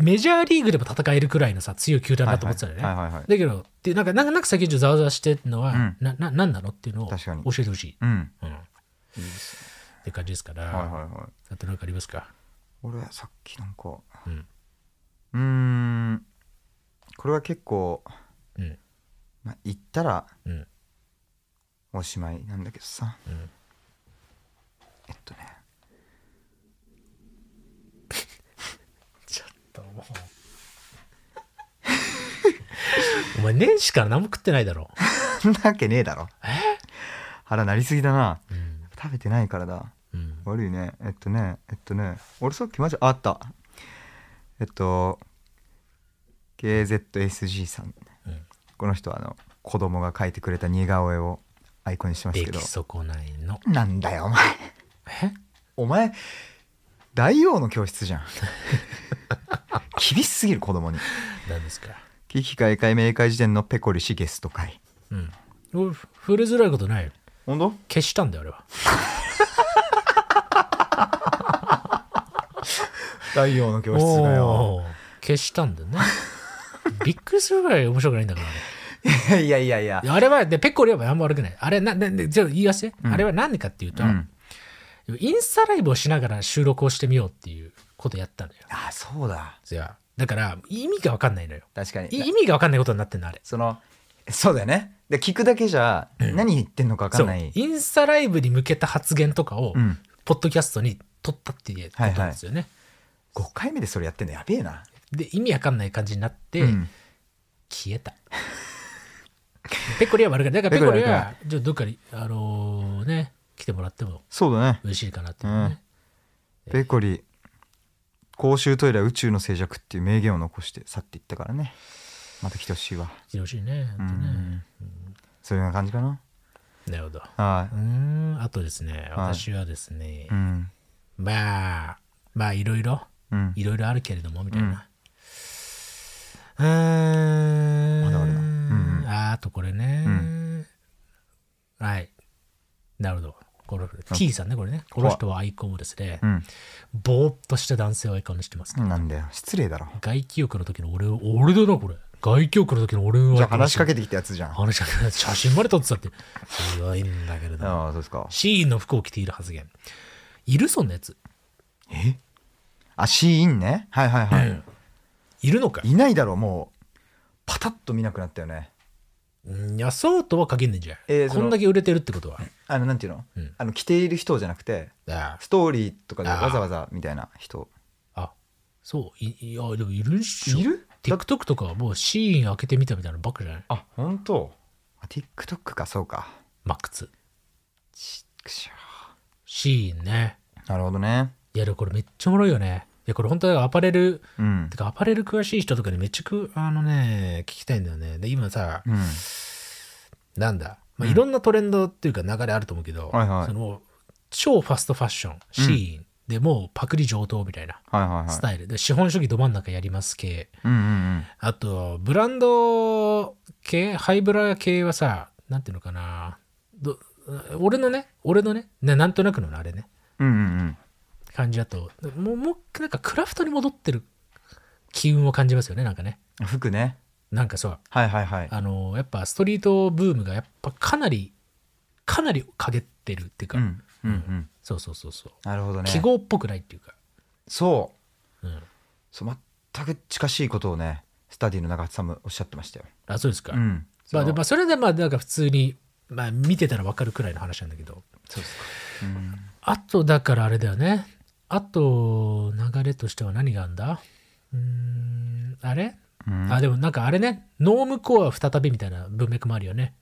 [SPEAKER 1] メジャーリーグでも戦えるくらいのさ強い球団だと思ってたよね。
[SPEAKER 2] はいはいはいはいはい
[SPEAKER 1] だけどってなんかなんかなんか最近ちょっとざわざわしてるのは、
[SPEAKER 2] ん
[SPEAKER 1] なななんなのっていうのを教
[SPEAKER 2] 確か
[SPEAKER 1] え
[SPEAKER 2] に
[SPEAKER 1] てほしい、
[SPEAKER 2] うん
[SPEAKER 1] うんって感じですから、
[SPEAKER 2] はいはいはい
[SPEAKER 1] あと何かありますか
[SPEAKER 2] 俺さっきなんか
[SPEAKER 1] うん
[SPEAKER 2] うーんこれは結構、
[SPEAKER 1] うん
[SPEAKER 2] まあ、言ったら
[SPEAKER 1] うん
[SPEAKER 2] おしまいなんだけどさ、
[SPEAKER 1] ん
[SPEAKER 2] えっとね
[SPEAKER 1] ちょっともう お前年始から何も食ってないだろ。
[SPEAKER 2] そんなわけねえだろ腹なりすぎだな
[SPEAKER 1] うん
[SPEAKER 2] 食べてないからだ
[SPEAKER 1] うん
[SPEAKER 2] 悪いねえっとねえっとね俺さっきマジああったえっと KZSG さん、
[SPEAKER 1] うん
[SPEAKER 2] この人はあの子供が描いてくれた似顔絵をアイコンにしてます
[SPEAKER 1] 出
[SPEAKER 2] けど
[SPEAKER 1] 来損ないの。
[SPEAKER 2] なんだよお前
[SPEAKER 1] え
[SPEAKER 2] お前大王の教室じゃん厳しすぎる子供に
[SPEAKER 1] 何ですか
[SPEAKER 2] 危機開会明快時点のペコリ氏ゲスト会
[SPEAKER 1] うん。俺触れづらいことないよ。
[SPEAKER 2] 本当
[SPEAKER 1] 消したんだよ、俺は。
[SPEAKER 2] 大王の教室だよ
[SPEAKER 1] おー消したんだね びっくりするぐらい面白くないんだからね
[SPEAKER 2] いやいやいや
[SPEAKER 1] いやあれはでペッコリはあんま悪くないあれなななじゃあ言い合わせ、あれは何でかっていうと、
[SPEAKER 2] うん
[SPEAKER 1] インスタライブをしながら収録をしてみようっていうことやったのよ
[SPEAKER 2] あそうだ
[SPEAKER 1] じゃあだから意味が分かんないのよ
[SPEAKER 2] 確かに
[SPEAKER 1] い意味が分かんないことになってんのあれ
[SPEAKER 2] そのそうだよねで聞くだけじゃ何言ってんのか分かんない、
[SPEAKER 1] そうインスタライブに向けた発言とかを、
[SPEAKER 2] うん
[SPEAKER 1] ポッドキャストに撮ったっていうことなんですよね、
[SPEAKER 2] 5回目でそれやってんのやべえな、
[SPEAKER 1] で意味わかんない感じになって、
[SPEAKER 2] うん
[SPEAKER 1] 消えた。ペコリは悪くない。だからペ
[SPEAKER 2] ペ
[SPEAKER 1] コ
[SPEAKER 2] コ
[SPEAKER 1] リ
[SPEAKER 2] リは
[SPEAKER 1] は、じゃあどっかに、あのーね、来てもらっても
[SPEAKER 2] そうだね
[SPEAKER 1] 嬉しいかなっていうね。
[SPEAKER 2] ペコリ公衆トイレは宇宙の静寂っていう名言を残して去っていったからねまた来てほしいわ
[SPEAKER 1] 来てほしいね。
[SPEAKER 2] う
[SPEAKER 1] ほんとね
[SPEAKER 2] んそういうような感じかな
[SPEAKER 1] なるほど。
[SPEAKER 2] は
[SPEAKER 1] うーん、あとですね、
[SPEAKER 2] はい
[SPEAKER 1] 私はですね
[SPEAKER 2] い、うん
[SPEAKER 1] まあ、まあ、いろいろ、
[SPEAKER 2] うん
[SPEAKER 1] いろいろあるけれども、みたいな。うー
[SPEAKER 2] まだあるなうんうん
[SPEAKER 1] ん。ああとこれね。はい。なるほど。この T さんね、これね。この人はアイコンをですね
[SPEAKER 2] う、ん
[SPEAKER 1] ぼーっとした男性をアイコンにしてますね。
[SPEAKER 2] なんだよ失礼だろ
[SPEAKER 1] 外記憶の時の俺を、俺だな、これ。外記憶の時の俺を。
[SPEAKER 2] じゃあ話しか
[SPEAKER 1] け。
[SPEAKER 2] けてきたやつじゃんあ
[SPEAKER 1] 話しかけ。写真まで撮ってたって。すごいんだけれども。
[SPEAKER 2] あそうですか
[SPEAKER 1] シーンの服を着ている発言。いるそんなやつ。
[SPEAKER 2] えあシーインねはいはいはい、
[SPEAKER 1] いるのか。
[SPEAKER 2] いないだろうもうパタッと見なくなったよね
[SPEAKER 1] うんいや、そうとは限んねんじゃん。
[SPEAKER 2] えーそ
[SPEAKER 1] こ
[SPEAKER 2] の
[SPEAKER 1] んだけ売れてるってことは。
[SPEAKER 2] あのなんていうの、
[SPEAKER 1] うん
[SPEAKER 2] あの着ている人じゃなくて
[SPEAKER 1] あ
[SPEAKER 2] ストーリーとかでわざわざみたいな人
[SPEAKER 1] あ、そう。いいや、でもいるっしょ。
[SPEAKER 2] いる
[SPEAKER 1] TikTok とかはもうシーン開けてみたみたいなのばっかじゃない
[SPEAKER 2] あ本当。あ TikTok かそうか
[SPEAKER 1] マックス。
[SPEAKER 2] くしょ
[SPEAKER 1] シーンね。
[SPEAKER 2] なるほどね
[SPEAKER 1] いや、でもこれめっちゃおもろいよね。いや、これ本当だからアパレル、
[SPEAKER 2] うん
[SPEAKER 1] てかアパレル詳しい人とかにめっちゃくあのね聞きたいんだよねで今さ
[SPEAKER 2] うん
[SPEAKER 1] なんだ、まあ、いろんなトレンドっていうか流れあると思うけど、
[SPEAKER 2] はいはい
[SPEAKER 1] その超ファストファッションシーン、でもうパクリ上等みたいな
[SPEAKER 2] はいはいは
[SPEAKER 1] ス
[SPEAKER 2] い
[SPEAKER 1] タイル、で資本主義ど真ん中やります系
[SPEAKER 2] うんうん
[SPEAKER 1] あとブランド系ハイブラ系はさなんていうのかなど俺のね俺のねねなんとなくのねあれね
[SPEAKER 2] うんうんうんうん
[SPEAKER 1] 感じだともうもうなんかクラフトに戻ってる機運を感じますよねなんかね
[SPEAKER 2] 服ね
[SPEAKER 1] なんかそう
[SPEAKER 2] はいはいはい
[SPEAKER 1] あのやっぱストリートブームがやっぱかなりかなり陰ってるっていうか、
[SPEAKER 2] うんうんうん
[SPEAKER 1] そうそうそうそう、
[SPEAKER 2] なるほどね
[SPEAKER 1] 記号っぽくないっていうか、
[SPEAKER 2] そう
[SPEAKER 1] うん、
[SPEAKER 2] そう全く近しいことをねスタディの中津さんもおっしゃってましたよ
[SPEAKER 1] あそうですか、
[SPEAKER 2] うん
[SPEAKER 1] まあ、
[SPEAKER 2] そ
[SPEAKER 1] で
[SPEAKER 2] う
[SPEAKER 1] まあそれでまあなんか普通に、まあ、見てたら分かるくらいの話なんだけど
[SPEAKER 2] そうですかうん
[SPEAKER 1] あとだからあれだよねあと流れとしては何があんだうーんあれあ、でもなんかあれね、ノームコア再びみたいな文脈もあるよね。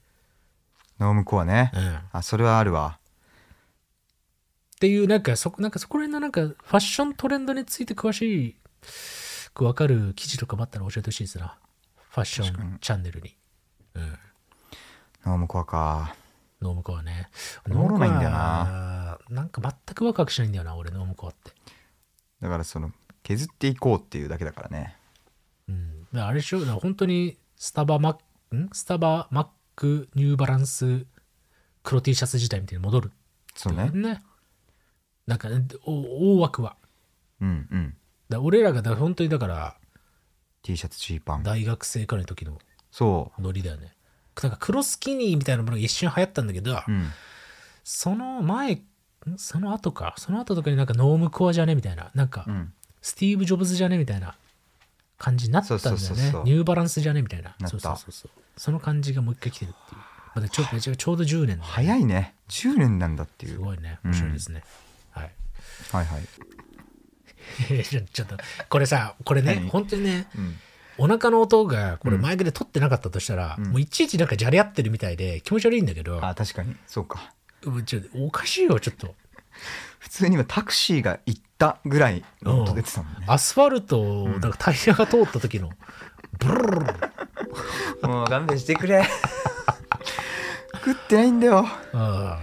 [SPEAKER 2] ノームコアね。
[SPEAKER 1] うん。っ
[SPEAKER 2] あ、それはあるわ。
[SPEAKER 1] ていう、なんかそこ、なんかそこら辺のなんかファッショントレンドについて詳しくわかる記事とかもあったら教えてほしいですな。ファッションチャンネルに。
[SPEAKER 2] ノームコアか。
[SPEAKER 1] ノームコアね。
[SPEAKER 2] おもろないんだよな
[SPEAKER 1] ノームコア。なんか全くワクワクしないんだよな、俺、ノームコアって。
[SPEAKER 2] だからその、削っていこうっていうだけだからね。
[SPEAKER 1] うん。だからあれでしょ、だから本当にスタバマック、んスタバマックニューバランス黒 T シャツ自体みたいに戻る
[SPEAKER 2] そうね。
[SPEAKER 1] ね。なんか、ね、お大枠は。
[SPEAKER 2] うんうん。
[SPEAKER 1] だ俺らがだ本当にだから
[SPEAKER 2] T シャツ、ジーパン。
[SPEAKER 1] 大学生くらいの時の
[SPEAKER 2] そ
[SPEAKER 1] ノリだよね。なんか黒スキニーみたいなものが一瞬流行ったんだけど、
[SPEAKER 2] う。うん。
[SPEAKER 1] その前んその後かその後とかになんかノームコアじゃねみたいななんか、
[SPEAKER 2] うん。
[SPEAKER 1] スティーブ・ジョブズじゃねみたいな感じになったんだよね
[SPEAKER 2] そうそうそうそう
[SPEAKER 1] ニューバランスじゃねみたいな
[SPEAKER 2] た
[SPEAKER 1] そうそうそうそうその感じがもう一回来てるっていう、ま、だちょちょちょうど10年だね
[SPEAKER 2] 早いね。10年なんだってい
[SPEAKER 1] す
[SPEAKER 2] う。
[SPEAKER 1] ごいね面白いですね、はい
[SPEAKER 2] はいはい。
[SPEAKER 1] ちょちょっとこれさこれね
[SPEAKER 2] 何
[SPEAKER 1] 本当にね
[SPEAKER 2] うん。
[SPEAKER 1] お腹の音がこれマイクで取ってなかったとしたら、もういちいちなんかじゃれ合ってるみたいで気持ち悪いんだけど、
[SPEAKER 2] あ、確かに。そうか。
[SPEAKER 1] うんちょおかしいよちょっと
[SPEAKER 2] 普通に今タクシーが行ったぐらいの音出てたもんね。
[SPEAKER 1] アスファルトをなんかタイヤが通った時の、ブルルルル
[SPEAKER 2] もう勘弁してくれ。 食ってないんだよ。
[SPEAKER 1] あ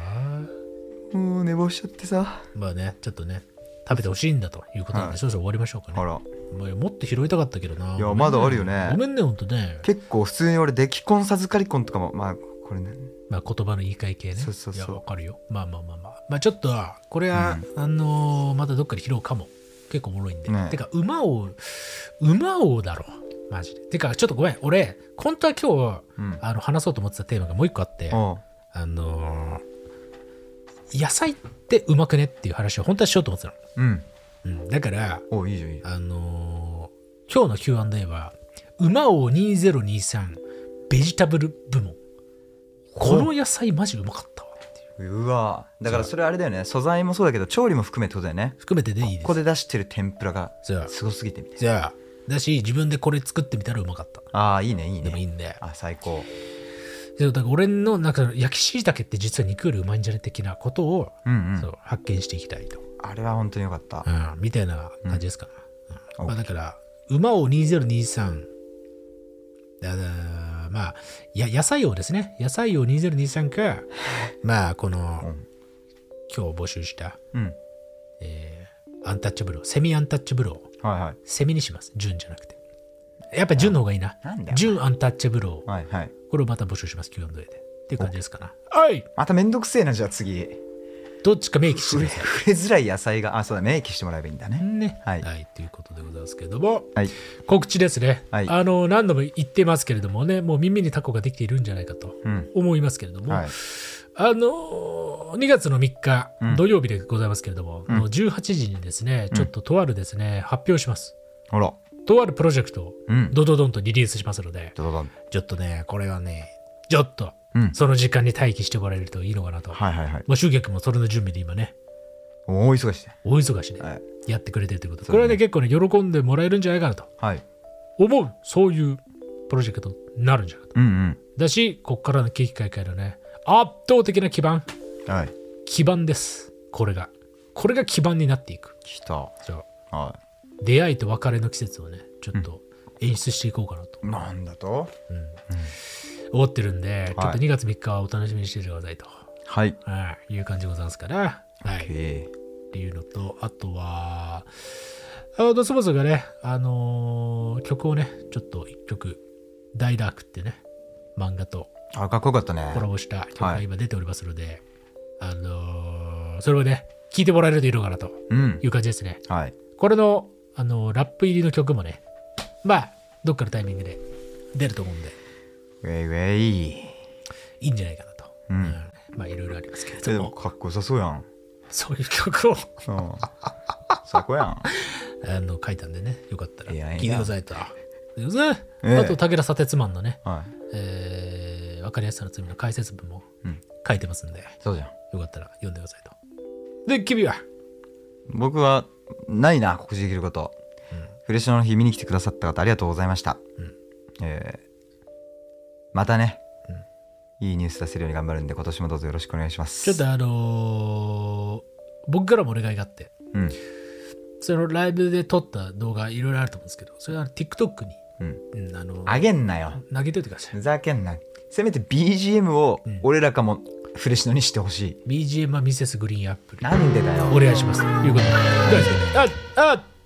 [SPEAKER 1] あ
[SPEAKER 2] もう寝坊しちゃってさ。
[SPEAKER 1] まあねちょっとね食べてほしいんだということなんで、
[SPEAKER 2] はい
[SPEAKER 1] そろそろ終わりましょうかね
[SPEAKER 2] あら。
[SPEAKER 1] まあもっと拾いたかったけどないい
[SPEAKER 2] やまだあるよね
[SPEAKER 1] ごめんねほんとね、
[SPEAKER 2] 結構普通に俺、出来婚授かり婚とかも、まあ、これね。
[SPEAKER 1] まあ、言葉の言い換え系ね
[SPEAKER 2] そうそうそう
[SPEAKER 1] やわかるよまあまあまあまあまあちょっとこれは、あのーまたどっかで拾うかも結構おもろいんで、
[SPEAKER 2] ね
[SPEAKER 1] てか馬を馬をだろマジでてかちょっとごめん俺本当は今日
[SPEAKER 2] うん。
[SPEAKER 1] あの話そうと思ってたテーマがもう一個あって
[SPEAKER 2] おう
[SPEAKER 1] あのー野菜ってうまくねっていう話を本当はしようと思って
[SPEAKER 2] うん。
[SPEAKER 1] たの、うん、だから
[SPEAKER 2] おういいじゃん、いいじゃん。
[SPEAKER 1] あのー今日の Q&A は「馬王2023ベジタブル部門」この野菜マジうまかったわっていう
[SPEAKER 2] うわだからそれあれだよね素材もそうだけど調理も含めってことだよね
[SPEAKER 1] 含めてでいいで
[SPEAKER 2] こ
[SPEAKER 1] す
[SPEAKER 2] こで出してる天ぷらが
[SPEAKER 1] じゃあ
[SPEAKER 2] すごすぎてみたい
[SPEAKER 1] じゃあだし自分でこれ作ってみたらうまかった
[SPEAKER 2] なあーいいねいい
[SPEAKER 1] でもいい
[SPEAKER 2] ね
[SPEAKER 1] んで
[SPEAKER 2] あ最高
[SPEAKER 1] でもだから俺のなんか焼きしいたけって実は肉よりうまいんじゃね的なことを、
[SPEAKER 2] うんう
[SPEAKER 1] そ
[SPEAKER 2] ん
[SPEAKER 1] う発見していきたいと、
[SPEAKER 2] あれは本当によかった
[SPEAKER 1] うん、みたいな感じですかね、
[SPEAKER 2] うん
[SPEAKER 1] まあ、だから馬を2023だだまあや野菜王ですね野菜王2023か まあこの、
[SPEAKER 2] うん
[SPEAKER 1] 今日募集した
[SPEAKER 2] うん
[SPEAKER 1] アンタッチャブルをセミアンタッチャブルを
[SPEAKER 2] はいはい
[SPEAKER 1] セミにします純じゃなくてやっぱ純の方がいいな
[SPEAKER 2] なんだよ
[SPEAKER 1] 純アンタッチャブルを
[SPEAKER 2] はいはい
[SPEAKER 1] これをまた募集します Q&A でっていう感じですかなはい
[SPEAKER 2] まためんどくせえなじゃあ次
[SPEAKER 1] どっちか明記してく
[SPEAKER 2] 触れ
[SPEAKER 1] ださい
[SPEAKER 2] 触れづらい野菜があそうだ明記してもらえばいいんだね
[SPEAKER 1] ね
[SPEAKER 2] はい
[SPEAKER 1] ということでございますけれども、
[SPEAKER 2] はい
[SPEAKER 1] 告知ですね、
[SPEAKER 2] はい
[SPEAKER 1] あの何度も言ってますけれどもねもう耳にタコができているんじゃないかと
[SPEAKER 2] うん
[SPEAKER 1] 思いますけれども、
[SPEAKER 2] はい
[SPEAKER 1] あのー2月の3日
[SPEAKER 2] うん
[SPEAKER 1] 土曜日でございますけれども、
[SPEAKER 2] うん
[SPEAKER 1] の18時にですねちょっととあるですね、発表します
[SPEAKER 2] ほら
[SPEAKER 1] とあるプロジェクトを
[SPEAKER 2] うん
[SPEAKER 1] ドドドンとリリースしますので
[SPEAKER 2] ドドドン
[SPEAKER 1] ちょっとねこれはねちょっと
[SPEAKER 2] うん
[SPEAKER 1] その時間に待機してもらえるといいのかなと、
[SPEAKER 2] はいはいはい
[SPEAKER 1] もう集客もそれの準備で今ね
[SPEAKER 2] 大忙しで
[SPEAKER 1] 大忙しで
[SPEAKER 2] はい
[SPEAKER 1] やってくれてるということで、
[SPEAKER 2] そ
[SPEAKER 1] こ
[SPEAKER 2] う
[SPEAKER 1] れ
[SPEAKER 2] ね
[SPEAKER 1] はね結構ね喜んでもらえるんじゃないかなと
[SPEAKER 2] はい
[SPEAKER 1] 思うそういうプロジェクトになるんじゃないかと
[SPEAKER 2] うん
[SPEAKER 1] だしこっからの景気開会のね圧倒的な基盤
[SPEAKER 2] うんはい
[SPEAKER 1] 基盤ですこれがこれが基盤になっていく
[SPEAKER 2] 来た
[SPEAKER 1] そう
[SPEAKER 2] は
[SPEAKER 1] 出会いと別れの季節をねちょっと演出していこうかなと
[SPEAKER 2] いなんだと
[SPEAKER 1] 思ってるんで、ちょっ
[SPEAKER 2] は
[SPEAKER 1] と
[SPEAKER 2] い
[SPEAKER 1] 2月3日はお楽しみにしててくださいと、
[SPEAKER 2] はい
[SPEAKER 1] はい、いう感じでございますから、はい、っ
[SPEAKER 2] え
[SPEAKER 1] ていうのとあとはあドスボスがね、あのー曲をねちょっと1曲「ダイダーク」っていうね漫画と
[SPEAKER 2] ーあかっこよかったね
[SPEAKER 1] コラボした曲が今出ておりますので、あのーそれをね聴いてもらえるといいのかなと
[SPEAKER 2] うん
[SPEAKER 1] いう感じですね
[SPEAKER 2] はい
[SPEAKER 1] これの、あのーラップ入りの曲もねまあどっかのタイミングで出ると思うんで
[SPEAKER 2] ウェイウェイ
[SPEAKER 1] いいんじゃないかなと、
[SPEAKER 2] うん
[SPEAKER 1] まあいろいろありますけれ
[SPEAKER 2] で
[SPEAKER 1] ど
[SPEAKER 2] も
[SPEAKER 1] も
[SPEAKER 2] かっこよさそうやん
[SPEAKER 1] そういう曲を
[SPEAKER 2] うんそこやん
[SPEAKER 1] あの書いたんでねよかったら
[SPEAKER 2] いやいや
[SPEAKER 1] 聴いてくださいと。ということで
[SPEAKER 2] ええ
[SPEAKER 1] あと武田砂鉄マンのね、
[SPEAKER 2] はい
[SPEAKER 1] えー、分かりやすさの罪の解説文も
[SPEAKER 2] うん
[SPEAKER 1] 書いてますんで、
[SPEAKER 2] そうじゃん
[SPEAKER 1] よかったら読んでくださいと。で君は
[SPEAKER 2] 僕はないな告知できること、フレッシュの日見に来てくださった方ありがとうございました、
[SPEAKER 1] うん
[SPEAKER 2] えーまたね、いいニュース出せるように頑張るんで今年もどうぞよろしくお願いします
[SPEAKER 1] ちょっとあのー僕からもお願いがあって、
[SPEAKER 2] うん
[SPEAKER 1] そのライブで撮った動画いろいろあると思うんですけど、それは TikTok に、
[SPEAKER 2] うん
[SPEAKER 1] うんあの
[SPEAKER 2] あげんなよ
[SPEAKER 1] 投げといてください
[SPEAKER 2] ふ。ざけんなせめて BGM を
[SPEAKER 1] うん
[SPEAKER 2] 俺らかもフレッシュのにしてほしい、
[SPEAKER 1] BGM はミセスグリーンアップル。
[SPEAKER 2] なんでだよ
[SPEAKER 1] お願いします。ということで。どうですかねああ